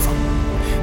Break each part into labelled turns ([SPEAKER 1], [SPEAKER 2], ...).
[SPEAKER 1] 方，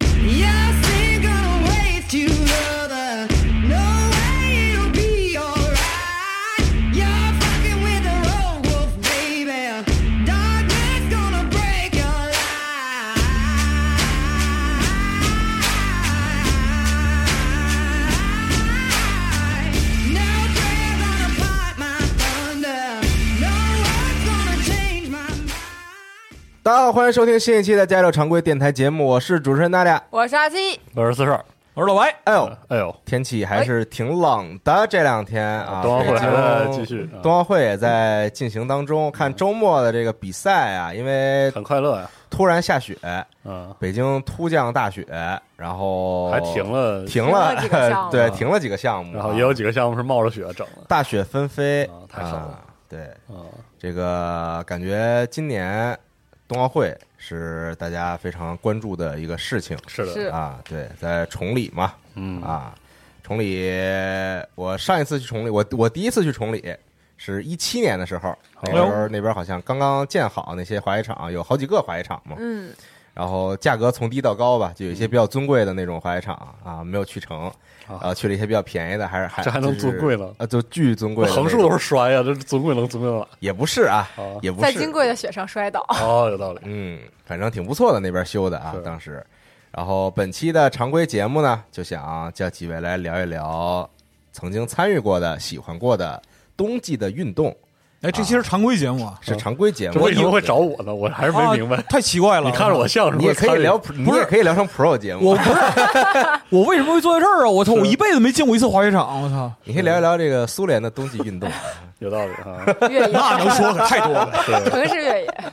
[SPEAKER 2] Yeah, single way to another. No way it'll be alright. You're fucking with a road wolf, baby. Darkness gonna break your life. No prayer gonna part my thunder. No one's gonna change my mind.
[SPEAKER 3] 大家好，欢迎收听新一期的《家教常规》电台节目，我是主持人娜俩。
[SPEAKER 4] 我是阿七，
[SPEAKER 5] 我是四十二，我是老白。
[SPEAKER 3] 哎呦，
[SPEAKER 5] 哎呦，
[SPEAKER 3] 天气还是挺冷的，这两天啊，
[SPEAKER 5] 冬奥会
[SPEAKER 3] 北京
[SPEAKER 5] 还在继续嗯啊
[SPEAKER 3] 冬奥会也在进行当中。看周末的这个比赛啊，因为
[SPEAKER 5] 很快乐呀、
[SPEAKER 3] 突然下雪，
[SPEAKER 5] 嗯，
[SPEAKER 3] 北京突降大雪，然后
[SPEAKER 5] 还停了，
[SPEAKER 3] 哦停
[SPEAKER 4] 停了几个项
[SPEAKER 3] 了，
[SPEAKER 4] 目
[SPEAKER 3] 对，停了几个项目，啊
[SPEAKER 5] 然后也有几个项目是冒着雪整的，
[SPEAKER 3] 大雪纷飞
[SPEAKER 5] 啊太狠了
[SPEAKER 3] 啊对，
[SPEAKER 5] 嗯，
[SPEAKER 3] 这个感觉今年冬奥会是大家非常关注的一个事情。
[SPEAKER 5] 是的，
[SPEAKER 4] 是
[SPEAKER 3] 啊，对，在崇礼嘛，
[SPEAKER 5] 嗯
[SPEAKER 3] 啊，崇礼，我上一次去崇礼，我我第一次去崇礼是一七年的时候，那
[SPEAKER 5] 哎
[SPEAKER 3] 时候那边好像刚刚建好那些滑雪场，有好几个滑雪场嘛，
[SPEAKER 4] 嗯，
[SPEAKER 3] 然后价格从低到高吧，就有一些
[SPEAKER 5] 嗯
[SPEAKER 3] 比较尊贵的那种滑雪场啊，没有去成，然后去了一些比较便宜的，还是还
[SPEAKER 5] 啊这还能
[SPEAKER 3] 就是
[SPEAKER 5] 尊贵呢
[SPEAKER 3] 啊，就巨尊贵
[SPEAKER 5] 那
[SPEAKER 3] 的那种，
[SPEAKER 5] 横竖都是摔呀、这尊贵能尊贵了。
[SPEAKER 3] 也不是啊
[SPEAKER 5] 啊，
[SPEAKER 3] 也不
[SPEAKER 4] 在
[SPEAKER 3] 是
[SPEAKER 4] 金贵的雪上摔倒，
[SPEAKER 5] 哦，有道理，
[SPEAKER 3] 嗯，反正挺不错的，那边修的啊
[SPEAKER 5] 是，
[SPEAKER 3] 当时。然后本期的常规节目呢，就想叫几位来聊一聊曾经参与过的、喜欢过的冬季的运动，
[SPEAKER 6] 哎，这期是常规节目啊，
[SPEAKER 3] 是常规节
[SPEAKER 5] 啊这
[SPEAKER 3] 目。
[SPEAKER 5] 为什么会找我呢？ 我还是
[SPEAKER 3] 哦
[SPEAKER 5] 没明白。
[SPEAKER 6] 啊太奇怪了。
[SPEAKER 5] 你看着我，像是
[SPEAKER 3] 你也可以聊，你
[SPEAKER 6] 不是
[SPEAKER 3] 也可以聊成 Pro 节目。
[SPEAKER 6] 我不是，我为什么会坐在这儿啊？我操，我一辈子没进过一次滑雪场，我
[SPEAKER 5] 哦
[SPEAKER 6] 操，
[SPEAKER 3] 你可以聊一聊这个苏联的冬季运 动。
[SPEAKER 5] 有道理啊。
[SPEAKER 4] 越野，
[SPEAKER 6] 那能说可太多了。
[SPEAKER 5] 对
[SPEAKER 4] 城市越野，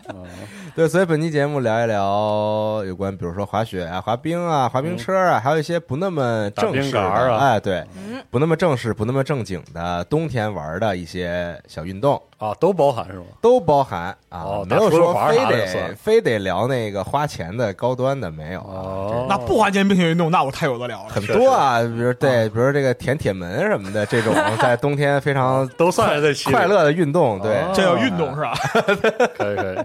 [SPEAKER 3] 对，所以本期节目聊一聊有关，比如说滑雪啊、滑冰啊、滑冰车啊，还有一些不那么正式的，
[SPEAKER 5] 嗯打冰杆啊
[SPEAKER 3] 哎，对，不那么正式、不那么正经的冬天玩的一些小运动。
[SPEAKER 5] 啊，都包含是吗？
[SPEAKER 3] 都包含啊，
[SPEAKER 5] 哦
[SPEAKER 3] 没有
[SPEAKER 5] 打出
[SPEAKER 3] 说
[SPEAKER 5] 了环儿
[SPEAKER 3] 非
[SPEAKER 5] 啥的算
[SPEAKER 3] 得非得聊那个花钱的高端的没有啊，
[SPEAKER 5] 哦，
[SPEAKER 6] 那不花钱冰雪运动，那我太有的聊了。
[SPEAKER 3] 很多啊，比如对，比如这个舔铁门什么的 这种，在冬天非常
[SPEAKER 5] 都啊算是在其里
[SPEAKER 3] 快。乐的运动，对
[SPEAKER 5] 哦，
[SPEAKER 6] 这叫运动是吧？
[SPEAKER 5] 可以可以，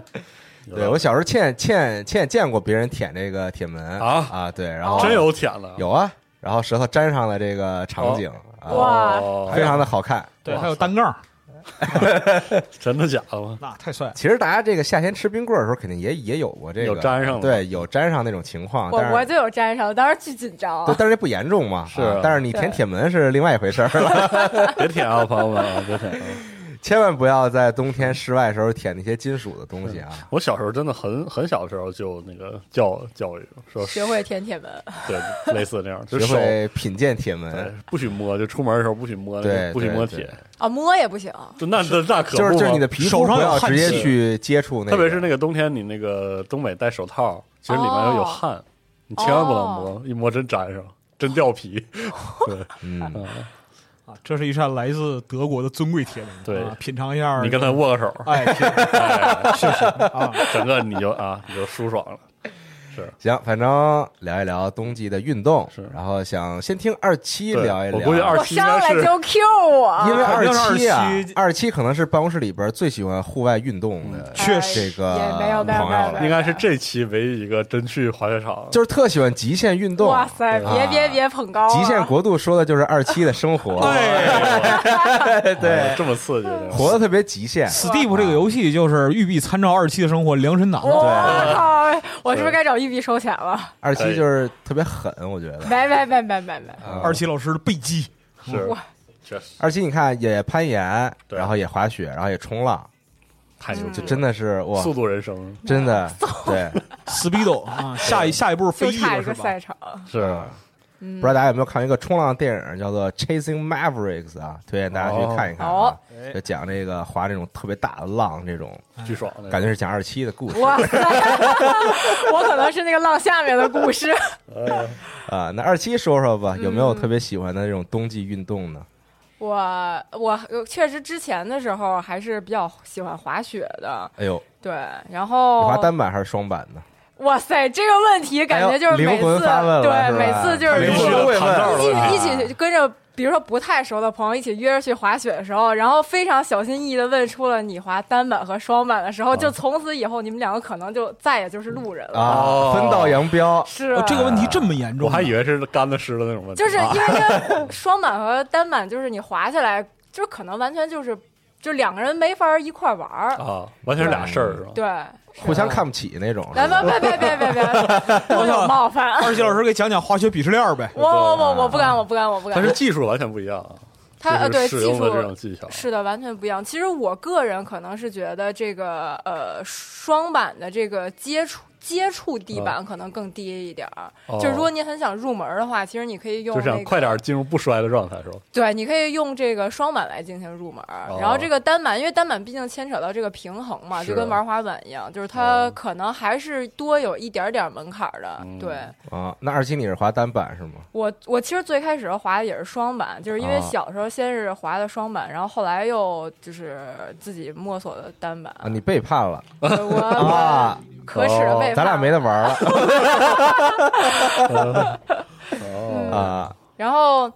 [SPEAKER 5] 有
[SPEAKER 3] 对
[SPEAKER 5] 道
[SPEAKER 3] 我
[SPEAKER 5] 理
[SPEAKER 3] 小时候见见见见过别人舔这个铁门
[SPEAKER 5] 啊
[SPEAKER 3] 啊，对，然后
[SPEAKER 5] 真有舔了，
[SPEAKER 3] 有啊，然后舌头沾上了这个场景啊，
[SPEAKER 4] 哇
[SPEAKER 5] 哦
[SPEAKER 3] 非常的好看。
[SPEAKER 6] 对， 还有单杠，
[SPEAKER 5] 真的假的吗？
[SPEAKER 6] 那太帅了。
[SPEAKER 3] 其实大家这个夏天吃冰棍儿的时候，肯定也也有过这个
[SPEAKER 5] 有沾上了
[SPEAKER 3] 对，有沾上那种情况，
[SPEAKER 4] 我
[SPEAKER 3] 但是
[SPEAKER 4] 我就有沾上，我当时巨紧张啊
[SPEAKER 3] 对，，但是这不严重嘛，
[SPEAKER 5] 是
[SPEAKER 3] 啊但是你舔铁门是另外一回事儿了，
[SPEAKER 5] 别舔啊，朋友们啊，别舔啊！
[SPEAKER 3] 千万不要在冬天室外的时候舔那些金属的东西啊。
[SPEAKER 5] 我小时候真的很很小的时候就那个教教育说
[SPEAKER 4] 学会舔铁门，
[SPEAKER 5] 对，类似那样，就
[SPEAKER 3] 学
[SPEAKER 5] 手
[SPEAKER 3] 会品鉴铁
[SPEAKER 5] 对
[SPEAKER 3] 门，
[SPEAKER 5] 哎不许摸，就出门的时候不许摸，
[SPEAKER 3] 哎对
[SPEAKER 5] 不许
[SPEAKER 3] 对
[SPEAKER 5] 摸
[SPEAKER 3] 对
[SPEAKER 5] 铁，
[SPEAKER 4] 啊，摸也不行，
[SPEAKER 5] 就那那那可不
[SPEAKER 3] 就是就是
[SPEAKER 5] 嘛
[SPEAKER 3] 你的皮肤
[SPEAKER 6] 手上
[SPEAKER 3] 不
[SPEAKER 6] 有
[SPEAKER 3] 要
[SPEAKER 6] 汗
[SPEAKER 3] 直接
[SPEAKER 6] 气
[SPEAKER 3] 去接触那个，
[SPEAKER 5] 特别是那个冬天，你那个东北戴手套，其实里面有
[SPEAKER 4] 哦
[SPEAKER 5] 汗，你千万不能摸，一摸真粘上，真掉皮。对，
[SPEAKER 3] 嗯，
[SPEAKER 5] 嗯
[SPEAKER 6] 啊，这是一扇来自德国的尊贵铁门，
[SPEAKER 5] 对
[SPEAKER 6] 啊品尝一下。
[SPEAKER 5] 你跟 他握个手，
[SPEAKER 6] 哎，品
[SPEAKER 5] 哎
[SPEAKER 6] 确实啊，
[SPEAKER 5] 整个你就啊，你就舒爽了。是
[SPEAKER 3] 行，反正聊一聊冬季的运动，
[SPEAKER 5] 是
[SPEAKER 3] 然后想先听二七
[SPEAKER 5] 对
[SPEAKER 3] 聊一聊。
[SPEAKER 5] 我估计二
[SPEAKER 4] 我
[SPEAKER 5] 期应
[SPEAKER 4] 上
[SPEAKER 5] 该
[SPEAKER 4] 来
[SPEAKER 5] 是
[SPEAKER 4] 就 Q 我，
[SPEAKER 3] 因为
[SPEAKER 6] 肯定是
[SPEAKER 3] 七啊
[SPEAKER 6] 27，
[SPEAKER 3] 二七可能是办公室里边最喜欢户外运动
[SPEAKER 5] 嗯
[SPEAKER 3] 的，
[SPEAKER 4] 确
[SPEAKER 3] 这
[SPEAKER 4] 实
[SPEAKER 3] 个
[SPEAKER 4] 也没有没
[SPEAKER 3] 朋
[SPEAKER 4] 有
[SPEAKER 3] 友
[SPEAKER 4] 没
[SPEAKER 3] 了
[SPEAKER 4] 有，
[SPEAKER 5] 应该是这期唯一一个真去滑雪场，
[SPEAKER 3] 就是特喜欢极限运动。
[SPEAKER 4] 哇塞，
[SPEAKER 3] 啊
[SPEAKER 4] 别别别捧高啊，
[SPEAKER 3] 极限国度说的就是二七的生
[SPEAKER 5] 哦
[SPEAKER 3] 活，
[SPEAKER 6] 哎
[SPEAKER 3] 对
[SPEAKER 5] 哎
[SPEAKER 3] 对，
[SPEAKER 5] 这么刺激，这
[SPEAKER 4] 嗯
[SPEAKER 5] 样
[SPEAKER 3] 活得特别极限。
[SPEAKER 6] Steam 这个游戏就是育碧参照二期的生活量身打
[SPEAKER 4] 我
[SPEAKER 6] 造。
[SPEAKER 5] 哦
[SPEAKER 4] 靠，我是不是该找玉碧收钱了？
[SPEAKER 3] 二七就是特别狠，我觉得。
[SPEAKER 4] 没没没没没没，
[SPEAKER 6] 二期老师的背肌，
[SPEAKER 5] 是
[SPEAKER 4] 哇
[SPEAKER 5] 确实
[SPEAKER 3] 二七你看也攀岩，
[SPEAKER 5] 对
[SPEAKER 3] 然后也滑雪，然后也冲浪，
[SPEAKER 5] 太
[SPEAKER 4] 嗯
[SPEAKER 5] 牛逼
[SPEAKER 3] 嗯
[SPEAKER 5] 了，
[SPEAKER 3] 就真的是哇，
[SPEAKER 5] 速度人生
[SPEAKER 3] 真的对。
[SPEAKER 6] Speedo 啊，下一下一步是
[SPEAKER 4] 就
[SPEAKER 6] 飞翼
[SPEAKER 4] 差
[SPEAKER 6] 了
[SPEAKER 4] 一个
[SPEAKER 6] 是吧
[SPEAKER 4] 赛？场，
[SPEAKER 3] 啊
[SPEAKER 5] 是
[SPEAKER 4] 嗯
[SPEAKER 3] 不知道大家有没有看过一个冲浪电影，叫做《Chasing Mavericks》啊，推荐大家去看一看啊
[SPEAKER 4] 哦。
[SPEAKER 3] 就讲这个滑这种特别大的浪，这种
[SPEAKER 5] 巨爽，那个
[SPEAKER 3] 感觉是讲二七的故事
[SPEAKER 4] 哇塞， 我可能是那个浪下面的故事。
[SPEAKER 3] 啊。那二七说说
[SPEAKER 4] 嗯
[SPEAKER 3] 吧，有没有特别喜欢的这种冬季运动呢？
[SPEAKER 4] 我我呃确实之前的时候还是比较喜欢滑雪的，
[SPEAKER 3] 哎呦，
[SPEAKER 4] 对，然
[SPEAKER 3] 你
[SPEAKER 4] 后
[SPEAKER 3] 滑单板还是双板呢？
[SPEAKER 4] 哇塞，这个问题感觉就是
[SPEAKER 3] 哎呦
[SPEAKER 4] 每
[SPEAKER 3] 灵魂
[SPEAKER 4] 次、
[SPEAKER 3] 发问了
[SPEAKER 4] 对
[SPEAKER 3] 是吧啊
[SPEAKER 4] 每次就
[SPEAKER 5] 必
[SPEAKER 4] 是
[SPEAKER 3] 灵
[SPEAKER 5] 须
[SPEAKER 3] 魂
[SPEAKER 5] 要
[SPEAKER 3] 慰
[SPEAKER 5] 谈这儿
[SPEAKER 3] 问
[SPEAKER 5] 了
[SPEAKER 4] 一起一起跟着，比如说不太熟的朋友一起约着去滑雪的时候，然后非常小心翼翼的问出了你滑单板和双板的时候，就从此以后你们两个可能就再也就是路人了。
[SPEAKER 3] 啊，
[SPEAKER 5] 哦
[SPEAKER 3] 分道扬镳。
[SPEAKER 4] 是、
[SPEAKER 6] 哦这个问题这么严重
[SPEAKER 5] 我
[SPEAKER 6] 啊？
[SPEAKER 5] 还以为是干的湿的那种问题，
[SPEAKER 4] 就是
[SPEAKER 3] 啊
[SPEAKER 4] 因为这个双板和单板，就是你滑下来，就是可能完全就是就两个人没法一块儿玩儿。
[SPEAKER 5] 啊，完全是俩事儿是吧？
[SPEAKER 4] 对，
[SPEAKER 3] 互相看不起那种，
[SPEAKER 4] 来吧，别别别别别， 都有冒犯。
[SPEAKER 6] 二期老师给讲讲滑雪鄙视链呗。
[SPEAKER 4] 我我我我不敢，我不敢，我不敢。
[SPEAKER 5] 啊但是技术完全不一样啊，
[SPEAKER 4] 他呃
[SPEAKER 5] 就
[SPEAKER 4] 对
[SPEAKER 5] 是
[SPEAKER 4] 技
[SPEAKER 5] 使用的这
[SPEAKER 4] 术
[SPEAKER 5] 种技巧，
[SPEAKER 4] 是的，完全不一样。其实我个人可能是觉得这个呃双板的这个接触接触地板可能更低一点儿。
[SPEAKER 5] 嗯哦
[SPEAKER 4] 就如果你很想入门的话，其实你可以用、
[SPEAKER 5] 就
[SPEAKER 4] 那
[SPEAKER 5] 是
[SPEAKER 4] 个、
[SPEAKER 5] 想快点进入不摔的状态是吧？
[SPEAKER 4] 对，你可以用这个双板来进行入门，然后这个单板，因为单板毕竟牵扯到这个平衡嘛，
[SPEAKER 5] 哦是
[SPEAKER 4] 就跟玩滑板一样，就是它可能还是多有一点点门槛的。
[SPEAKER 5] 嗯
[SPEAKER 4] 对
[SPEAKER 3] 啊。那二七你是滑单板是吗？
[SPEAKER 4] 我，我其实最开始滑的也是双板，就是因为
[SPEAKER 3] 哦
[SPEAKER 4] 小时候先是滑的双板，然后后来又就是自己摸索的单板。
[SPEAKER 3] 啊，你背叛了
[SPEAKER 4] 我我
[SPEAKER 3] 啊！
[SPEAKER 4] 可耻的背叛，
[SPEAKER 3] 咱俩没得玩了
[SPEAKER 5] 哦，
[SPEAKER 3] 啊！
[SPEAKER 4] 然后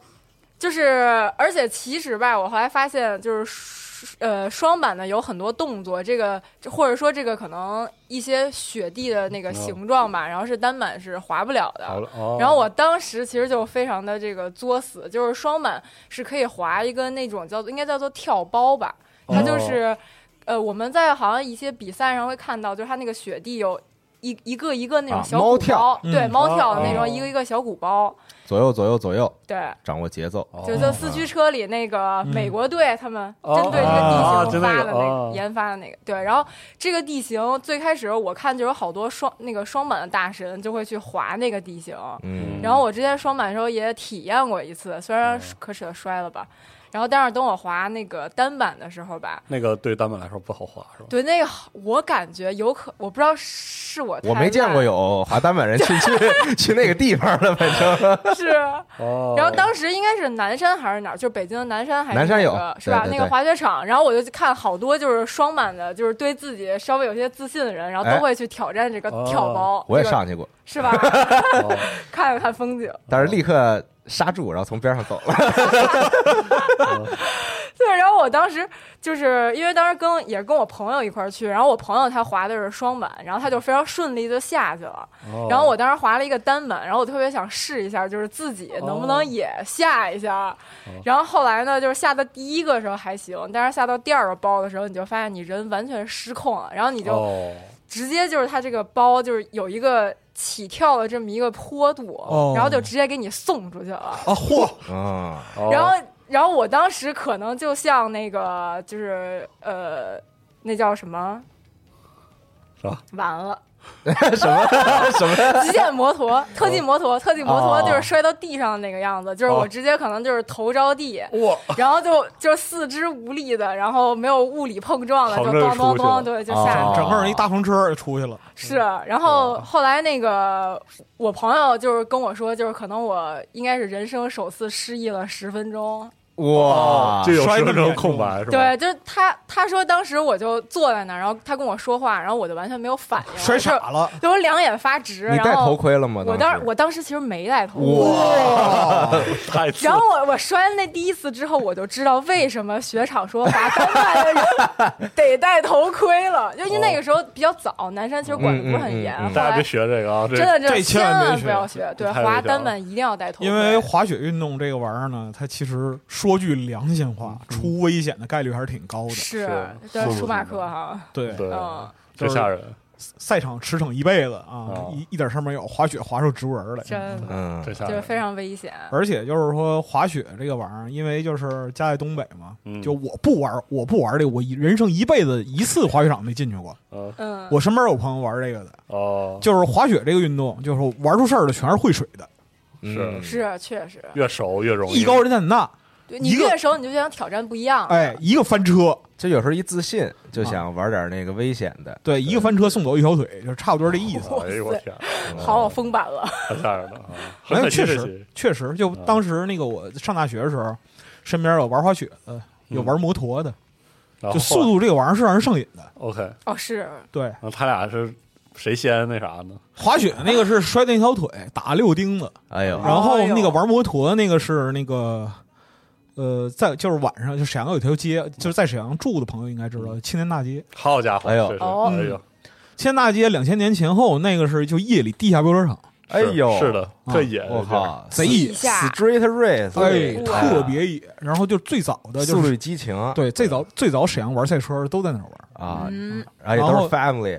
[SPEAKER 4] 就是，而且其实吧，我后来发现就是，呃，双板的有很多动作，这个或者说这个可能一些雪地的
[SPEAKER 3] 啊
[SPEAKER 4] 那个形状吧，然后是单板是滑不了的。
[SPEAKER 5] 好了，哦
[SPEAKER 4] 然后我当时其实就非常的这个作死，就是双板是可以滑一个那种叫做应该叫做跳包吧，它就是，呃，我们在好像一些比赛上会看到，就是它那个雪地有一一个一个那
[SPEAKER 3] 啊
[SPEAKER 4] 种小
[SPEAKER 3] 猫
[SPEAKER 4] 鼓
[SPEAKER 3] 跳
[SPEAKER 4] 包，对，
[SPEAKER 6] 嗯
[SPEAKER 4] 猫跳的那
[SPEAKER 5] 哦
[SPEAKER 4] 种一个一个小鼓包，
[SPEAKER 3] 左右左右左右，
[SPEAKER 4] 对。
[SPEAKER 3] 掌握节奏。
[SPEAKER 4] 就是在四驱车里那个美国队他们
[SPEAKER 5] 哦
[SPEAKER 4] 针对这
[SPEAKER 5] 啊
[SPEAKER 4] 个地
[SPEAKER 5] 就
[SPEAKER 4] 形
[SPEAKER 5] 那
[SPEAKER 4] 发
[SPEAKER 5] 个
[SPEAKER 4] 的那
[SPEAKER 5] 哦
[SPEAKER 4] 个研发的那个对，然后这个地形最开始我看就有好多双那个双板的大神就会去滑那个地形，
[SPEAKER 3] 嗯，
[SPEAKER 4] 然后我之前双板的时候也体验过一次，虽然可耻的摔了吧，然后但是等我滑那个单板的时候吧，
[SPEAKER 5] 那个对单板来说不好滑是吧？
[SPEAKER 4] 对那个好我感觉有可我不知道是我
[SPEAKER 3] 我
[SPEAKER 4] 太
[SPEAKER 3] 没见
[SPEAKER 4] 烂
[SPEAKER 3] 过有滑单板人去去去那个地方的，反 正
[SPEAKER 4] 是。
[SPEAKER 5] 哦，
[SPEAKER 4] 然后当时应该是南山还是哪儿，就是北京的南山还是
[SPEAKER 3] 南山
[SPEAKER 4] 哪
[SPEAKER 3] 有
[SPEAKER 4] 个是
[SPEAKER 3] 对
[SPEAKER 4] 吧？
[SPEAKER 3] 对
[SPEAKER 4] 那个
[SPEAKER 3] 对
[SPEAKER 4] 滑雪场，然后我就看好多就是双板的，就是对自己稍微有些自信的人，然后
[SPEAKER 3] 哎
[SPEAKER 4] 都会去挑战这个
[SPEAKER 5] 哦
[SPEAKER 4] 跳包，
[SPEAKER 3] 我也
[SPEAKER 4] 这个
[SPEAKER 3] 上去过，
[SPEAKER 4] 是吧？
[SPEAKER 5] 哦
[SPEAKER 4] 看了看风景，
[SPEAKER 3] 但是立刻刹住，然后从边上走了。
[SPEAKER 4] 对。然后我当时就是因为当时跟也跟我朋友一块儿去，然后我朋友他滑的是双板，然后他就非常顺利就下去了。
[SPEAKER 5] 哦
[SPEAKER 4] 然后我当时滑了一个单板，然后我特别想试一下，就是自己
[SPEAKER 5] 哦
[SPEAKER 4] 能不能也下一下。然后后来呢，就是下到第一个时候还行，但是下到第二个包的时候，你就发现你人完全失控了，然后你就
[SPEAKER 5] 哦，
[SPEAKER 4] 直接就是它这个包就是有一个起跳的这么一个坡度，
[SPEAKER 6] 哦
[SPEAKER 4] 然后就直接给你送出去了。
[SPEAKER 6] 啊，嚯！
[SPEAKER 3] 嗯，
[SPEAKER 5] 哦
[SPEAKER 4] 然后，然后我当时可能就像那个就是呃，那叫什么？
[SPEAKER 5] 啥
[SPEAKER 4] 完了。
[SPEAKER 3] 什么 什么？
[SPEAKER 4] 极限摩托、特技摩托、特技摩托
[SPEAKER 5] 哦
[SPEAKER 4] 就是摔到地上的那个样子，就是我
[SPEAKER 5] 哦
[SPEAKER 4] 直接可能就是头着地，
[SPEAKER 5] 哇，
[SPEAKER 4] 然后就就四肢无力的，然后没有物理碰撞的，就
[SPEAKER 5] 横着
[SPEAKER 4] 咣咣
[SPEAKER 5] 出去了
[SPEAKER 4] 咣，对，就下去了。
[SPEAKER 3] 哦
[SPEAKER 6] 整个人一大篷车就出去了，
[SPEAKER 4] 是，然
[SPEAKER 5] 哦
[SPEAKER 4] 后后来那个我朋友就是跟我说，就是可能我应该是人生首次失忆了十分钟，
[SPEAKER 3] 哇，
[SPEAKER 5] 就有
[SPEAKER 6] 摔
[SPEAKER 5] 生
[SPEAKER 6] 得
[SPEAKER 5] 成
[SPEAKER 6] 脸
[SPEAKER 5] 空白是吧？
[SPEAKER 4] 对，就是他，他说当时我就坐在那儿，然后他跟我说话，然后我就完全没有反应，
[SPEAKER 6] 摔傻了，
[SPEAKER 4] 就，就我两眼发直。
[SPEAKER 3] 你
[SPEAKER 4] 然
[SPEAKER 3] 戴头
[SPEAKER 4] 后
[SPEAKER 3] 盔了吗？
[SPEAKER 4] 我
[SPEAKER 3] 当
[SPEAKER 4] 当我当时其实没戴头盔。
[SPEAKER 3] 哇，
[SPEAKER 5] 太刺
[SPEAKER 4] 然后我我摔了那第一次之后，我就知道为什么雪场说罚钢板的人得戴头盔了，因为那个时候比较早，南山其实管的不是很严
[SPEAKER 3] 嗯嗯嗯嗯。
[SPEAKER 4] 后
[SPEAKER 5] 大家
[SPEAKER 4] 来
[SPEAKER 5] 别学这个啊！这
[SPEAKER 4] 真的真
[SPEAKER 6] 这
[SPEAKER 4] 的
[SPEAKER 6] 千
[SPEAKER 4] 千
[SPEAKER 6] 万别
[SPEAKER 4] 万
[SPEAKER 6] 学
[SPEAKER 4] 不要学，对，
[SPEAKER 5] 太危
[SPEAKER 4] 滑
[SPEAKER 5] 险
[SPEAKER 4] 单
[SPEAKER 5] 了
[SPEAKER 4] 板一定要戴头盔，
[SPEAKER 6] 因为滑雪运动这个玩意儿呢，它其实说句良心话，出危险的概率还是挺高的。
[SPEAKER 4] 是
[SPEAKER 5] 是
[SPEAKER 4] 对
[SPEAKER 5] 是
[SPEAKER 4] 舒马
[SPEAKER 5] 是
[SPEAKER 4] 克哈，
[SPEAKER 6] 对，
[SPEAKER 5] 对，
[SPEAKER 4] 嗯，
[SPEAKER 5] 这吓人，
[SPEAKER 6] 赛场驰骋一辈子
[SPEAKER 5] 啊，
[SPEAKER 6] 啊一一点事儿没有，滑雪滑出植物人来。
[SPEAKER 4] 真的
[SPEAKER 3] 嗯
[SPEAKER 5] 这，吓
[SPEAKER 4] 就是
[SPEAKER 5] 人，
[SPEAKER 4] 非常危险。
[SPEAKER 6] 而且就是说滑雪这个玩意儿，因为就是家在东北嘛，
[SPEAKER 5] 嗯
[SPEAKER 6] 就我不玩，我不玩这个，我一人生一辈子一次滑雪场没进去过。
[SPEAKER 5] 嗯
[SPEAKER 4] 嗯，
[SPEAKER 6] 我身边有朋友玩这个的，
[SPEAKER 5] 哦，
[SPEAKER 6] 就是滑雪这个运动，就是玩出事儿的全是会水的，
[SPEAKER 3] 嗯
[SPEAKER 4] 是啊确实，
[SPEAKER 5] 越熟越容易，
[SPEAKER 6] 艺高人胆大。
[SPEAKER 4] 对你
[SPEAKER 6] 一个
[SPEAKER 4] 越熟你就想挑战不一样。
[SPEAKER 6] 哎，一个翻车，
[SPEAKER 3] 就有时候一自信就想玩点那个危险的，
[SPEAKER 6] 对，一个翻车送走一条腿，就差不多这意思。啊
[SPEAKER 5] 哎呦我天，
[SPEAKER 4] 好，我封版了。
[SPEAKER 5] 太吓人了啊！很
[SPEAKER 6] 没有，
[SPEAKER 5] 可惜
[SPEAKER 6] 确
[SPEAKER 5] 这
[SPEAKER 6] 实啊
[SPEAKER 5] 期，
[SPEAKER 6] 确实，就当时那个我上大学的时候，身边有玩滑雪的，有玩摩托的，
[SPEAKER 5] 然后
[SPEAKER 6] 就速度这个玩意儿是让人上瘾的。
[SPEAKER 5] OK，
[SPEAKER 4] 哦， 是
[SPEAKER 6] 对，
[SPEAKER 5] 然后他俩是谁先那啥呢？
[SPEAKER 6] 滑雪那个是摔那条腿打六钉子，
[SPEAKER 3] 哎呦，
[SPEAKER 6] 然后
[SPEAKER 4] 哎呦
[SPEAKER 6] 那个玩摩托那个是那个，呃，在就是晚上，就沈阳有一条街，就是在沈阳住的朋友应该知道，青年大街。
[SPEAKER 5] 好家伙，
[SPEAKER 3] 哎呦
[SPEAKER 5] 这是
[SPEAKER 4] 哦
[SPEAKER 5] 哎呦，
[SPEAKER 6] 青年大街两千年前后那个是就夜里地下飙车场，
[SPEAKER 3] 哎呦，
[SPEAKER 5] 是，的，特野，
[SPEAKER 3] 我靠，
[SPEAKER 6] 贼野
[SPEAKER 4] 一，下，
[SPEAKER 3] ，Street Race，
[SPEAKER 6] 哎，
[SPEAKER 4] 哇
[SPEAKER 6] 特别野。然后就最早的
[SPEAKER 3] 速
[SPEAKER 6] 就
[SPEAKER 3] 度
[SPEAKER 6] 是
[SPEAKER 3] 与激情，
[SPEAKER 6] 对最早最早沈阳玩赛车都在那儿玩。
[SPEAKER 3] 啊，
[SPEAKER 4] 嗯，
[SPEAKER 3] 而且都是 family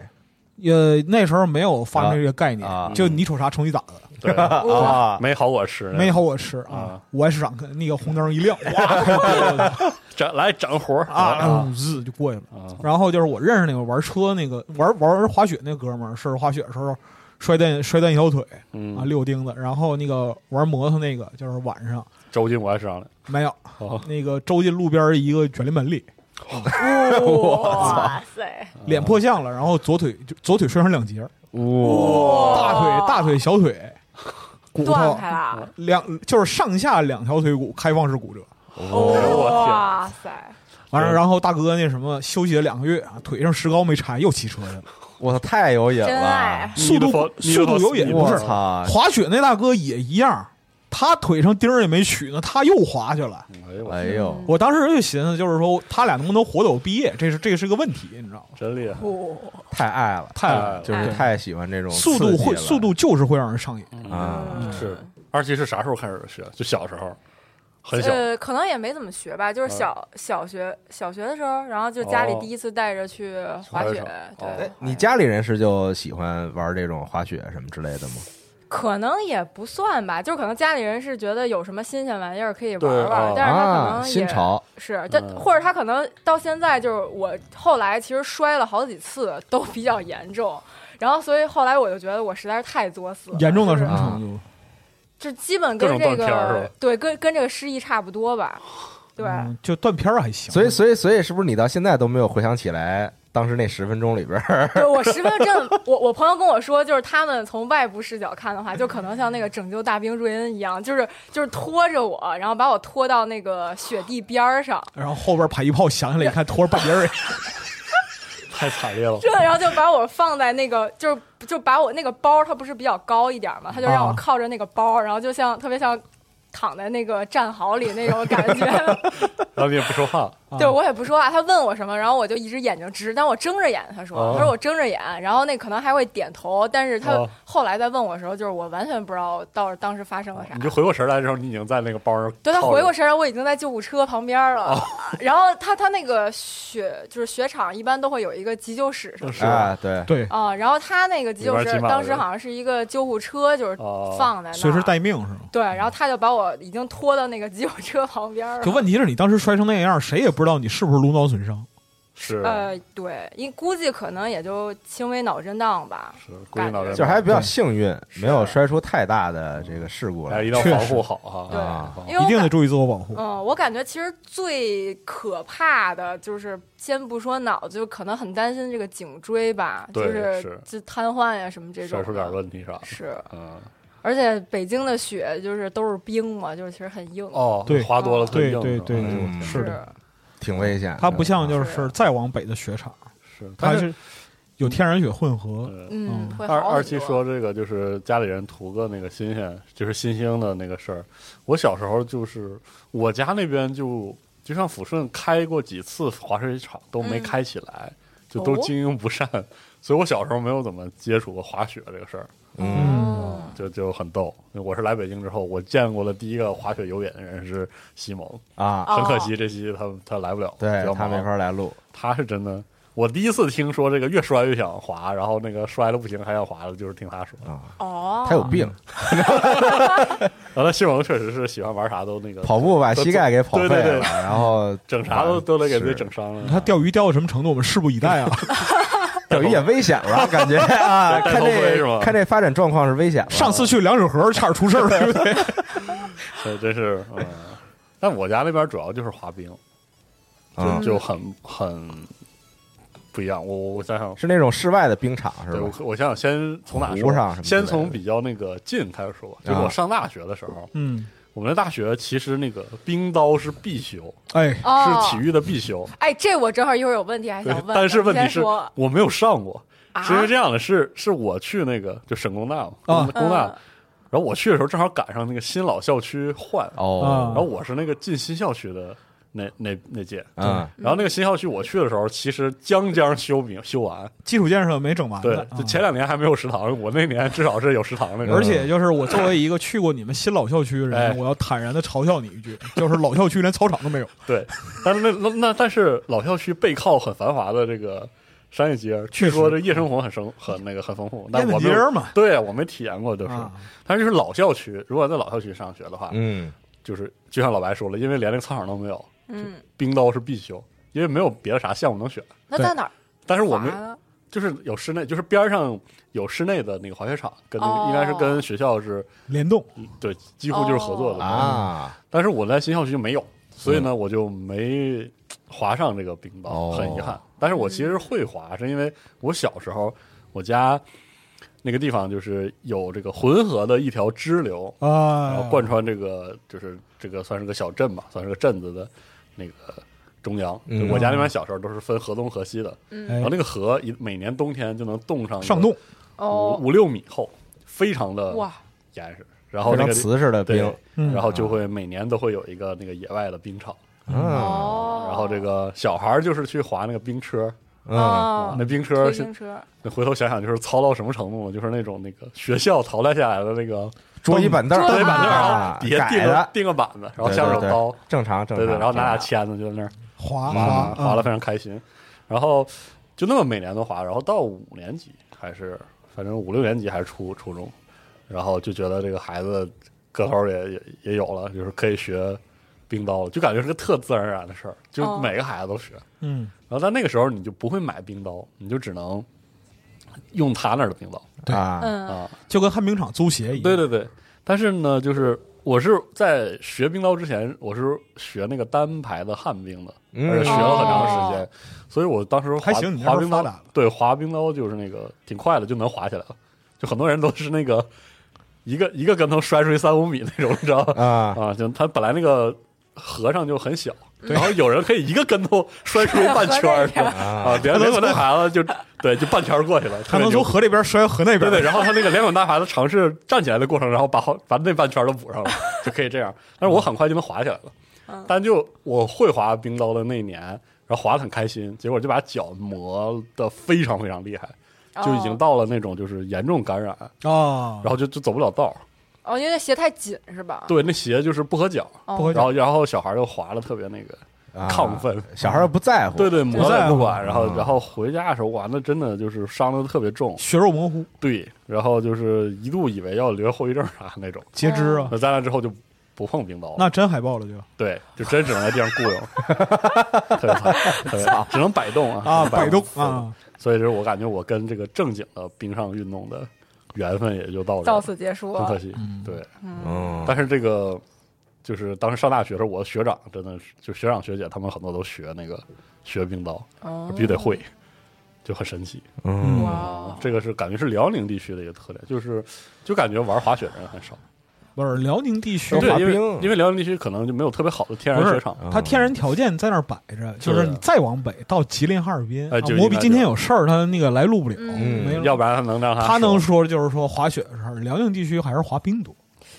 [SPEAKER 6] 呃，那时候没有发明这个概念，
[SPEAKER 3] 啊啊
[SPEAKER 6] 就你瞅啥瞅你咋的，
[SPEAKER 5] 对，
[SPEAKER 3] 啊，
[SPEAKER 5] 没好果吃，
[SPEAKER 6] 没好我吃啊
[SPEAKER 5] 啊！
[SPEAKER 6] 我也是长看那个红灯一 亮，哇，
[SPEAKER 5] 整来整活儿
[SPEAKER 3] 嗯
[SPEAKER 6] 啊，日就过去了。
[SPEAKER 5] 啊
[SPEAKER 6] 然后就是我认识那个玩车那个玩玩滑雪那哥们儿，是滑雪的时候摔断摔断一条腿啊，
[SPEAKER 5] 嗯，
[SPEAKER 6] 六钉子。然后那个玩摩托那个就是晚上
[SPEAKER 5] 周进我也是上来，
[SPEAKER 6] 没有
[SPEAKER 5] 哦
[SPEAKER 6] 那个周进路边一个卷帘门里，
[SPEAKER 4] 哇塞，
[SPEAKER 5] 啊
[SPEAKER 6] 脸破相了，然后左腿就左腿摔成两截儿，
[SPEAKER 4] 哇
[SPEAKER 6] 大腿大腿小腿骨
[SPEAKER 4] 断
[SPEAKER 6] 头
[SPEAKER 4] 开了，啊
[SPEAKER 6] 两就是上下两条腿骨开放式骨折。
[SPEAKER 5] 哦哎我天
[SPEAKER 4] 哇塞，
[SPEAKER 6] 完了，
[SPEAKER 5] 对
[SPEAKER 6] 然后大哥那什么休息了两个月啊，腿上石膏没拆，又骑车去了。
[SPEAKER 3] 我操，太有瘾
[SPEAKER 4] 真爱
[SPEAKER 3] 了，，
[SPEAKER 6] 速度速度有瘾，不
[SPEAKER 3] 我
[SPEAKER 6] 是
[SPEAKER 3] 操，
[SPEAKER 6] 滑雪那大哥也一样，他腿上钉儿也没取呢，他又滑去了。
[SPEAKER 5] 哎呦我
[SPEAKER 3] 哎呦，
[SPEAKER 6] 我当时就寻思，就是说他俩能不能活到我毕业，这是这是个问题，你知道吗？
[SPEAKER 5] 真厉害，
[SPEAKER 4] 哇
[SPEAKER 3] 太爱了，
[SPEAKER 6] 太
[SPEAKER 5] 哎
[SPEAKER 3] 就是太喜欢这种
[SPEAKER 6] 速
[SPEAKER 3] 刺
[SPEAKER 6] 度
[SPEAKER 3] 激
[SPEAKER 6] 会
[SPEAKER 3] 了
[SPEAKER 6] 速度嗯就是会让人上瘾，
[SPEAKER 4] 嗯
[SPEAKER 3] 啊，
[SPEAKER 5] 嗯
[SPEAKER 4] 呃
[SPEAKER 5] 是二七是啥时候开始学？就小时候，很小，嗯
[SPEAKER 4] 呃，可能也没怎么学吧，就是小小学小学的时候，然后就家里
[SPEAKER 5] 哦
[SPEAKER 4] 第一次带着去滑雪
[SPEAKER 5] 哦，
[SPEAKER 4] 对
[SPEAKER 3] 哎，，你家里人是就喜欢玩这种滑雪什么之类的吗？
[SPEAKER 4] 可能也不算吧，就是可能家里人是觉得有什么新鲜玩意儿可以玩
[SPEAKER 5] 对
[SPEAKER 4] 玩
[SPEAKER 5] 哦，
[SPEAKER 4] 但是他可
[SPEAKER 3] 啊，
[SPEAKER 4] 能也
[SPEAKER 3] 新潮，
[SPEAKER 4] 是，但
[SPEAKER 5] 嗯
[SPEAKER 4] 或者他可能到现在就是我后来其实摔了好几次，都比较严重。然后，所以后来我就觉得我实在是太作死了，
[SPEAKER 6] 严重到
[SPEAKER 4] 就是啊
[SPEAKER 6] 什么程度？
[SPEAKER 4] 就基本
[SPEAKER 5] 各
[SPEAKER 4] 跟
[SPEAKER 5] 种
[SPEAKER 4] 这
[SPEAKER 5] 断片儿是
[SPEAKER 4] 个
[SPEAKER 5] 吧
[SPEAKER 4] 对跟跟这个失忆差不多吧，对，
[SPEAKER 6] 嗯就断片儿还行。
[SPEAKER 3] 所以所以所以是不是你到现在都没有回想起来当时那十分钟里边儿？
[SPEAKER 4] 对我十分正，我我朋友跟我说，就是他们从外部视角看的话，就可能像那个拯救大兵瑞恩一样，就是就是拖着我，然后把我拖到那个雪地边儿上，
[SPEAKER 6] 然后后边排一炮想起来，一看拖着半截儿，
[SPEAKER 5] 太惨烈了，
[SPEAKER 4] 真 的，然后就把我放在那个，就是就把我那个包，它不是比较高一点嘛，他就让我
[SPEAKER 6] 啊
[SPEAKER 4] 靠着那个包，然后就像特别像躺在那个战壕里那种感 觉。
[SPEAKER 5] 然后你也不说话，
[SPEAKER 4] 对我也不说话，啊他问我什么，然后我就一直眼睛直，但我睁着眼。他说，
[SPEAKER 5] 哦
[SPEAKER 4] 他说我睁着眼，然后那可能还会点头，但是他
[SPEAKER 5] 哦
[SPEAKER 4] 后来在问我的时候，就是我完全不知道到当时发生了啥
[SPEAKER 5] 你。就回过神来之后，你已经在那个包上，
[SPEAKER 4] 对他回过，神来，我已经在救护车旁边了。然后他他那个雪就是雪场一般都会有一个急救室什么的
[SPEAKER 5] 是吧？
[SPEAKER 3] 啊，对，
[SPEAKER 6] 对，
[SPEAKER 4] 啊、然后他那个急救
[SPEAKER 5] 里边
[SPEAKER 4] 室
[SPEAKER 5] 挤满了
[SPEAKER 4] 当时
[SPEAKER 5] 人
[SPEAKER 4] 好像是一个救护车，就是
[SPEAKER 5] 哦
[SPEAKER 4] 放在那儿，
[SPEAKER 6] 随时待命是吗？
[SPEAKER 4] 对，然后他就把我已经拖到那个急救车旁边儿了。
[SPEAKER 6] 就问题是你当时摔成那样，谁也不知道你是不是颅脑损伤。
[SPEAKER 5] 是
[SPEAKER 4] 呃，对，因估计可能也就轻微脑震荡吧。
[SPEAKER 5] 是，估计脑袋
[SPEAKER 3] 就是还比较
[SPEAKER 6] 对
[SPEAKER 3] 幸运，没有摔出太大的这个事故
[SPEAKER 5] 哎，
[SPEAKER 3] 来
[SPEAKER 5] 一定要
[SPEAKER 6] 确
[SPEAKER 5] 防
[SPEAKER 6] 实
[SPEAKER 5] 护好哈，
[SPEAKER 4] 对
[SPEAKER 5] 啊
[SPEAKER 4] 因为
[SPEAKER 6] 一
[SPEAKER 4] 我
[SPEAKER 6] 定得
[SPEAKER 4] 感
[SPEAKER 6] 注意自我保护。
[SPEAKER 4] 嗯，我感觉其实最可怕的就是，先不说脑子，就可能很担心这个颈椎吧，就
[SPEAKER 5] 对
[SPEAKER 4] 是
[SPEAKER 5] 是
[SPEAKER 4] 就瘫痪呀、什么这种啊
[SPEAKER 5] 摔
[SPEAKER 4] 的。
[SPEAKER 5] 出点问题啥的，
[SPEAKER 4] 是，
[SPEAKER 5] 嗯，
[SPEAKER 4] 而且北京的雪就是都是冰嘛，就是其实很硬。
[SPEAKER 5] 哦，
[SPEAKER 6] 对
[SPEAKER 5] 滑多了
[SPEAKER 6] 对
[SPEAKER 5] 特硬
[SPEAKER 6] 对
[SPEAKER 5] 是吧
[SPEAKER 6] 对
[SPEAKER 5] 哎呦我天
[SPEAKER 6] 是的，
[SPEAKER 3] 挺危险的。
[SPEAKER 6] 它不像就是是再往北的雪场，
[SPEAKER 5] 是，
[SPEAKER 6] 它
[SPEAKER 5] 但
[SPEAKER 6] 是有天然雪混合。
[SPEAKER 5] 呃
[SPEAKER 4] 嗯，
[SPEAKER 6] 嗯
[SPEAKER 4] 会好
[SPEAKER 5] 二
[SPEAKER 4] 很
[SPEAKER 5] 二七
[SPEAKER 4] 多
[SPEAKER 5] 说这个就是家里人图个那个新鲜，就是新兴的那个事儿。我小时候就是我家那边就就像抚顺开过几次滑雪场都没
[SPEAKER 4] 嗯
[SPEAKER 5] 开起来，就都
[SPEAKER 4] 哦
[SPEAKER 5] 经营不善，所以我小时候没有怎么接触过滑雪这个事儿，
[SPEAKER 4] 嗯，
[SPEAKER 5] 就就很逗。我是来北京之后，我见过的第一个滑雪有演的人是西蒙，
[SPEAKER 3] 啊，
[SPEAKER 4] 哦
[SPEAKER 5] 很可惜这期他他来不了，
[SPEAKER 3] 对
[SPEAKER 5] 比较
[SPEAKER 3] 他
[SPEAKER 5] 忙
[SPEAKER 3] 没法来录，
[SPEAKER 5] 他是真的。我第一次听说这个越摔越想滑，然后那个摔了不行还想滑的，就是听他说。
[SPEAKER 4] 哦，
[SPEAKER 3] 他有病，
[SPEAKER 5] 然后西蒙确实是喜欢玩啥都那个
[SPEAKER 3] 跑步把膝盖给跑废
[SPEAKER 5] 对对
[SPEAKER 3] 了，
[SPEAKER 5] 对
[SPEAKER 3] 然后啊
[SPEAKER 5] 整啥都都得给自己
[SPEAKER 3] 是
[SPEAKER 5] 整 伤了。
[SPEAKER 6] 嗯它钓鱼钓到什么程度，我们拭目以待 啊！
[SPEAKER 3] 钓鱼也危险了，感觉啊，
[SPEAKER 5] 戴
[SPEAKER 3] 看
[SPEAKER 5] 头盔是吗
[SPEAKER 3] 这看这发展状况是危险了。
[SPEAKER 6] 上次去凉水河差点出事儿，对 不对？
[SPEAKER 5] 这真是，嗯，但我家那边主要就是滑冰，
[SPEAKER 3] 啊
[SPEAKER 5] 就就很很不一样。我我想想，
[SPEAKER 3] 是那种室外的冰场是
[SPEAKER 5] 对我
[SPEAKER 3] 吧？
[SPEAKER 5] 我想想，先从哪
[SPEAKER 3] 湖上什么之
[SPEAKER 5] 说？
[SPEAKER 3] 类
[SPEAKER 5] 先
[SPEAKER 3] 的
[SPEAKER 5] 从比较那个近开始说吧。就是
[SPEAKER 3] 啊
[SPEAKER 5] 我上大学的时候，
[SPEAKER 6] 嗯，
[SPEAKER 5] 我们的大学其实那个冰刀是必修，
[SPEAKER 6] 哎，
[SPEAKER 4] 哦
[SPEAKER 5] 是体育的必修。
[SPEAKER 4] 哎，这我正好一会儿有问题还
[SPEAKER 5] 对
[SPEAKER 4] 哎想，问，
[SPEAKER 5] 但是问题
[SPEAKER 4] 先
[SPEAKER 5] 是
[SPEAKER 4] 说
[SPEAKER 5] 我没有上过，
[SPEAKER 4] 啊
[SPEAKER 5] 是因为这样的，是是我去那个就省工大嘛，
[SPEAKER 6] 啊
[SPEAKER 5] 工大
[SPEAKER 4] 嗯，
[SPEAKER 5] 然后我去的时候正好赶上那个新老校区换，
[SPEAKER 3] 哦
[SPEAKER 5] 然
[SPEAKER 6] 啊
[SPEAKER 5] 后我是那个进新校区的那那那届，
[SPEAKER 6] 啊
[SPEAKER 3] 嗯，
[SPEAKER 5] 然后那个新校区我去的时候，其实将将修明修完，
[SPEAKER 6] 基础建设没整完
[SPEAKER 5] 对
[SPEAKER 6] 呢，
[SPEAKER 5] 就
[SPEAKER 6] 啊
[SPEAKER 5] 前两年还没有食堂，我那年至少是有食堂那种。
[SPEAKER 6] 而且就是我作为一个去过你们新老校区的
[SPEAKER 5] 哎
[SPEAKER 6] 人，我要坦然的嘲笑你一句，就是老校区连操场都没有。
[SPEAKER 5] 对，但是那那那但是老校区背靠很繁华的这个商业街，据
[SPEAKER 6] 确实
[SPEAKER 5] 说这夜生活很生很那个很丰富，但
[SPEAKER 6] 燕子
[SPEAKER 5] 我
[SPEAKER 6] 节
[SPEAKER 5] 没有
[SPEAKER 6] 儿嘛
[SPEAKER 5] 对啊我没体验过，就是
[SPEAKER 6] 啊，
[SPEAKER 5] 但是就是老校区，如果在老校区上学的话，
[SPEAKER 3] 嗯，
[SPEAKER 5] 就是就像老白说了，因为连那个操场都没有，
[SPEAKER 4] 嗯，
[SPEAKER 5] 冰刀是必修，因为没有别的啥项目能选。
[SPEAKER 4] 那在哪儿
[SPEAKER 5] 但是我
[SPEAKER 4] 滑
[SPEAKER 5] 们
[SPEAKER 4] 呢？
[SPEAKER 5] 就是有室内，就是边儿上有室内的那个滑雪场，跟那个、
[SPEAKER 4] 哦
[SPEAKER 5] 应该是跟学校是嗯
[SPEAKER 6] 联动
[SPEAKER 5] 对，几乎就是合作的。
[SPEAKER 3] 啊，
[SPEAKER 5] 但是我在新校区没有，所以呢，我就没滑上这个冰刀，
[SPEAKER 3] 嗯哦
[SPEAKER 5] 很遗憾。但是我其实会滑，是因为我小时候我家那个地方就是有这个浑河的一条支流，然
[SPEAKER 6] 啊
[SPEAKER 5] 后，贯穿这个就是这个算是个小镇吧，算是个镇子的那个中央。
[SPEAKER 3] 嗯哎
[SPEAKER 5] 就我家那边小时候都是分河东河西的，
[SPEAKER 4] 嗯
[SPEAKER 5] 然后那个河一每年冬天就能冻上个
[SPEAKER 6] 哎上洞，
[SPEAKER 4] 哦
[SPEAKER 5] 五，五六米厚，非常的
[SPEAKER 4] 哇，
[SPEAKER 5] 严实。然后
[SPEAKER 3] 非
[SPEAKER 5] 那
[SPEAKER 3] 常
[SPEAKER 5] 个
[SPEAKER 3] 瓷实的
[SPEAKER 5] 对
[SPEAKER 3] 冰，，
[SPEAKER 6] 嗯
[SPEAKER 5] 然后
[SPEAKER 4] 啊
[SPEAKER 5] 就会每年都会有一个那个野外的冰场，
[SPEAKER 3] 嗯
[SPEAKER 4] 哦，
[SPEAKER 5] 然后这个小孩儿就是去滑那个冰车，啊
[SPEAKER 3] 嗯，
[SPEAKER 4] 哦
[SPEAKER 5] 那，冰车
[SPEAKER 4] 推
[SPEAKER 5] 是
[SPEAKER 4] 行车，
[SPEAKER 5] 那回头想想就是糙到什么程度了，就是那种那个学校淘汰下来的那个
[SPEAKER 3] 桌椅板凳，
[SPEAKER 5] 哦桌椅板凳，然
[SPEAKER 3] 啊
[SPEAKER 5] 后底下
[SPEAKER 3] 改
[SPEAKER 5] 钉个
[SPEAKER 3] 的，
[SPEAKER 5] 钉个板子，然后
[SPEAKER 3] 对
[SPEAKER 5] 下手
[SPEAKER 3] 对对
[SPEAKER 5] 刀，
[SPEAKER 3] 正常正
[SPEAKER 5] 对
[SPEAKER 3] 常，
[SPEAKER 5] 对，然后拿俩
[SPEAKER 3] 正
[SPEAKER 5] 签子就在那儿
[SPEAKER 6] 滑
[SPEAKER 5] 滑
[SPEAKER 6] 滑
[SPEAKER 5] 啊滑
[SPEAKER 4] 啊
[SPEAKER 5] 了，
[SPEAKER 6] 嗯
[SPEAKER 5] 非常开心。然后就那么每年都滑，然后到五年级还是反正五六年级还是初初中，然后就觉得这个孩子个头儿也也也有了，就是可以学冰刀了，就感觉是个特自然而然的事儿，就
[SPEAKER 4] 哦
[SPEAKER 5] 每个孩子都学。
[SPEAKER 6] 嗯，
[SPEAKER 5] 然后但那个时候你就不会买冰刀，你就只能用他那儿的冰刀
[SPEAKER 3] 常啊，
[SPEAKER 4] 嗯，
[SPEAKER 5] 啊。
[SPEAKER 6] 就跟旱冰场租鞋一样。
[SPEAKER 5] 对对对，但是呢，就是我是在学冰刀之前，我是学那个单排的旱冰的，
[SPEAKER 3] 嗯
[SPEAKER 5] 而且学了很长时间，所以我当时滑
[SPEAKER 6] 哦还行你那时候
[SPEAKER 5] 滑冰刀
[SPEAKER 6] 发达了
[SPEAKER 5] 对滑冰刀就是那个挺快的，就能滑起来了。就很多人都是那个一个一个跟头摔出去三五米那种，你知道吧？
[SPEAKER 3] 啊，
[SPEAKER 5] 啊，就他本来那个河上就很小，然后有人可以一个跟头摔出去半圈儿
[SPEAKER 4] 河那边
[SPEAKER 5] 啊，连连滚带爬的就对，就半圈儿过去了，
[SPEAKER 6] 他
[SPEAKER 5] 特
[SPEAKER 6] 能
[SPEAKER 5] 别
[SPEAKER 6] 从
[SPEAKER 5] 牛
[SPEAKER 6] 河这边摔到河那
[SPEAKER 5] 对
[SPEAKER 6] 边，
[SPEAKER 5] 对，然后他那个连滚带爬的尝试站起来的过程，然后把好把那半圈都补上了，就可以这样。但是我很快就能滑起来
[SPEAKER 4] 嗯
[SPEAKER 5] 了，但就我会滑冰刀的那一年，然后滑的很开心，结果就把脚磨的非常非常厉害，就已经
[SPEAKER 4] 哦
[SPEAKER 5] 到了那种就是严重感染，
[SPEAKER 6] 啊
[SPEAKER 5] 然，后就就走不了道儿。
[SPEAKER 4] 哦，因为那鞋太紧是吧？
[SPEAKER 5] 对，那鞋就是不合脚，
[SPEAKER 4] 哦，
[SPEAKER 6] 不会
[SPEAKER 5] 然后然后小孩又滑的特别那个
[SPEAKER 3] 啊
[SPEAKER 5] 亢奋，
[SPEAKER 3] 小孩儿不在乎，
[SPEAKER 5] 对对，磨的不管，
[SPEAKER 3] 嗯
[SPEAKER 5] 然后然后回家的时候，哇，那真的就是伤的特别重，
[SPEAKER 6] 血肉模糊，对
[SPEAKER 5] 对，然后就是一度以为要留后遗症啥那种。
[SPEAKER 6] 截肢啊，
[SPEAKER 5] 那在那之后就不碰冰刀了，
[SPEAKER 6] 那真海豹了就
[SPEAKER 5] 对，就真只能在地上雇 佣，特别惨，特别惨，只能摆动啊
[SPEAKER 6] 啊，摆动。啊，
[SPEAKER 5] 所以就是我感觉我跟这个正经的冰上运动的缘分也就到这
[SPEAKER 4] 到
[SPEAKER 5] 儿，
[SPEAKER 4] 此结束
[SPEAKER 5] 很。可惜。对，
[SPEAKER 3] 嗯，
[SPEAKER 5] 但是这个就是当时上大学的时候，我的学长
[SPEAKER 4] 哦
[SPEAKER 5] 真的是，就学长学姐他们很多都学那个学冰刀，必须得会。就很神奇。
[SPEAKER 3] 嗯，
[SPEAKER 4] 哇，哦
[SPEAKER 5] 这个是感觉是辽宁地区的一个特点，就是就感觉玩滑雪的人很少。
[SPEAKER 6] 不是辽宁地区
[SPEAKER 3] 都，
[SPEAKER 5] 对
[SPEAKER 3] 滑，
[SPEAKER 5] 因为
[SPEAKER 3] 冰
[SPEAKER 5] 因为辽宁地区可能就没有特别好的天然雪场，
[SPEAKER 3] 嗯
[SPEAKER 6] 它天然条件在那儿摆着，就是
[SPEAKER 5] 是
[SPEAKER 6] 你再往北到吉林哈尔滨，
[SPEAKER 5] 哎
[SPEAKER 6] 啊
[SPEAKER 5] 就应该
[SPEAKER 6] 摩比今天有事儿，他那个来录不了，
[SPEAKER 4] 嗯
[SPEAKER 6] 没了
[SPEAKER 5] 要不然他能让
[SPEAKER 6] 他能
[SPEAKER 5] 说
[SPEAKER 6] 说就是说滑雪的事儿，辽宁地区还是滑冰多。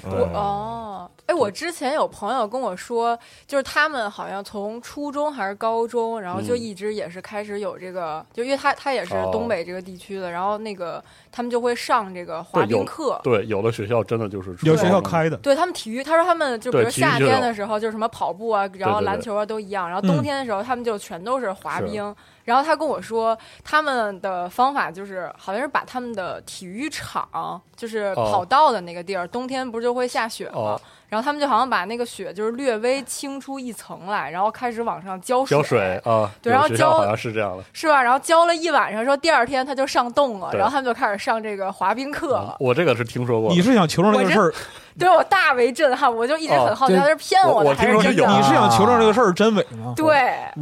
[SPEAKER 4] 我
[SPEAKER 5] 嗯
[SPEAKER 3] 嗯
[SPEAKER 4] 哦，哎，我之前有朋友跟我说，就是他们好像从初中还是高中，然后就
[SPEAKER 5] 嗯
[SPEAKER 4] 一直也是开始有这个，就因为他他也是
[SPEAKER 5] 哦
[SPEAKER 4] 东北这个地区的，然后那个他们就会上这个滑
[SPEAKER 5] 对有
[SPEAKER 4] 冰课。
[SPEAKER 5] 对，有的学校真的就是
[SPEAKER 6] 有学校
[SPEAKER 5] 开。
[SPEAKER 6] 开的，
[SPEAKER 4] 对他们体育，他说他们就比如
[SPEAKER 5] 对体育就
[SPEAKER 4] 夏天的
[SPEAKER 5] 有
[SPEAKER 4] 时候就是什么跑步啊，然后
[SPEAKER 5] 对对
[SPEAKER 4] 篮球啊都一样，然后冬
[SPEAKER 6] 嗯
[SPEAKER 4] 天的时候他们就全都是滑
[SPEAKER 5] 是
[SPEAKER 4] 冰。然后他跟我说，他们的方法就是好像是把他们的体育场，就是
[SPEAKER 5] 哦
[SPEAKER 4] 跑道的那个地儿，冬天不是就会下雪吗？
[SPEAKER 5] 哦
[SPEAKER 4] 然后他们就好像把那个雪就是略微清出一层来，然后开始往上浇水。
[SPEAKER 5] 浇水啊，
[SPEAKER 4] 对
[SPEAKER 5] 有
[SPEAKER 4] 然后
[SPEAKER 5] 学校
[SPEAKER 4] 浇
[SPEAKER 5] 好像是这样的。
[SPEAKER 4] 是吧？然后浇了一晚上，说第二天他就上冻了，
[SPEAKER 5] 对嗯
[SPEAKER 4] 然后他们就开始上这个滑冰课了。
[SPEAKER 5] 我这个是听说过的，
[SPEAKER 6] 你是想求证这个事儿，
[SPEAKER 4] 对我大为震撼，我就一直很好奇，
[SPEAKER 3] 哦
[SPEAKER 4] 他是骗
[SPEAKER 5] 我
[SPEAKER 4] 的
[SPEAKER 5] 我
[SPEAKER 4] 还
[SPEAKER 5] 听
[SPEAKER 4] 是
[SPEAKER 5] 说是
[SPEAKER 4] 真的？
[SPEAKER 5] 有
[SPEAKER 6] 你是想
[SPEAKER 3] 啊
[SPEAKER 6] 求证这个事儿真伪吗？，
[SPEAKER 4] 对，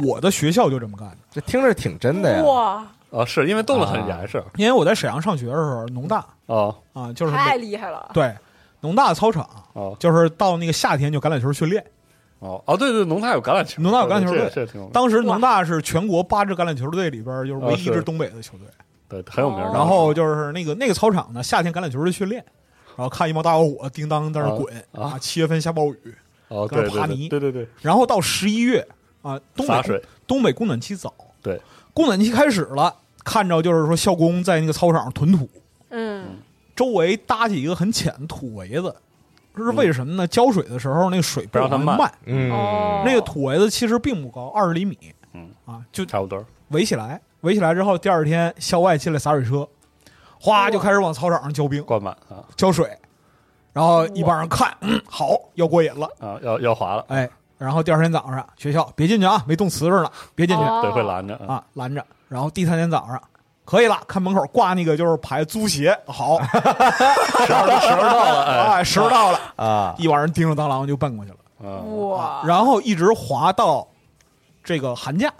[SPEAKER 6] 我的学校就这么干的，
[SPEAKER 3] 这听着挺真的呀。
[SPEAKER 4] 哇，
[SPEAKER 5] 啊，是因为冻得很严是
[SPEAKER 6] 因为我在沈阳上学的时候，农大
[SPEAKER 5] 啊
[SPEAKER 6] 啊，就是每
[SPEAKER 4] 太厉害 了！
[SPEAKER 6] 对农大操场，
[SPEAKER 5] 啊
[SPEAKER 6] 就是到那个夏天就橄榄球训练。
[SPEAKER 5] 哦哦，对对，农大有橄榄球，
[SPEAKER 6] 农大有橄榄球
[SPEAKER 5] 对
[SPEAKER 6] 队
[SPEAKER 5] 这这挺有名
[SPEAKER 6] 当时农大是全国八支橄榄球队里边儿就是唯一一
[SPEAKER 5] 啊
[SPEAKER 6] 支
[SPEAKER 5] 是
[SPEAKER 6] 东北的球队。
[SPEAKER 5] 对很有名
[SPEAKER 4] 哦。
[SPEAKER 6] 然后就是那个那个操场呢，夏天橄榄球队训练，然后看一帮大小伙叮当在那儿滚
[SPEAKER 5] 啊啊
[SPEAKER 6] 啊，七月份下暴雨，
[SPEAKER 5] 哦，
[SPEAKER 6] 跟
[SPEAKER 5] 对
[SPEAKER 6] 着
[SPEAKER 5] 对
[SPEAKER 6] 爬
[SPEAKER 5] 对
[SPEAKER 6] 泥
[SPEAKER 5] 对对对，
[SPEAKER 6] 然后到十一月啊，东
[SPEAKER 5] 洒
[SPEAKER 6] 北
[SPEAKER 5] 水
[SPEAKER 6] 东北供暖期早，
[SPEAKER 5] 对，
[SPEAKER 6] 供暖期开始了，看着就是说校工在那个操场上屯土，
[SPEAKER 4] 嗯，
[SPEAKER 6] 周围搭起一个很浅的土围子，这是为什么呢？浇水的时候那个水
[SPEAKER 5] 嗯不让它
[SPEAKER 6] 它
[SPEAKER 5] 漫
[SPEAKER 6] 漫，
[SPEAKER 4] 哦
[SPEAKER 3] 嗯，
[SPEAKER 6] 那个土围子其实并不高，二十厘米，
[SPEAKER 5] 嗯
[SPEAKER 6] 啊，就
[SPEAKER 5] 差不多。
[SPEAKER 6] 围起来，围起来之后，第二天校外进来洒水车，哗就开始往操场上浇冰
[SPEAKER 5] 灌满啊
[SPEAKER 6] 浇水，然后一帮人看，嗯，好要过瘾了，
[SPEAKER 5] 啊，要要滑了，
[SPEAKER 6] 哎，然后第二天早上学校别进去啊，没冻瓷实呢，别进去、
[SPEAKER 4] 哦
[SPEAKER 5] 对，会拦着啊。
[SPEAKER 6] 啊，拦着。然后第三天早上可以了，看门口挂那个就是牌租鞋，好，
[SPEAKER 5] 时候时候到了，哎
[SPEAKER 6] 哎，时候到了，
[SPEAKER 3] 啊，
[SPEAKER 6] 一帮人叮着当啷就奔过去了，
[SPEAKER 5] 啊，
[SPEAKER 4] 哇，
[SPEAKER 6] 然后一直滑到这个寒假，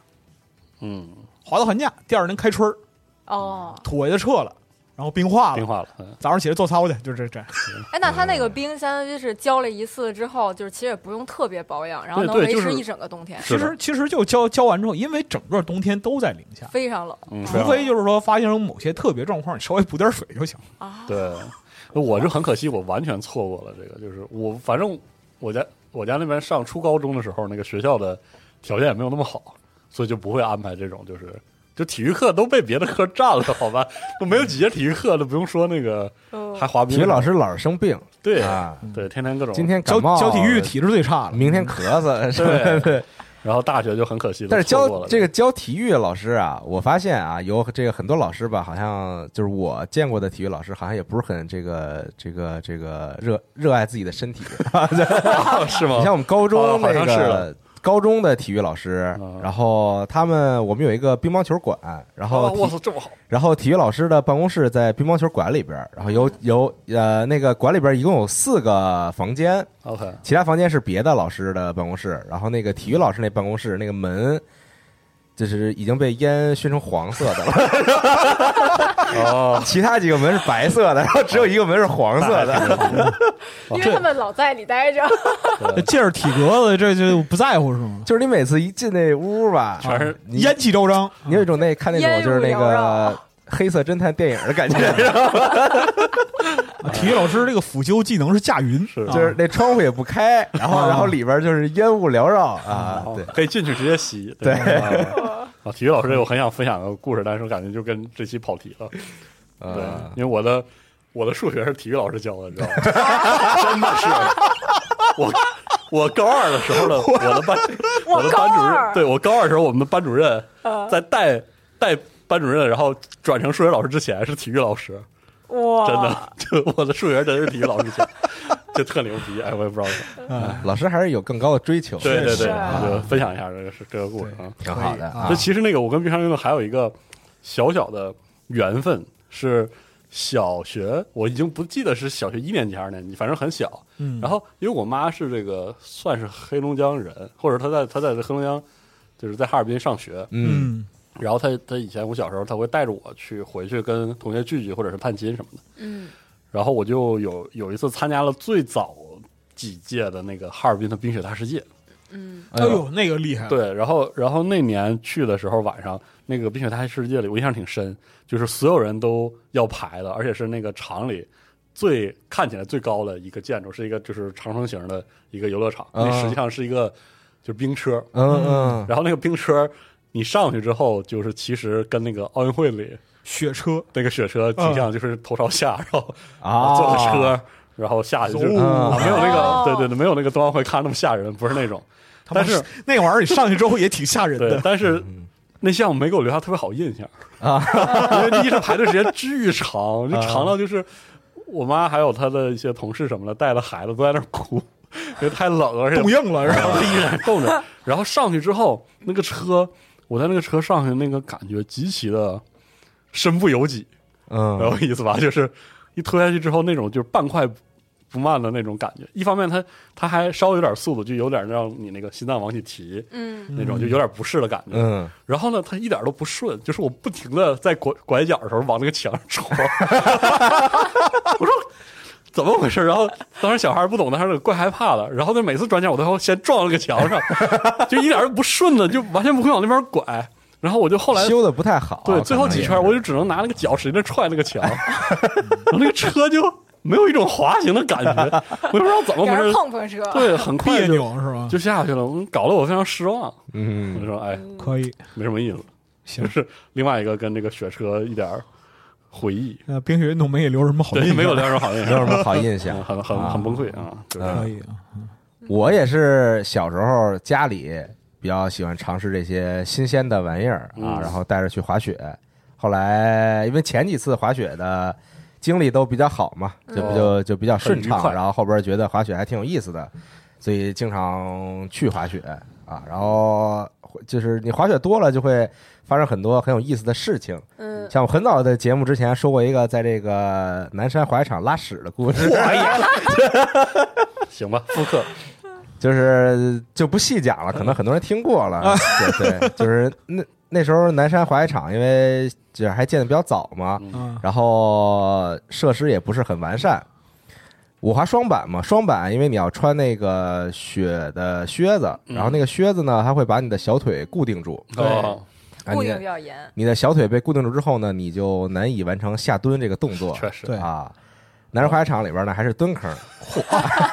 [SPEAKER 5] 嗯，
[SPEAKER 6] 滑到寒假，第二年开春儿
[SPEAKER 4] 哦，
[SPEAKER 6] 土围子撤了，然后冰化了，
[SPEAKER 5] 冰化了，嗯
[SPEAKER 6] 早上起来做操去，就这这。
[SPEAKER 4] 哎，那他那个冰相当于是浇了一次之后，就是其实也不用特别保养，然后
[SPEAKER 5] 对
[SPEAKER 4] 能
[SPEAKER 5] 对
[SPEAKER 4] 维
[SPEAKER 5] 就
[SPEAKER 4] 持
[SPEAKER 5] 是
[SPEAKER 4] 一整个冬天，
[SPEAKER 6] 其
[SPEAKER 5] 是
[SPEAKER 6] 实
[SPEAKER 5] 的
[SPEAKER 6] 其实就浇浇完之后，因为整个冬天都在零下，
[SPEAKER 4] 非常冷
[SPEAKER 5] 嗯，
[SPEAKER 6] 除非就是说发生某些特别状况，你稍微补点水就行。
[SPEAKER 4] 啊。
[SPEAKER 5] 对，我就很可惜，我完全错过了这个。就是我，反正我家我家那边上初高中的时候，那个学校的条件也没有那么好，所以就不会安排这种，就是就体育课都被别的课占了，好吧？都没有几节体育课了，不用说那个
[SPEAKER 4] 嗯
[SPEAKER 5] 还滑
[SPEAKER 3] 体
[SPEAKER 5] 冰。
[SPEAKER 3] 育老师老是生病
[SPEAKER 5] 对
[SPEAKER 3] 啊，
[SPEAKER 5] 对，天天各种
[SPEAKER 3] 今天
[SPEAKER 6] 教
[SPEAKER 3] 感冒，
[SPEAKER 6] 教体育体质最差了，
[SPEAKER 3] 明天咳 嗽，是
[SPEAKER 5] 嗯对
[SPEAKER 3] 吧？对。
[SPEAKER 5] 然后大学就很可惜了，
[SPEAKER 3] 但是
[SPEAKER 5] 错过
[SPEAKER 3] 教
[SPEAKER 5] 了
[SPEAKER 3] 这个教体育的老师啊，我发现啊，有这个很多老师吧，好像就是我见过的体育老师，好像也不是很这个这个这个热 热爱自己的身体。
[SPEAKER 5] 个是吗？
[SPEAKER 3] 你像我们高
[SPEAKER 5] 哦
[SPEAKER 3] 中
[SPEAKER 5] 啊好
[SPEAKER 3] 那
[SPEAKER 5] 像是
[SPEAKER 3] 个
[SPEAKER 5] 的
[SPEAKER 3] 高中的体育老师
[SPEAKER 5] 嗯，
[SPEAKER 3] 然后他们我们有一个乒乓球馆，然
[SPEAKER 5] 啊
[SPEAKER 3] 后
[SPEAKER 5] 我
[SPEAKER 3] 体
[SPEAKER 5] 操，这么好，
[SPEAKER 3] 然后体育老师的办公室在乒乓球馆里边儿，然后
[SPEAKER 4] 嗯
[SPEAKER 3] 有有呃那个馆里边儿一共有四个房间，
[SPEAKER 5] ，OK，
[SPEAKER 3] 其他房间是别的老师的办公室，然后那个体育老师那办公室那个门，就是已经被烟熏成黄色 的了，，
[SPEAKER 5] 哦
[SPEAKER 3] 其他几个门是白色的，然后只有一个门是黄色 的。
[SPEAKER 4] 因为他们老在里待着，
[SPEAKER 5] 对啊
[SPEAKER 6] 借着体格子这就不在乎是 吗？
[SPEAKER 3] 就是你每次一进那屋吧，
[SPEAKER 5] 全是
[SPEAKER 3] 你
[SPEAKER 6] 烟气昭彰，
[SPEAKER 3] 你有一种那看那种就是那
[SPEAKER 4] 烟雾缭
[SPEAKER 3] 个
[SPEAKER 4] 绕
[SPEAKER 3] 黑色侦探电影的感觉，
[SPEAKER 6] 啊体育老师这个辅修技能是驾云，
[SPEAKER 5] 是
[SPEAKER 6] 啊
[SPEAKER 3] 就是那窗户也不开，然
[SPEAKER 5] 啊
[SPEAKER 3] 后然后里边就是烟雾缭绕啊，
[SPEAKER 5] 哦
[SPEAKER 3] 对。
[SPEAKER 5] 可以进去直接洗。对啊，啊体育老师，我很想分享个故事，但是我感觉就跟这期跑题了。对
[SPEAKER 3] 呃，，
[SPEAKER 5] 因为我的我的数学是体育老师教的，你知道吗？ 真的是我。我高二的时候呢，我的班，我的班主
[SPEAKER 4] 我高二
[SPEAKER 5] 任，对我高二的时候，我们的班主任在带带班主任，然后转成数学老师之前是体育老师，
[SPEAKER 4] 哇，
[SPEAKER 5] 真的， 就我的数学真是体育老师教，就特牛逼，哎，我也不知道为啥，
[SPEAKER 3] 老师还是有更高的追求，
[SPEAKER 5] 对对
[SPEAKER 6] 是
[SPEAKER 5] 对，
[SPEAKER 4] 啊
[SPEAKER 5] 就分享一下这个是这个故事啊。
[SPEAKER 3] 挺好的啊
[SPEAKER 5] 那。其实那个我跟冰山运动还有一个小小的缘分，是小学我已经不记得是小学一年级还是二年级，反正很小。
[SPEAKER 6] 嗯
[SPEAKER 5] 然后因为我妈是这个算是黑龙江人，或者她在她在黑龙江就是在哈尔滨上学，
[SPEAKER 3] 嗯
[SPEAKER 6] 嗯
[SPEAKER 5] 然后他他以前我小时候，他会带着我去回去跟同学聚聚，或者是探亲什么的。
[SPEAKER 4] 嗯，
[SPEAKER 5] 然后我就有有一次参加了最早几届的那个哈尔滨的冰雪大世界，
[SPEAKER 6] 哎呦，那个厉害，，
[SPEAKER 5] 对，然后然后那年去的时候晚上，那个《冰雪大世界》里我印象挺深，就是所有人都要排的，而且是那个厂里最看起来最高的一个建筑，是一个就是长方形的一个游乐场，那
[SPEAKER 3] 啊
[SPEAKER 5] 实际上是一个就是冰车，
[SPEAKER 3] 嗯嗯，
[SPEAKER 5] 然后那个冰车你上去之后，就是其实跟那个奥运会里
[SPEAKER 6] 雪车，
[SPEAKER 5] 那个雪车挺像，就是头朝下，然后
[SPEAKER 3] 啊
[SPEAKER 5] 坐个车。然后下去就是、
[SPEAKER 3] 哦
[SPEAKER 5] 啊，没有那个，
[SPEAKER 4] 哦
[SPEAKER 5] 对对对，没有那个冬奥会看那么吓人，不是那种。
[SPEAKER 6] 他妈
[SPEAKER 5] 但是
[SPEAKER 6] 那玩意儿你上去之后也挺吓人
[SPEAKER 5] 对
[SPEAKER 6] 的，，
[SPEAKER 5] 但是那项目没给我留下特别好印象啊，因为第一是排队时间巨长，就长到就是我妈还有她的一些同事什么的带着孩子都在那儿哭，因为太冷了，而且
[SPEAKER 6] 冻硬了是吧？
[SPEAKER 5] 一直在那儿冻着。然后上去之后，那个车，我在那个车上去，那个感觉极其的身不由己，
[SPEAKER 3] 嗯
[SPEAKER 5] 然后意思吧，就是一推下去之后那种就是半快。不慢的那种感觉，一方面它它还稍微有点速度，就有点让你那个心脏往起提，
[SPEAKER 4] 嗯，
[SPEAKER 5] 那种就有点不适的感觉。
[SPEAKER 3] 嗯，
[SPEAKER 5] 然后呢，它一点都不顺，就是我不停的在拐拐角的时候往那个墙上戳。 我说怎么回事？然后当时小孩不懂，当时怪害怕的。然后呢，每次转角我都要先撞那个墙上， 就一点都不顺的，就完全不会往那边拐。然后我就后来
[SPEAKER 3] 修的不太好，啊
[SPEAKER 5] 对，最后
[SPEAKER 3] 可能
[SPEAKER 5] 几
[SPEAKER 3] 也
[SPEAKER 5] 圈我就只能拿那个脚使劲地踹那个墙，然后那个车就没有一种滑行的感觉，我也不知道怎么
[SPEAKER 4] 给
[SPEAKER 5] 回
[SPEAKER 4] 人
[SPEAKER 5] 事。
[SPEAKER 4] 碰碰车，
[SPEAKER 5] 对，很快
[SPEAKER 6] 别
[SPEAKER 5] 就
[SPEAKER 6] 扭是吧？
[SPEAKER 5] 就下去了，嗯搞得我非常失望。我就
[SPEAKER 3] 嗯
[SPEAKER 5] 说，哎，
[SPEAKER 6] 可以，
[SPEAKER 5] 没什么意思。
[SPEAKER 6] 行
[SPEAKER 5] 就是另外一个跟这个雪车一点儿回忆，
[SPEAKER 6] 那冰雪运动没给留什么好啊印
[SPEAKER 5] 对，
[SPEAKER 6] 象，
[SPEAKER 5] 没有两种好印
[SPEAKER 3] 没有什
[SPEAKER 5] 象，
[SPEAKER 3] 么好印象嗯
[SPEAKER 5] 嗯，很很很崩溃啊！就是
[SPEAKER 6] 可以啊，
[SPEAKER 3] 我也是小时候家里比较喜欢尝试这些新鲜的玩意儿啊，
[SPEAKER 5] 嗯
[SPEAKER 3] 然后带着去滑雪。后来因为前几次滑雪的经历都比较好嘛，就比就就比较顺
[SPEAKER 5] 哦很愉
[SPEAKER 3] 畅，
[SPEAKER 5] 快
[SPEAKER 3] 然后后边觉得滑雪还挺有意思的，所以经常去滑雪啊。然后就是你滑雪多了，就会发生很多很有意思的事情。
[SPEAKER 4] 嗯，
[SPEAKER 3] 像我很早的节目之前说过一个在这个南山滑雪场拉屎的故 事，
[SPEAKER 5] 行吧，复刻
[SPEAKER 3] 就是就不细讲了，可能很多人听过了。对对，就是那那时候南山滑雪场，因为就是还建的比较早嘛，
[SPEAKER 6] 嗯，
[SPEAKER 3] 然后设施也不是很完善。我滑双板嘛，双板因为你要穿那个雪的靴子，然后那个靴子呢，它会把你的小腿固定住，
[SPEAKER 5] 哦，
[SPEAKER 3] 啊
[SPEAKER 4] 固
[SPEAKER 3] 你
[SPEAKER 4] 定比
[SPEAKER 3] 的
[SPEAKER 4] 较严，
[SPEAKER 3] 你的小腿被固定住之后呢，你就难以完成下蹲这个动作。
[SPEAKER 5] 确实
[SPEAKER 6] 对
[SPEAKER 3] 啊，男人滑雪场里边呢还是蹲坑，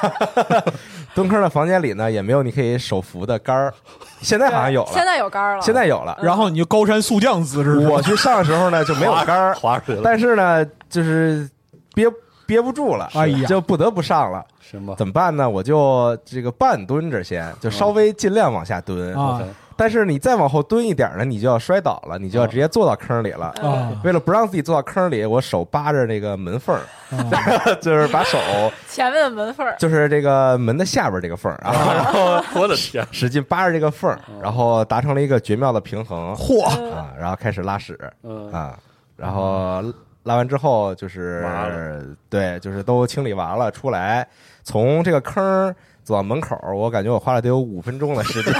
[SPEAKER 3] 蹲坑的房间里呢也没有你可以手扶的杆儿，现在好像有了，
[SPEAKER 4] 现在有杆儿了，
[SPEAKER 3] 现在有了。
[SPEAKER 6] 然后你就高山速降姿势，
[SPEAKER 3] 我去上的时候呢就没有杆儿，
[SPEAKER 5] 滑出去了，
[SPEAKER 3] 但是呢就是憋憋不住了，
[SPEAKER 6] 哎呀
[SPEAKER 3] 就不得不上了。
[SPEAKER 5] 行吧，
[SPEAKER 3] 怎么办呢？我就这个半蹲着先，就稍微尽量往下蹲。
[SPEAKER 6] 啊
[SPEAKER 5] OK
[SPEAKER 3] 但是你再往后蹲一点呢，你就要摔倒了，你就要直接坐到坑里了。
[SPEAKER 6] 啊，
[SPEAKER 3] 为了不让自己坐到坑里，我手扒着那个门缝儿，
[SPEAKER 6] 啊
[SPEAKER 3] 就是把手
[SPEAKER 4] 前面的门缝儿，
[SPEAKER 3] 就是这个门的下边这个缝儿啊，然后
[SPEAKER 5] 我的天，
[SPEAKER 3] 使劲扒着这个缝儿，然后达成了一个绝妙的平衡
[SPEAKER 6] 嚯，
[SPEAKER 3] 啊，然后开始拉屎
[SPEAKER 5] 嗯，
[SPEAKER 3] 啊，然后拉完之后就是
[SPEAKER 5] 麻了
[SPEAKER 3] 对，就是都清理完了，出来从这个坑儿走到门口儿，我感觉我花了得有五分钟的时间，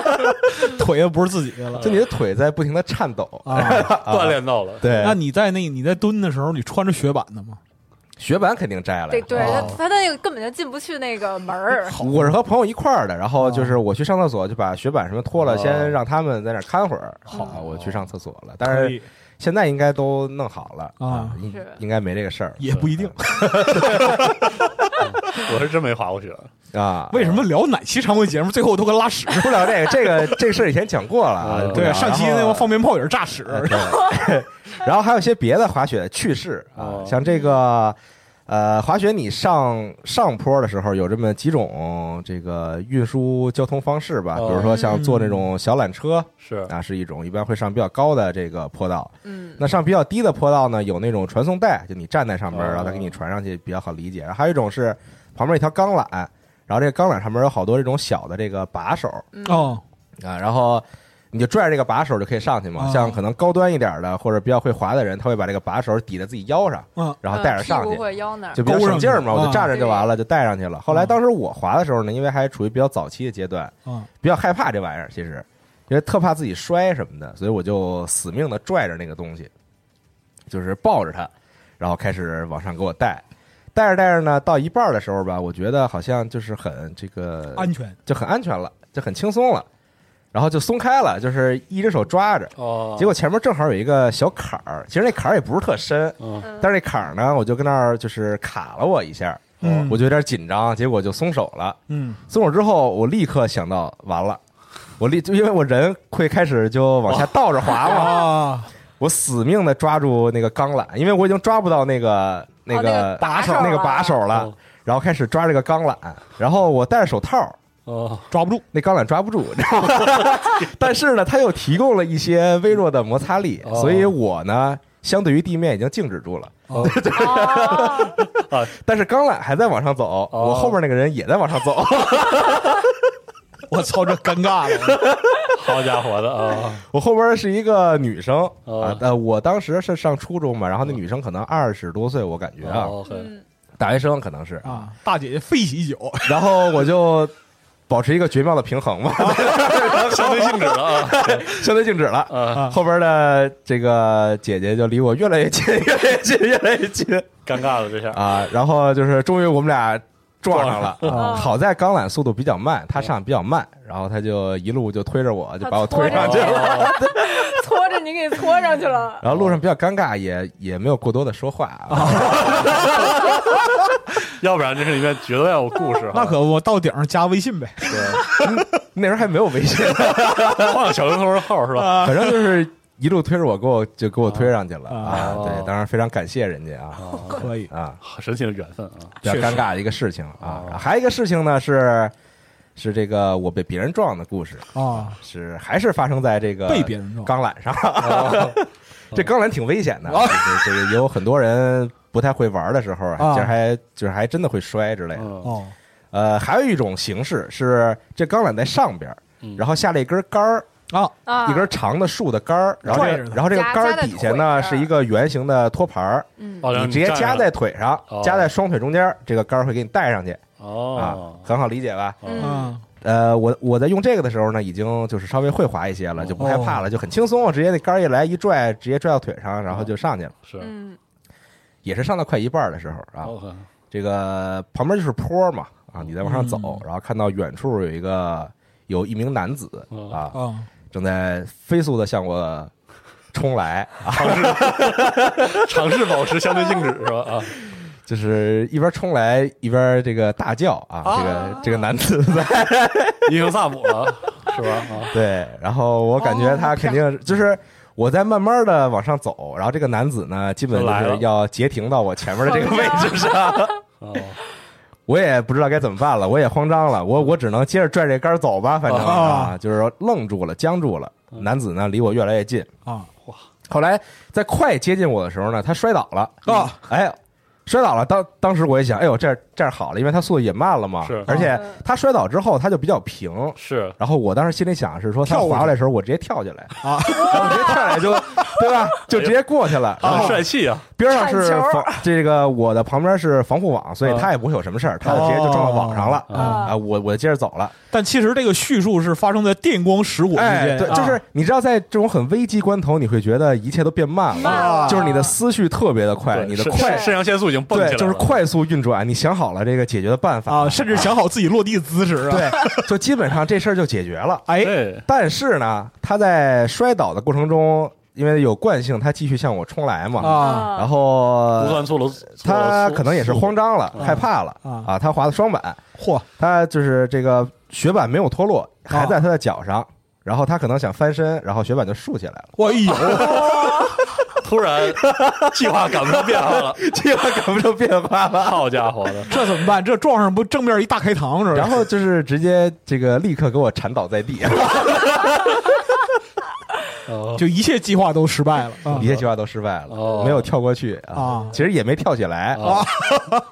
[SPEAKER 6] 腿也不是自己的了
[SPEAKER 3] 就你的腿在不停的颤抖。
[SPEAKER 6] 啊。
[SPEAKER 5] 锻炼到了，
[SPEAKER 3] 对，
[SPEAKER 6] 那你在那你在蹲的时候，你穿着雪板的吗？
[SPEAKER 3] 雪板肯定摘了
[SPEAKER 4] 对
[SPEAKER 3] 呀，
[SPEAKER 4] 对，他他那个根本就进不去那个 门儿，
[SPEAKER 3] 我是和朋友一块儿的，然后
[SPEAKER 6] 哦
[SPEAKER 3] 就是我去上厕所，就把雪板什么脱了，
[SPEAKER 5] 哦
[SPEAKER 3] 先让他们在那儿看会儿。
[SPEAKER 6] 哦
[SPEAKER 3] 好，我去上厕所了。
[SPEAKER 6] 哎
[SPEAKER 3] 但是现在应该都弄好了
[SPEAKER 6] 啊
[SPEAKER 3] 啊，应
[SPEAKER 4] 是
[SPEAKER 3] 应该没这个事儿
[SPEAKER 6] 也不一定。
[SPEAKER 5] 我是真没滑过雪，
[SPEAKER 3] 啊。
[SPEAKER 6] 为什么聊哪期常规节目，最后都跟拉屎？
[SPEAKER 3] 不聊这个？这个这个事儿以前讲过了啊
[SPEAKER 5] 哦。
[SPEAKER 3] 不聊
[SPEAKER 6] 嗯对，上期那个放。鞭炮也是炸屎，
[SPEAKER 3] 然后 对然后还有一些别的滑雪的趣事啊
[SPEAKER 5] 哦，
[SPEAKER 3] 像这个。呃，滑雪你上上坡的时候有这么几种这个运输交通方式吧，比
[SPEAKER 5] 哦
[SPEAKER 3] 如说
[SPEAKER 6] 嗯
[SPEAKER 3] 像坐那种小缆车，
[SPEAKER 5] 是
[SPEAKER 3] 啊，是一种，一般会上比较高的这个坡道。
[SPEAKER 4] 嗯，
[SPEAKER 3] 那上比较低的坡道呢，有那种传送带，就你站在上面，
[SPEAKER 5] 哦
[SPEAKER 3] 然后它给你传上去，比较好理解。然后还有一种是旁边一条钢缆，然后这个钢缆上面有好多这种小的这个把手
[SPEAKER 6] 哦，
[SPEAKER 3] 啊，然后你就拽着这个把手就可以上去嘛。
[SPEAKER 6] 哦
[SPEAKER 3] 像可能高端一点的或者比较会滑的人，他会把这个把手抵在自己腰上，
[SPEAKER 6] 嗯
[SPEAKER 3] 然后带着上
[SPEAKER 4] 嗯屁
[SPEAKER 3] 去
[SPEAKER 4] 股。或者腰那儿，
[SPEAKER 3] 就比较省劲儿嘛，
[SPEAKER 6] 勾上去
[SPEAKER 3] 我
[SPEAKER 6] 啊
[SPEAKER 3] 就站着就完了，就带上去了。后来当时我滑的时候呢，因为还处于比较早期的阶段，
[SPEAKER 6] 嗯
[SPEAKER 3] 比较害怕这玩意儿，其实因为特怕自己摔什么的，所以我就死命的拽着那个东西，就是抱着它，然后开始往上给我带。带着带着呢，到一半儿的时候吧，我觉得好像就是很这个
[SPEAKER 6] 安全。
[SPEAKER 3] 就很安全了，就很轻松了，然后就松开了，就是一只手抓着，
[SPEAKER 5] 哦，
[SPEAKER 3] 结果前面正好有一个小坎儿，其实那坎儿也不是特深，
[SPEAKER 5] 嗯
[SPEAKER 3] 但是那坎儿呢，我就跟那儿就是卡了我一下，
[SPEAKER 6] 嗯
[SPEAKER 3] 我就有点紧张，结果就松手了。
[SPEAKER 6] 嗯，
[SPEAKER 3] 松手之后，我立刻想到完了，我立就因为我人会开始就往下倒着滑嘛，
[SPEAKER 6] 啊，
[SPEAKER 3] 我死命的抓住那个钢缆，因为我已经抓不到那个那个
[SPEAKER 4] 哦那个把手了
[SPEAKER 3] 那个把手了
[SPEAKER 5] 哦，
[SPEAKER 3] 然后开始抓这个钢缆，然后我戴着手套。
[SPEAKER 5] 哦，
[SPEAKER 6] 抓不住，
[SPEAKER 3] 那钢缆抓不住，你知道吗？但是呢，它又提供了一些微弱的摩擦力，
[SPEAKER 5] 哦
[SPEAKER 3] 所以我呢，相对于地面已经静止住了。
[SPEAKER 4] 哦，
[SPEAKER 3] 但是钢缆还在往上走，
[SPEAKER 5] 哦
[SPEAKER 3] 我后面那个人也在往上走，
[SPEAKER 6] 我操，这尴尬 了。
[SPEAKER 5] 好家伙的啊！
[SPEAKER 3] 我后边是一个女生
[SPEAKER 5] 哦
[SPEAKER 3] 啊，呃，我当时是上初中嘛，然后那女生可能二十多岁，我感觉啊，
[SPEAKER 5] 哦， 嘿
[SPEAKER 4] 嗯，
[SPEAKER 3] 大学生可能是，
[SPEAKER 6] 啊，大姐姐费喜酒，
[SPEAKER 3] 然后我就保持一个绝妙的平衡嘛，
[SPEAKER 5] 相对静止了啊！
[SPEAKER 3] 相对静止了。
[SPEAKER 5] 啊，
[SPEAKER 3] 后边的这个姐姐就离我越来越近，越来越近，越来越近。
[SPEAKER 5] 尴尬了这下。
[SPEAKER 3] 啊，然后就是终于我们俩撞上了。
[SPEAKER 4] 啊
[SPEAKER 3] 好在钢缆速度比较慢，他上比较慢，然后他就一路就推着我，就把我推上去
[SPEAKER 4] 他
[SPEAKER 3] 了。
[SPEAKER 5] 哦
[SPEAKER 4] 搓着你给搓上去了，
[SPEAKER 3] 然后路上比较尴尬，也也没有过多的说话啊。
[SPEAKER 5] 要不然这是里面绝对要有故事啊。
[SPEAKER 6] 那可我到顶上加微信呗。
[SPEAKER 3] 那时候还没有微 信，
[SPEAKER 5] 换啊个小灵通号是吧？
[SPEAKER 3] 反正就是一路推着我，给我就给我推上去了啊。
[SPEAKER 5] 哦
[SPEAKER 3] 对，当然非常感谢人家啊
[SPEAKER 6] 可以，
[SPEAKER 3] 啊，
[SPEAKER 5] 神奇的缘分啊！
[SPEAKER 3] 比较尴尬的一个事情啊。
[SPEAKER 5] 哦
[SPEAKER 3] 还有一个事情呢是。是这个我被别人撞的故事
[SPEAKER 6] 啊，
[SPEAKER 3] 是还是发生在这个
[SPEAKER 6] 被别人撞哦
[SPEAKER 3] 钢缆上， 这钢缆挺危险的，就是这个有很多人不太会玩的时候，
[SPEAKER 6] 啊
[SPEAKER 3] 其实还就是还真的会摔之类的。
[SPEAKER 5] 嗯
[SPEAKER 6] 哦，
[SPEAKER 3] 呃，还有一种形式是这钢缆在上边
[SPEAKER 5] 嗯，
[SPEAKER 3] 然后下了一根杆儿，
[SPEAKER 6] 啊，
[SPEAKER 4] 啊，
[SPEAKER 3] 一根长的竖的杆儿，然后这
[SPEAKER 6] 拽着
[SPEAKER 3] 个
[SPEAKER 6] 它
[SPEAKER 3] 然后这个杆儿底下
[SPEAKER 4] 夹夹在
[SPEAKER 3] 呢
[SPEAKER 4] 腿上
[SPEAKER 3] 是一个圆形的托盘儿，
[SPEAKER 4] 嗯，
[SPEAKER 5] 哦，然后
[SPEAKER 3] 直接
[SPEAKER 5] 站着
[SPEAKER 3] 夹在腿上
[SPEAKER 5] 哦，
[SPEAKER 3] 夹在双腿中间，这个杆儿会给你带上去啊
[SPEAKER 5] 哦，，
[SPEAKER 3] 很好理解吧？
[SPEAKER 4] 嗯，
[SPEAKER 6] 嗯，
[SPEAKER 3] 呃，我我在用这个的时候呢，已经就是稍微会滑一些了，就不害怕了，就很轻松，直接那杆儿一来一拽，直接拽到腿上，然后就上去了。
[SPEAKER 5] 是
[SPEAKER 4] 嗯，
[SPEAKER 3] 也是上到快一半儿的时候啊，
[SPEAKER 5] OK
[SPEAKER 3] 这个旁边就是坡嘛，啊，你再往上走，
[SPEAKER 6] 嗯
[SPEAKER 3] 然后看到远处有一个有一名男子
[SPEAKER 5] 嗯
[SPEAKER 3] 啊，
[SPEAKER 6] 啊，
[SPEAKER 3] 正在飞速的向我冲来，啊，
[SPEAKER 5] 尝试保持相对静止是吧？啊，
[SPEAKER 3] 就是一边冲来一边这个大叫啊，这个这个男子在
[SPEAKER 5] 英雄萨姆了是吧？ 啊，
[SPEAKER 3] 对，然后我感觉他肯定是就是。我在慢慢的往上走，然后这个男子呢，基本就
[SPEAKER 5] 就来
[SPEAKER 3] 是
[SPEAKER 5] 了
[SPEAKER 3] 要截停到我前面的这个位置上，
[SPEAKER 5] 哦，
[SPEAKER 3] 我也不知道该怎么办了，我也慌张了，我我只能接着拽这杆儿走吧，反正
[SPEAKER 6] 啊
[SPEAKER 3] 啊，就是愣住了，僵住了。男子呢离我越来越近，
[SPEAKER 6] 啊
[SPEAKER 3] 后来在快接近我的时候呢，他摔倒了
[SPEAKER 6] 啊，
[SPEAKER 3] 哎，摔倒了。当当时我也想，哎呦，这这样好了，因为他速度也慢了嘛
[SPEAKER 5] 是，
[SPEAKER 3] 而且
[SPEAKER 4] 嗯
[SPEAKER 3] 他摔倒之后他就比较平。
[SPEAKER 5] 是
[SPEAKER 3] 然后我当时心里想是说，他
[SPEAKER 6] 跳过去
[SPEAKER 3] 滑下来的时候我直接跳下来，
[SPEAKER 6] 啊，
[SPEAKER 3] 然后直接跳下来就，对吧？就直接过去了。然
[SPEAKER 5] 啊，
[SPEAKER 3] 后
[SPEAKER 5] 帅气啊！
[SPEAKER 3] 边上是
[SPEAKER 4] 铲球
[SPEAKER 3] 防这个我的旁边是防护网，所以
[SPEAKER 5] 啊
[SPEAKER 3] 他也不会有什么事儿，他直接就撞到网上了
[SPEAKER 5] 哦
[SPEAKER 4] 啊
[SPEAKER 3] 啊！我我接着走了，
[SPEAKER 6] 但其实这个叙述是发生在电光石火之
[SPEAKER 3] 哎，
[SPEAKER 6] 间，
[SPEAKER 3] 对，就是你知道，在这种很危机关头，你会觉得一切都变慢
[SPEAKER 4] 慢
[SPEAKER 3] 了，
[SPEAKER 4] 了
[SPEAKER 3] 就是你的思绪特别的快，
[SPEAKER 5] 对，
[SPEAKER 3] 你的
[SPEAKER 5] 肾
[SPEAKER 3] 快
[SPEAKER 5] 肾肾上腺素已经蹦起来
[SPEAKER 3] 对，
[SPEAKER 5] 了，
[SPEAKER 3] 就是快速运转，你想好了这个解决的办法
[SPEAKER 6] 啊，甚至想好自己落地姿势啊，，
[SPEAKER 3] 对，就基本上这事儿就解决了。
[SPEAKER 6] 哎，
[SPEAKER 5] 对，
[SPEAKER 3] 但是呢，他在摔倒的过程中，因为有惯性，他继续向我冲来嘛，
[SPEAKER 4] 嗯哦
[SPEAKER 6] 啊
[SPEAKER 3] 然
[SPEAKER 5] 不
[SPEAKER 3] 后
[SPEAKER 5] 算错了，
[SPEAKER 3] 他可能也是慌张了，害怕了
[SPEAKER 6] 啊
[SPEAKER 3] 啊，他滑的双板，
[SPEAKER 6] 嚯，
[SPEAKER 3] 他就是这个雪板没有脱落，还在他的脚上。然后他可能想翻身，然后雪板就竖起来 了，
[SPEAKER 6] 我哎呦，
[SPEAKER 5] 突然计划赶不上变化了，
[SPEAKER 3] 这个赶不上变化了。
[SPEAKER 5] 好家伙的，
[SPEAKER 6] 这怎么办？这撞上不正面一大开膛是吧？
[SPEAKER 3] 然后就是直接这个立刻给我铲倒在地，
[SPEAKER 5] 哦
[SPEAKER 6] 就一切计划都失败了啊
[SPEAKER 3] 一切计划都失败
[SPEAKER 5] 哦
[SPEAKER 3] 了，没有跳过去啊
[SPEAKER 6] 啊，
[SPEAKER 3] 其实也没跳起来
[SPEAKER 5] 啊，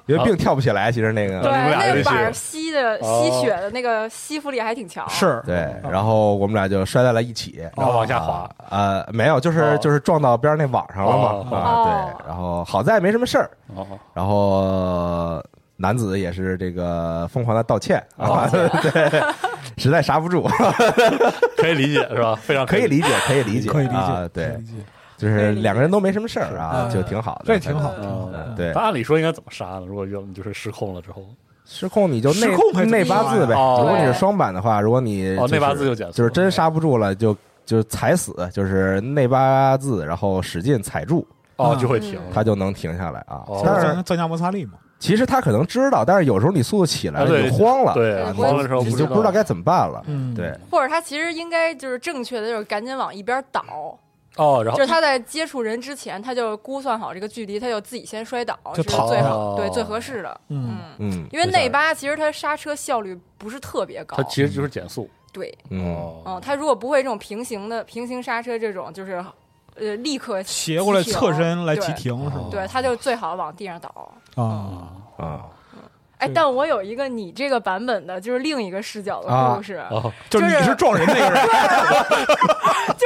[SPEAKER 3] 因为并跳不起来，其实那
[SPEAKER 4] 对，
[SPEAKER 3] 个
[SPEAKER 5] 们俩
[SPEAKER 4] 那
[SPEAKER 5] 这
[SPEAKER 4] 板儿
[SPEAKER 5] 是
[SPEAKER 4] 吸的吸
[SPEAKER 5] 哦
[SPEAKER 4] 血的那个吸附力还挺强，
[SPEAKER 6] 哦是，
[SPEAKER 3] 对，然后我们俩就摔在了一起，
[SPEAKER 5] 然后往下哦滑，
[SPEAKER 3] 呃，没有，就是
[SPEAKER 5] 哦
[SPEAKER 3] 就是撞到边儿那网上了嘛，
[SPEAKER 5] 哦
[SPEAKER 3] 啊，
[SPEAKER 4] 哦
[SPEAKER 3] 对，然后好在没什么事儿，
[SPEAKER 5] 哦
[SPEAKER 3] 然后男子也是这个疯狂的道歉啊，
[SPEAKER 5] 哦
[SPEAKER 3] 对，实在刹不住，
[SPEAKER 5] 可以理解是吧？非常
[SPEAKER 3] 可以理解，可以理解，
[SPEAKER 6] 可以理
[SPEAKER 3] 啊
[SPEAKER 6] 解，可以
[SPEAKER 3] 对
[SPEAKER 6] 理，解
[SPEAKER 3] 就是两个人都没什么事儿啊，
[SPEAKER 6] 是
[SPEAKER 3] 就挺好的，
[SPEAKER 6] 这挺好
[SPEAKER 5] 解。嗯
[SPEAKER 3] 嗯，对
[SPEAKER 5] 但，按理说应该怎么杀呢？如果要你就是失控了之后，
[SPEAKER 3] 失控你就内
[SPEAKER 6] 失控还怎么
[SPEAKER 3] 内八字呗。
[SPEAKER 5] 哦
[SPEAKER 3] 如果你是双板的话，如果你
[SPEAKER 5] 哦
[SPEAKER 3] 就是
[SPEAKER 5] 内八字就减速
[SPEAKER 3] 就是真刹不住了，就就踩死，就是内八字，然后使劲踩住，
[SPEAKER 5] 哦
[SPEAKER 6] 嗯
[SPEAKER 5] 就会停。
[SPEAKER 3] 它就能停下来啊
[SPEAKER 5] 哦。
[SPEAKER 3] 但
[SPEAKER 6] 增
[SPEAKER 3] 是
[SPEAKER 6] 加增加摩擦力嘛。
[SPEAKER 3] 其实他可能知道，但是有时候你速度起来
[SPEAKER 5] 啊
[SPEAKER 3] 了，
[SPEAKER 5] 对
[SPEAKER 3] 你就慌了，
[SPEAKER 5] 对
[SPEAKER 4] 对
[SPEAKER 5] 慌了之后
[SPEAKER 3] 你就不知道该怎么办了。
[SPEAKER 6] 嗯
[SPEAKER 3] 对，
[SPEAKER 4] 或者他其实应该就是正确的，就是赶紧往一边倒，
[SPEAKER 5] 哦，然
[SPEAKER 4] 就是
[SPEAKER 5] 后
[SPEAKER 4] 他在接触人之前，他就估算好这个距离，他就自己先摔倒，
[SPEAKER 6] 就是逃
[SPEAKER 4] 最好，对
[SPEAKER 5] 哦
[SPEAKER 4] 最合适的。
[SPEAKER 6] 嗯，
[SPEAKER 4] 嗯，
[SPEAKER 3] 嗯，
[SPEAKER 4] 因为内八其实它刹车效率不是特别高
[SPEAKER 5] 它，其实就是减速。
[SPEAKER 4] 对，
[SPEAKER 5] 哦
[SPEAKER 3] 嗯，
[SPEAKER 4] 嗯，他如果不会这种平行的平行刹车这种，就是呃立刻
[SPEAKER 6] 斜过来
[SPEAKER 4] 急停
[SPEAKER 6] 侧身来急
[SPEAKER 4] 对
[SPEAKER 6] 停是吗？
[SPEAKER 4] 对，他就最好往地上倒。嗯
[SPEAKER 6] 啊，
[SPEAKER 3] 啊，
[SPEAKER 5] 哦
[SPEAKER 4] 哎，
[SPEAKER 6] 对
[SPEAKER 4] 但我有一个你这个版本的，就是另一个视角的
[SPEAKER 3] 啊
[SPEAKER 4] 故事，
[SPEAKER 5] 哦，
[SPEAKER 6] 就是
[SPEAKER 4] 就是
[SPEAKER 6] 你是撞人那个人，
[SPEAKER 4] 就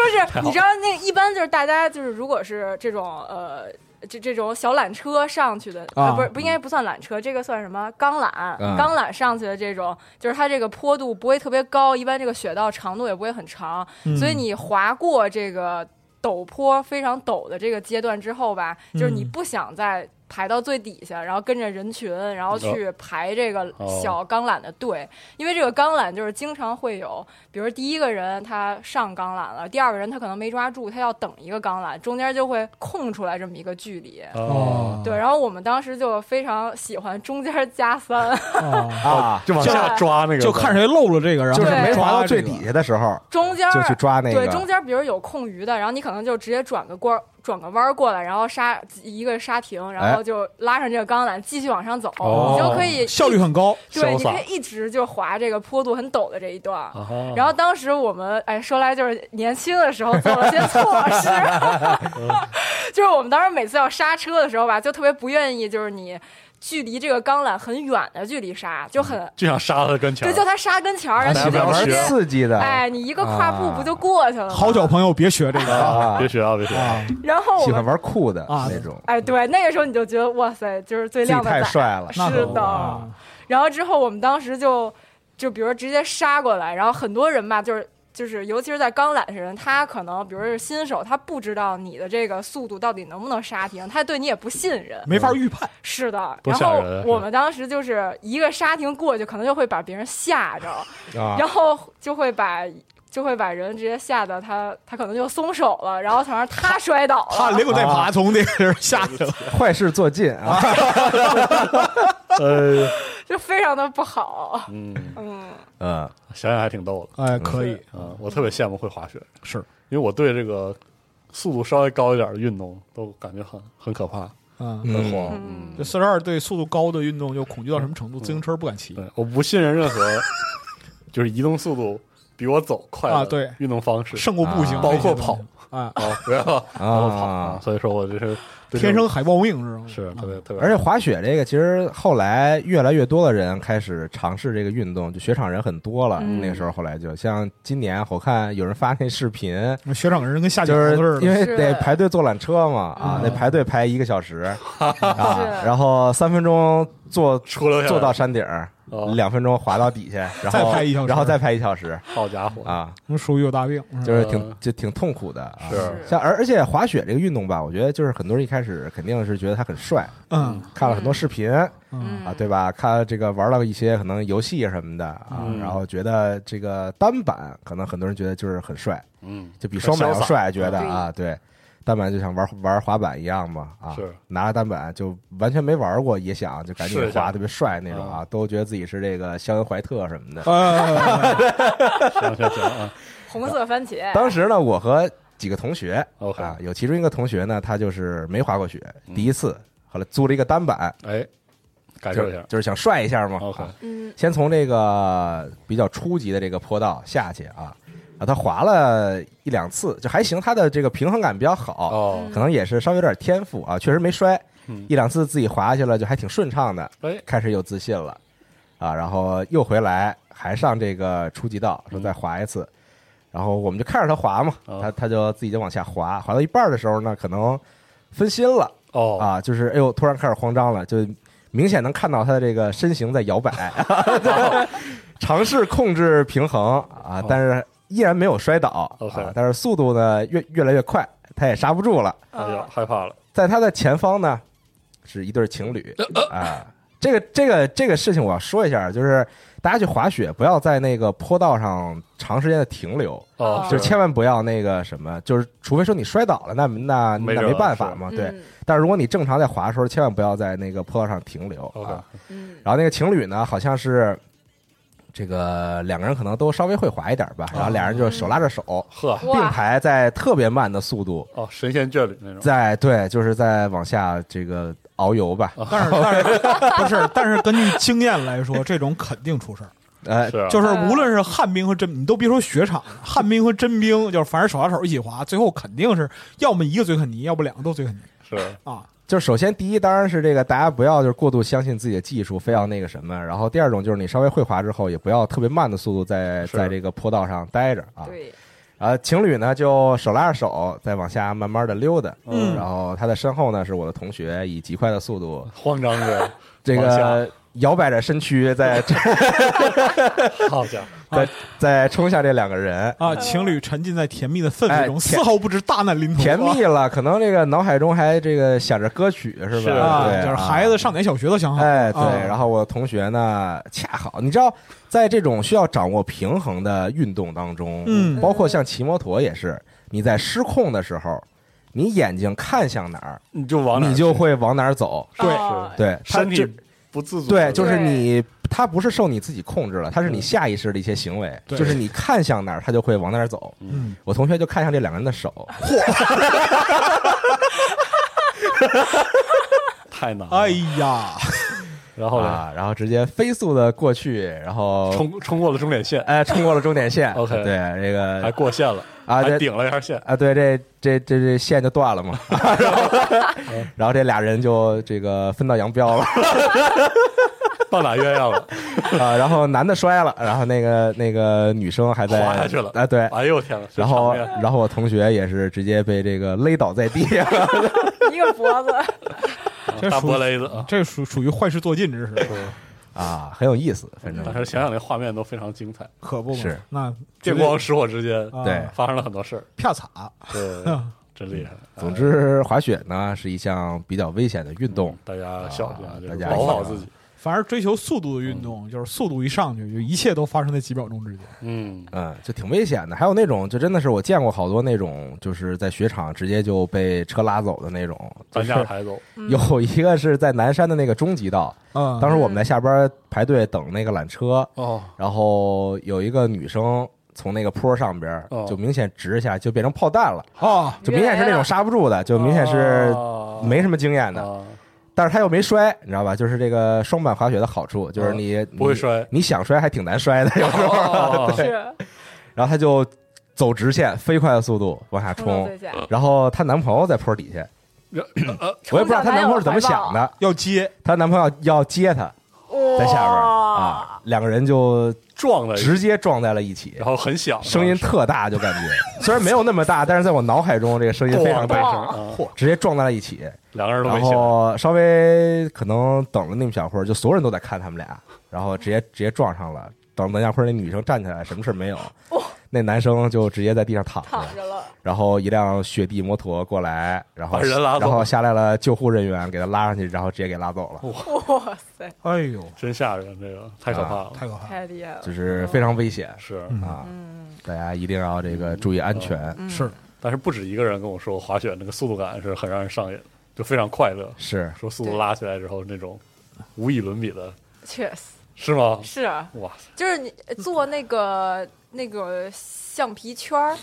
[SPEAKER 4] 是你知道那一般就是大家就是如果是这种呃这这种小缆车上去的
[SPEAKER 6] 啊
[SPEAKER 4] 呃、不是不应该不算缆车，这个算什么钢缆？
[SPEAKER 3] 嗯
[SPEAKER 4] 钢缆上去的这种，就是它这个坡度不会特别高，一般这个雪道长度也不会很长，
[SPEAKER 6] 嗯
[SPEAKER 4] 所以你滑过这个陡坡非常陡的这个阶段之后吧，就是你
[SPEAKER 6] 嗯
[SPEAKER 4] 不想再。排到最底下，然后跟着人群，然后去
[SPEAKER 6] 嗯
[SPEAKER 4] 排这个
[SPEAKER 5] 哦
[SPEAKER 4] 小钢缆的队，因为这个钢缆就是经常会有，比如第一个人他上钢缆了，第二个人他可能没抓住，他要等一个钢缆，中间就会空出来这么一个距离。
[SPEAKER 5] 哦，
[SPEAKER 6] 嗯
[SPEAKER 4] 对，然后我们当时就非常喜欢中间加三，
[SPEAKER 6] 啊，
[SPEAKER 3] 啊，
[SPEAKER 5] 就往下抓那个，
[SPEAKER 6] 就看谁漏了这个，然后
[SPEAKER 3] 就是没滑到
[SPEAKER 6] 抓这
[SPEAKER 3] 最
[SPEAKER 6] 个
[SPEAKER 3] 底下的时候，
[SPEAKER 4] 中间
[SPEAKER 3] 就去抓那
[SPEAKER 4] 对中
[SPEAKER 3] 个。
[SPEAKER 4] 间比如有空余的，然后你可能就直接转个弯儿转个弯儿过来，然后刹一个刹停，然后就拉上这个钢缆继续往上走，
[SPEAKER 5] 哦
[SPEAKER 4] 你就可以
[SPEAKER 6] 效率很高，
[SPEAKER 4] 对，
[SPEAKER 5] 潇
[SPEAKER 4] 你
[SPEAKER 5] 洒
[SPEAKER 4] 可以一直就滑这个坡度很陡的这一段。
[SPEAKER 5] 啊哈，
[SPEAKER 4] 然后当时我们哎说来就是年轻的时候做了些措施， 就是我们当时每次要刹车的时候吧，就特别不愿意，就是你距离这个钢缆很远的距离刹，就很
[SPEAKER 5] 就想杀他跟前
[SPEAKER 4] 对，
[SPEAKER 5] 嗯儿。啊
[SPEAKER 4] 就它刹跟前儿，然后
[SPEAKER 5] 大
[SPEAKER 4] 你
[SPEAKER 5] 家
[SPEAKER 4] 就
[SPEAKER 5] 玩
[SPEAKER 4] 直接
[SPEAKER 3] 刺激的，
[SPEAKER 4] 哎，你一个跨步不就过去了吗？
[SPEAKER 6] 啊好小朋友别学这个
[SPEAKER 5] 啊
[SPEAKER 3] 啊
[SPEAKER 5] 别学啊，别学啊！
[SPEAKER 6] 啊，
[SPEAKER 4] 然后我
[SPEAKER 3] 喜欢
[SPEAKER 4] 们
[SPEAKER 3] 玩酷的
[SPEAKER 6] 啊
[SPEAKER 3] 那种，
[SPEAKER 4] 哎，对，那个时候你就觉得哇塞，就是最
[SPEAKER 3] 自己
[SPEAKER 4] 靓的
[SPEAKER 3] 太
[SPEAKER 4] 仔。
[SPEAKER 3] 帅了。
[SPEAKER 6] 那
[SPEAKER 4] 是
[SPEAKER 6] 可不
[SPEAKER 4] 的，然后之后我们当时就就比如直接杀过来，然后很多人吧，就是就是尤其是在刚缆的人，他可能比如是新手，他不知道你的这个速度到底能不能刹停，他对你也不信任。
[SPEAKER 6] 没法预判，
[SPEAKER 4] 是的，
[SPEAKER 5] 多
[SPEAKER 4] 然
[SPEAKER 5] 吓
[SPEAKER 4] 后
[SPEAKER 5] 人啊
[SPEAKER 4] 我们当时就是一个刹停过去，可能就会把别人吓着，
[SPEAKER 3] 啊
[SPEAKER 4] 然后就会把。就会把人直接吓得他，他可能就松手了，然后从而他摔倒
[SPEAKER 3] 啊
[SPEAKER 6] 他
[SPEAKER 4] 了。
[SPEAKER 6] 连滚带爬从那个人下去 了，
[SPEAKER 3] 坏事做尽啊！
[SPEAKER 5] 呃，
[SPEAKER 4] 就非常的不好。
[SPEAKER 5] 嗯，
[SPEAKER 4] 嗯，
[SPEAKER 3] 嗯，
[SPEAKER 5] 想想还挺逗的
[SPEAKER 6] 哎，可以，
[SPEAKER 5] 啊！我特别羡慕会滑雪，
[SPEAKER 6] 是
[SPEAKER 5] 因为我对这个速度稍微高一点的运动都感觉很很可怕，
[SPEAKER 6] 啊。
[SPEAKER 5] 很慌。
[SPEAKER 4] 嗯
[SPEAKER 6] 这四十二对速度高的运动就恐惧到什么程度？自行车不敢骑，
[SPEAKER 5] 嗯对，我不信任任何就是移动速度比我走快的
[SPEAKER 6] 啊对
[SPEAKER 5] 运动方式，
[SPEAKER 6] 胜过步行，
[SPEAKER 3] 啊
[SPEAKER 5] 包括跑
[SPEAKER 6] 啊，
[SPEAKER 5] 啊，不要包括跑
[SPEAKER 3] 啊
[SPEAKER 5] 所以说我这是对这
[SPEAKER 6] 天生
[SPEAKER 5] 种
[SPEAKER 6] 海豹命知道吗？
[SPEAKER 5] 是特别特别，
[SPEAKER 3] 而且滑雪这个，其实后来越来越多的人开始尝试这个运动，就雪场人很多了。
[SPEAKER 4] 嗯
[SPEAKER 3] 那个时候后来就像今年，我看有人发那视频，
[SPEAKER 6] 且雪场人跟下饺
[SPEAKER 3] 就是
[SPEAKER 6] 子似
[SPEAKER 3] 因
[SPEAKER 6] 的，
[SPEAKER 3] 为
[SPEAKER 4] 是
[SPEAKER 3] 得排队坐缆车嘛，啊，
[SPEAKER 6] 嗯
[SPEAKER 3] 得排队排一个小 时啊
[SPEAKER 4] 是，
[SPEAKER 3] 然后三分钟坐
[SPEAKER 5] 出溜下来
[SPEAKER 3] 坐到山顶儿
[SPEAKER 5] 哦，
[SPEAKER 3] 两分钟滑到底 下，然
[SPEAKER 6] 再
[SPEAKER 3] 后
[SPEAKER 6] 拍一小时
[SPEAKER 3] 然后再拍一小时
[SPEAKER 5] 好家伙，
[SPEAKER 3] 啊，
[SPEAKER 6] 属于有大病，
[SPEAKER 3] 就是
[SPEAKER 5] 嗯
[SPEAKER 3] 挺就挺痛苦的啊。
[SPEAKER 5] 是
[SPEAKER 3] 像而而且滑雪这个运动吧，我觉得就是很多人一开始肯定是觉得它很帅，
[SPEAKER 6] 嗯
[SPEAKER 3] 看了很多视频，
[SPEAKER 6] 嗯，
[SPEAKER 3] 啊，对吧？看这个玩到一些可能游戏什么的啊，
[SPEAKER 5] 嗯
[SPEAKER 3] 然后觉得这个单板可能很多人觉得就是很帅，
[SPEAKER 5] 嗯，
[SPEAKER 3] 就比双板要
[SPEAKER 5] 很潇洒
[SPEAKER 3] 帅，觉得啊，对，单板就像玩玩滑板一样嘛啊，
[SPEAKER 5] 是
[SPEAKER 3] 拿着单板就完全没玩过，也想就赶紧
[SPEAKER 5] 试一下
[SPEAKER 3] 滑，特别帅那种啊，都觉得自己是这个肖恩怀特什么的。嗯
[SPEAKER 6] 呃，
[SPEAKER 5] 行行 行啊，
[SPEAKER 4] 红色番茄。
[SPEAKER 3] 当时呢，我和几个同学
[SPEAKER 5] OK 嗯
[SPEAKER 3] 啊，有其中一个同学呢，他就是没滑过雪，第一次，后来租了一个单板，
[SPEAKER 5] 哎，感
[SPEAKER 3] 就
[SPEAKER 5] 受一
[SPEAKER 3] 是
[SPEAKER 5] 下
[SPEAKER 3] 就是想帅一下嘛
[SPEAKER 5] ，OK，
[SPEAKER 3] 啊
[SPEAKER 4] 嗯，
[SPEAKER 3] 先从这个比较初级的这个坡道下去啊，啊，他滑了一两次，就还行，他的这个平衡感比较好，
[SPEAKER 5] 哦，
[SPEAKER 3] 可能也是稍微有点天赋啊，确实没摔
[SPEAKER 5] 嗯，
[SPEAKER 3] 一两次自己滑下去了，就还挺顺畅的，
[SPEAKER 5] 哎，
[SPEAKER 3] 开始有自信了，啊，然后又回来还上这个初级道，说
[SPEAKER 5] 嗯
[SPEAKER 3] 再滑一次，然后我们就看着他滑嘛，
[SPEAKER 5] 哦
[SPEAKER 3] 他他就自己就往下滑，滑到一半的时候呢，可能分心了。
[SPEAKER 5] 哦，
[SPEAKER 3] 啊啊，就是哎呦，突然开始慌张了，就明显能看到他的这个身形在摇 摆，尝试控制平衡啊，但是依然没有摔倒啊
[SPEAKER 5] 哦 OK，
[SPEAKER 3] 但是速度呢越越来越快，他也刹不住了。
[SPEAKER 5] 哎呀，
[SPEAKER 4] 嗯
[SPEAKER 5] 害怕了，
[SPEAKER 3] 在他的前方呢，是一对情侣
[SPEAKER 5] 呃
[SPEAKER 3] 啊。这个这个这个事情我要说一下，就是大家去滑雪，不要在那个坡道上长时间的停留，
[SPEAKER 5] 哦
[SPEAKER 4] 啊，
[SPEAKER 3] 就是千万不要那个什么，就是除非说你摔倒了，那那
[SPEAKER 5] 没
[SPEAKER 3] 那
[SPEAKER 5] 辙
[SPEAKER 3] 没
[SPEAKER 5] 了
[SPEAKER 3] 办法嘛，啊对。
[SPEAKER 4] 嗯
[SPEAKER 3] 但是如果你正常在滑的时候，千万不要在那个坡道上停留
[SPEAKER 5] OK
[SPEAKER 3] 啊。
[SPEAKER 4] 嗯，
[SPEAKER 3] 然后那个情侣呢，好像是这个两个人可能都稍微会滑一点
[SPEAKER 5] 啊
[SPEAKER 3] 吧，然后俩人就手拉着手，
[SPEAKER 5] 呵，
[SPEAKER 4] 哇
[SPEAKER 3] 并排在特别慢的速度，
[SPEAKER 5] 哦，神仙眷侣那种，
[SPEAKER 3] 在对，就是在往下这个遨游吧。
[SPEAKER 6] 呃
[SPEAKER 5] 啊
[SPEAKER 6] 但是但是不是？但是根据经验来说，这种肯定出事儿。
[SPEAKER 3] 呃
[SPEAKER 5] 是，啊
[SPEAKER 6] 就是
[SPEAKER 4] 嗯
[SPEAKER 6] 无论是旱冰和真，你都别说雪场，旱冰和真冰，就是反正手拉手一起滑，最后肯定是要么一个嘴啃泥，要不两个都嘴啃泥
[SPEAKER 5] 是
[SPEAKER 6] 啊。
[SPEAKER 3] 就首先第一当然是这个，大家不要就是过度相信自己的技术，非要那个什么。然后第二种就是你稍微会滑之后，也不要特别慢的速度在
[SPEAKER 5] 是
[SPEAKER 3] 在这个坡道上待着啊。
[SPEAKER 4] 对，
[SPEAKER 3] 啊，情侣呢就手拉着手再往下慢慢的溜达，
[SPEAKER 6] 嗯
[SPEAKER 3] 然后他的身后呢是我的同学，以极快的速度，
[SPEAKER 5] 慌张着，
[SPEAKER 3] 这
[SPEAKER 5] 往下
[SPEAKER 3] 个摇摆着身躯 在
[SPEAKER 5] 好家伙，
[SPEAKER 3] 在在冲向这两个人，
[SPEAKER 6] 啊，情侣沉浸在甜蜜的氛围
[SPEAKER 3] 哎
[SPEAKER 6] 中，
[SPEAKER 3] 甜
[SPEAKER 6] 丝毫不知大难临头。
[SPEAKER 3] 甜蜜了，可能这个脑海中还这个想着歌曲是
[SPEAKER 5] 是
[SPEAKER 3] 吧？
[SPEAKER 6] 啊，
[SPEAKER 3] 对
[SPEAKER 6] 就是孩子上哪小学都想好。
[SPEAKER 3] 哎，对，
[SPEAKER 6] 啊
[SPEAKER 3] 然后我同学呢，恰好你知道，在这种需要掌握平衡的运动当中，
[SPEAKER 6] 嗯
[SPEAKER 3] 包括像骑摩托也是，你在失控的时候，你眼睛看向哪儿，
[SPEAKER 5] 你就往哪儿
[SPEAKER 3] 你就会往哪儿走。
[SPEAKER 5] 对
[SPEAKER 4] 哦，
[SPEAKER 3] 对，它
[SPEAKER 5] 哎身体
[SPEAKER 3] 这
[SPEAKER 5] 不自主
[SPEAKER 3] 对，
[SPEAKER 5] 地
[SPEAKER 3] 就是
[SPEAKER 4] 对
[SPEAKER 3] 你，它不是受你自己控制了，它是你下意识的一些行为，
[SPEAKER 6] 对
[SPEAKER 3] 就是你看向哪儿，它就会往哪儿走。
[SPEAKER 6] 嗯，
[SPEAKER 3] 我同学就看向这两个人的手，
[SPEAKER 5] 啊太难了，
[SPEAKER 6] 哎呀，
[SPEAKER 5] 然后呢，
[SPEAKER 3] 啊，然后直接飞速的过去，然后
[SPEAKER 5] 冲冲过了终点线，
[SPEAKER 3] 哎冲过了终点线。
[SPEAKER 5] OK
[SPEAKER 3] 对，这个
[SPEAKER 5] 还过线了，
[SPEAKER 3] 啊
[SPEAKER 5] 还
[SPEAKER 3] 这
[SPEAKER 5] 顶了一下线，
[SPEAKER 3] 啊，对，这这这这线就断了 嘛，然后
[SPEAKER 5] 嗯
[SPEAKER 3] 然后这俩人就这个分道扬镳了
[SPEAKER 5] 棒打鸳鸯了，
[SPEAKER 3] 啊，然后男的摔了，然后那个那个女生还在
[SPEAKER 5] 滑下去了
[SPEAKER 3] 啊，对，
[SPEAKER 5] 哎呦天呐，这
[SPEAKER 3] 然后
[SPEAKER 5] 场面
[SPEAKER 3] 然后我同学也是直接被这个勒倒在地，
[SPEAKER 4] 一个脖子，
[SPEAKER 6] 这
[SPEAKER 5] 大
[SPEAKER 6] 属
[SPEAKER 5] 波雷子啊，
[SPEAKER 6] 这属属于坏事做尽之事，
[SPEAKER 3] 啊，很有意思，反正
[SPEAKER 5] 当时想想那画面都非常精彩，
[SPEAKER 6] 可不嘛
[SPEAKER 3] 是
[SPEAKER 6] 那
[SPEAKER 5] 电光石火之间
[SPEAKER 6] 啊
[SPEAKER 3] 对
[SPEAKER 5] 发生了很 多事儿，
[SPEAKER 6] 啪嚓，
[SPEAKER 5] 对，真厉害。
[SPEAKER 3] 总之滑雪呢是一项比较危险的运动，
[SPEAKER 5] 大家小心啊，
[SPEAKER 3] 啊
[SPEAKER 5] 就
[SPEAKER 3] 大
[SPEAKER 5] 是
[SPEAKER 3] 家
[SPEAKER 5] 保护好自己。
[SPEAKER 6] 反而追求速度的运动，就是速度一上去，就一切都发生在几秒钟之间。
[SPEAKER 5] 嗯，
[SPEAKER 3] 嗯，就挺危险的。还有那种就真的是我见过好多那种就是在雪场直接就被车拉走的那种，就
[SPEAKER 5] 咱
[SPEAKER 3] 是
[SPEAKER 5] 家抬走，
[SPEAKER 3] 有一个是在南山的那个中级道。
[SPEAKER 6] 嗯，
[SPEAKER 3] 当时我们在下边排队等那个缆车，
[SPEAKER 5] 哦，
[SPEAKER 3] 然后有一个女生从那个坡上边
[SPEAKER 5] 哦
[SPEAKER 3] 就明显直一下就变成炮弹了，
[SPEAKER 6] 啊，
[SPEAKER 3] 就明显是那种刹不住的，就明显是
[SPEAKER 5] 哦
[SPEAKER 3] 没什么经验的，
[SPEAKER 5] 啊，
[SPEAKER 3] 但是她又没摔，你知道吧？就是这个双板滑雪的好处，就是你
[SPEAKER 5] 嗯不会
[SPEAKER 3] 你
[SPEAKER 5] 摔
[SPEAKER 3] 你想摔还挺难摔的有 时
[SPEAKER 5] 哦
[SPEAKER 3] 候。对，
[SPEAKER 4] 是
[SPEAKER 3] 然后她就走直线，飞快的速度往下
[SPEAKER 4] 冲到
[SPEAKER 3] 冲
[SPEAKER 4] 最，下，
[SPEAKER 3] 然后她男朋友在坡底下，我也不知道她男朋友是怎么想的，
[SPEAKER 6] 要接
[SPEAKER 3] 她男朋友要要接她
[SPEAKER 4] 冲
[SPEAKER 3] 在
[SPEAKER 4] 到
[SPEAKER 3] 下边
[SPEAKER 4] 她男友怀抱，
[SPEAKER 3] 啊，两个人就
[SPEAKER 5] 撞了一下，
[SPEAKER 3] 直接撞在了一起
[SPEAKER 5] 然，后很响，啊
[SPEAKER 3] 声音特大，就感觉虽然没有那么大，但是在我脑海中这个声音非常
[SPEAKER 5] 咣的一
[SPEAKER 3] 大，
[SPEAKER 5] 声，啊
[SPEAKER 3] 直接撞在了一起。
[SPEAKER 5] 两个人都
[SPEAKER 3] 然
[SPEAKER 5] 没醒。
[SPEAKER 3] 后稍微可能等了那么小会儿，就所有人都在看他们俩， 然后直接直接撞上了。等等一下会儿，那女生站起来，什么事儿没有，那男生就直接在地上躺着。
[SPEAKER 4] 躺着了，
[SPEAKER 3] 然后一辆雪地摩托过来，然后
[SPEAKER 5] 把人拉走
[SPEAKER 3] 然后下来了救护人员，给他拉上去，然后直接给拉走了，
[SPEAKER 4] 哇塞，
[SPEAKER 6] 哎呦，
[SPEAKER 5] 真吓人，这个太可怕
[SPEAKER 3] 啊
[SPEAKER 5] 了，
[SPEAKER 6] 太可怕了！
[SPEAKER 4] 太厉害了，
[SPEAKER 3] 就是非常危险
[SPEAKER 5] 是。
[SPEAKER 3] 啊！
[SPEAKER 4] 嗯
[SPEAKER 3] 大家一定要这个注意安全，
[SPEAKER 6] 是
[SPEAKER 5] 但是不止一个人跟我说，滑雪那个速度感是很让人上瘾，就非常快乐。
[SPEAKER 3] 是
[SPEAKER 5] 说速度拉起来之后那种无以伦比的，
[SPEAKER 4] 嗯确实
[SPEAKER 5] 是吗？
[SPEAKER 4] 是啊，
[SPEAKER 5] 哇塞，
[SPEAKER 4] 就是你呃做那个那个橡皮圈儿。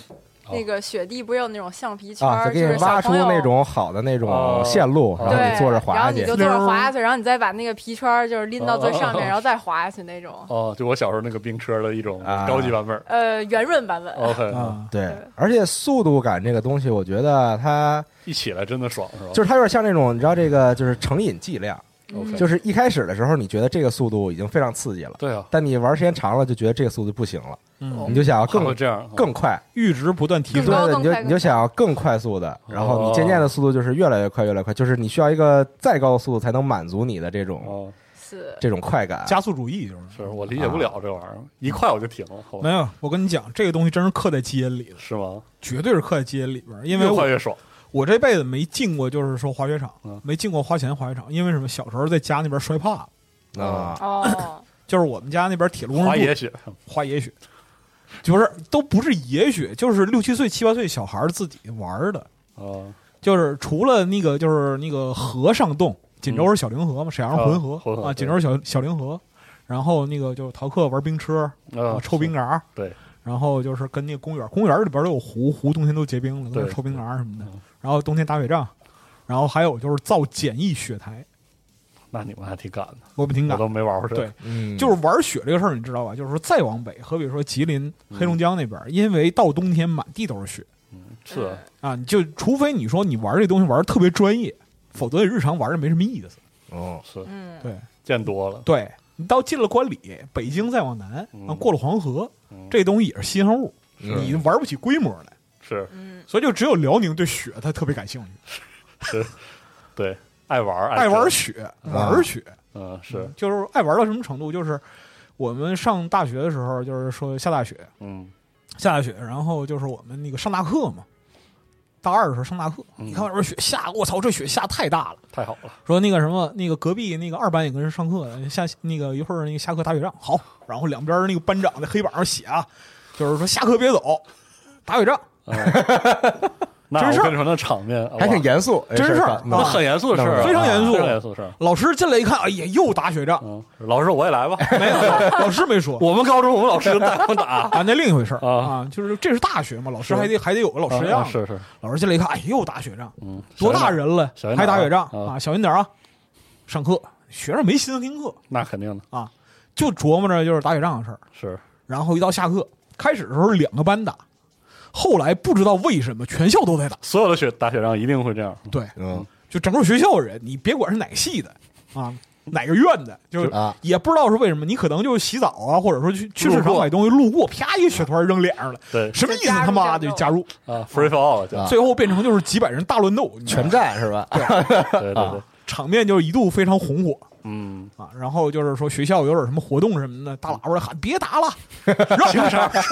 [SPEAKER 4] 那个雪地不是有那种橡皮圈
[SPEAKER 3] 哦啊，
[SPEAKER 4] 儿，
[SPEAKER 3] 就给
[SPEAKER 4] 就是
[SPEAKER 3] 你挖
[SPEAKER 4] 小
[SPEAKER 3] 出
[SPEAKER 4] 朋友
[SPEAKER 3] 那种好的那
[SPEAKER 5] 哦
[SPEAKER 3] 种线路，然后
[SPEAKER 4] 对，
[SPEAKER 3] 你坐着
[SPEAKER 4] 然
[SPEAKER 3] 滑
[SPEAKER 4] 后
[SPEAKER 3] 下
[SPEAKER 4] 你
[SPEAKER 3] 去
[SPEAKER 4] 就。坐着滑下去，然后你再把那个皮圈儿就是拎到最上
[SPEAKER 5] 哦哦哦
[SPEAKER 4] 面，然后再滑下去那种。
[SPEAKER 5] 哦，就我小时候那个冰车的一种
[SPEAKER 3] 啊
[SPEAKER 5] 高级版本。
[SPEAKER 4] 呃，圆润版
[SPEAKER 3] 哦
[SPEAKER 4] 本，
[SPEAKER 5] OK，
[SPEAKER 6] 啊，
[SPEAKER 3] 对，而且速度感这个东西，我觉得它
[SPEAKER 5] 一起来真的爽是吧？
[SPEAKER 3] 就是它有点像那种，你知道这个就是成瘾剂量，
[SPEAKER 5] OK，
[SPEAKER 4] 嗯
[SPEAKER 3] 就是一开始的时候你觉得这个速度已经非常刺激了，
[SPEAKER 5] 对啊，
[SPEAKER 3] 哦但你玩时间长了就觉得这个速度不行了，
[SPEAKER 6] 嗯，
[SPEAKER 3] 你就想要
[SPEAKER 5] 还会
[SPEAKER 3] 更
[SPEAKER 5] 这样，
[SPEAKER 3] 更快，
[SPEAKER 6] 阈值不断提
[SPEAKER 4] 更
[SPEAKER 6] 升
[SPEAKER 4] 高，
[SPEAKER 3] 对，你
[SPEAKER 4] 更
[SPEAKER 3] 就
[SPEAKER 4] 快
[SPEAKER 3] 你就想要更快速的，然后
[SPEAKER 5] 哦
[SPEAKER 3] 你渐渐的速度就是越来越快，越来越快，就是你需要一个再高的速度才能满足你的这种
[SPEAKER 5] 哦，
[SPEAKER 4] 是
[SPEAKER 3] 这种快感。
[SPEAKER 6] 加速主义就是
[SPEAKER 5] 是我理解不了这玩意儿，一快我就停了，好吧
[SPEAKER 6] 啊没有。我跟你讲，这个东西真是刻在基因里的，
[SPEAKER 5] 是吗？
[SPEAKER 6] 绝对是刻在基因里边儿。因为
[SPEAKER 5] 越快
[SPEAKER 6] 我
[SPEAKER 5] 越爽，
[SPEAKER 6] 我这辈子没进过，就是说滑雪场
[SPEAKER 5] 嗯，
[SPEAKER 6] 没进过花钱滑雪场，因为什么？小时候在家那边摔怕了，
[SPEAKER 3] 啊，
[SPEAKER 4] 哦，
[SPEAKER 6] 就是我们家那边铁路上
[SPEAKER 5] 滑
[SPEAKER 6] 住
[SPEAKER 5] 野雪
[SPEAKER 6] 滑野雪，就是都不是野雪，就是六七岁、七八岁小孩儿自己玩儿的，
[SPEAKER 5] 啊，
[SPEAKER 6] 就是除了那个就是那个河上洞，锦州是小凌河嘛，沈阳是浑河
[SPEAKER 5] 嗯啊浑河
[SPEAKER 6] 啊，
[SPEAKER 5] 对
[SPEAKER 6] 锦州是小小凌河，然后那个就是逃课玩冰车，
[SPEAKER 5] 啊
[SPEAKER 6] 抽冰嘎儿，
[SPEAKER 5] 对，
[SPEAKER 6] 然后就是跟那个公园，公园里边都有湖，湖冬天都结冰了，都是
[SPEAKER 5] 对
[SPEAKER 6] 抽冰嘎儿什么的
[SPEAKER 5] 嗯，
[SPEAKER 6] 然后冬天打雪仗，然后还有就是造简易雪台，
[SPEAKER 5] 那你们还挺敢的，
[SPEAKER 6] 我们挺
[SPEAKER 5] 我
[SPEAKER 6] 感
[SPEAKER 5] 都没玩过这个。
[SPEAKER 6] 对
[SPEAKER 3] 嗯，
[SPEAKER 6] 就是玩雪这个事儿，你知道吧？就是说再往北，好比说吉林、
[SPEAKER 5] 嗯
[SPEAKER 6] 黑龙江那边，因为到冬天满地都是雪
[SPEAKER 5] 是啊，
[SPEAKER 6] 啊，你就除非你说你玩这东西玩得特别专业，否则你日常玩着没什么意思。
[SPEAKER 3] 哦，
[SPEAKER 5] 是
[SPEAKER 4] 嗯，
[SPEAKER 6] 对
[SPEAKER 5] 见多了，
[SPEAKER 6] 对，你到进了关里，北京再往南，
[SPEAKER 5] 嗯
[SPEAKER 6] 啊，过了黄河
[SPEAKER 5] 嗯，
[SPEAKER 6] 这东西也是稀罕物，
[SPEAKER 3] 是
[SPEAKER 6] 你玩不起规模来。
[SPEAKER 5] 是
[SPEAKER 4] 嗯，
[SPEAKER 6] 所以就只有辽宁对雪它特别感兴趣，
[SPEAKER 5] 是，对，爱玩
[SPEAKER 6] 爱玩啊
[SPEAKER 5] 整，
[SPEAKER 6] 雪，玩雪，
[SPEAKER 5] 嗯，是，
[SPEAKER 6] 就是爱玩到什么程度？就是我们上大学的时候，就是说下大雪，
[SPEAKER 5] 嗯，
[SPEAKER 6] 下大雪，然后就是我们那个上大课嘛，大二的时候上大课，
[SPEAKER 5] 嗯
[SPEAKER 6] 你看外边雪下，我操，这雪下太大了。
[SPEAKER 5] 太好了，
[SPEAKER 6] 说那个什么，那个隔壁那个二班也跟人上课，下那个一会儿那个下课打雪仗，好，然后两边那个班长在黑板上写啊，就是说下课别走，打雪仗，
[SPEAKER 5] 那
[SPEAKER 6] 真
[SPEAKER 5] 我
[SPEAKER 6] 事儿
[SPEAKER 5] 跟你说，那场面
[SPEAKER 3] 还挺
[SPEAKER 5] 严，
[SPEAKER 3] 严肃，哎
[SPEAKER 6] 真
[SPEAKER 3] 哦是
[SPEAKER 6] 是
[SPEAKER 5] 那
[SPEAKER 6] 啊
[SPEAKER 5] 很严肃的事儿啊，
[SPEAKER 6] 非常严肃
[SPEAKER 5] 非常严肃的事儿。
[SPEAKER 6] 老师进来一看，哎呀，又打雪仗，
[SPEAKER 5] 嗯，老师，我也来吧。
[SPEAKER 6] 没有，老师没说
[SPEAKER 5] 我们高中我们老 师带我们打，
[SPEAKER 6] 啊，那另一回事儿
[SPEAKER 5] 啊
[SPEAKER 6] 啊，就是这是大学嘛，老师
[SPEAKER 5] 是
[SPEAKER 6] 还得还得有个老师
[SPEAKER 5] 啊
[SPEAKER 6] 样
[SPEAKER 5] 啊
[SPEAKER 6] 子，
[SPEAKER 5] 是是，
[SPEAKER 6] 老师进来一看，哎，又打雪仗，
[SPEAKER 5] 嗯，
[SPEAKER 6] 多大
[SPEAKER 5] 小一点？
[SPEAKER 6] 人了
[SPEAKER 5] 小心点儿
[SPEAKER 6] 还打雪仗
[SPEAKER 5] 啊
[SPEAKER 6] 啊，小心点儿啊，上课，学生没心思听课，
[SPEAKER 5] 那肯定的，
[SPEAKER 6] 就琢磨着就是打雪仗的事儿。
[SPEAKER 5] 是
[SPEAKER 6] 然后一到下课，开始的时候两个班打，后来不知道为什么全校都在打。
[SPEAKER 5] 所有的雪打雪仗一定会这样。
[SPEAKER 6] 对，
[SPEAKER 3] 嗯
[SPEAKER 6] 就整个学校的人，你别管是哪个系的啊，哪个院的，就是
[SPEAKER 3] 啊
[SPEAKER 6] 也不知道是为什么，你可能就是洗澡啊，或者说去去
[SPEAKER 5] 路
[SPEAKER 6] 市场
[SPEAKER 5] 过
[SPEAKER 6] 买东西路过，啪一个雪团扔脸上了，
[SPEAKER 5] 对
[SPEAKER 6] 什么意思？
[SPEAKER 4] 就加入
[SPEAKER 6] 他妈的
[SPEAKER 4] 战斗
[SPEAKER 6] 加入，
[SPEAKER 5] 啊，free for all，就
[SPEAKER 3] 啊
[SPEAKER 6] 最后变成就是几百人大乱斗，你知道
[SPEAKER 3] 全
[SPEAKER 6] 吗
[SPEAKER 3] 占是吧？
[SPEAKER 5] 对对对，
[SPEAKER 6] 场面就是一度非常红火。
[SPEAKER 5] 嗯，
[SPEAKER 6] 啊，然后就是说学校有点什么活动什么的，大喇叭的喊别打了，让开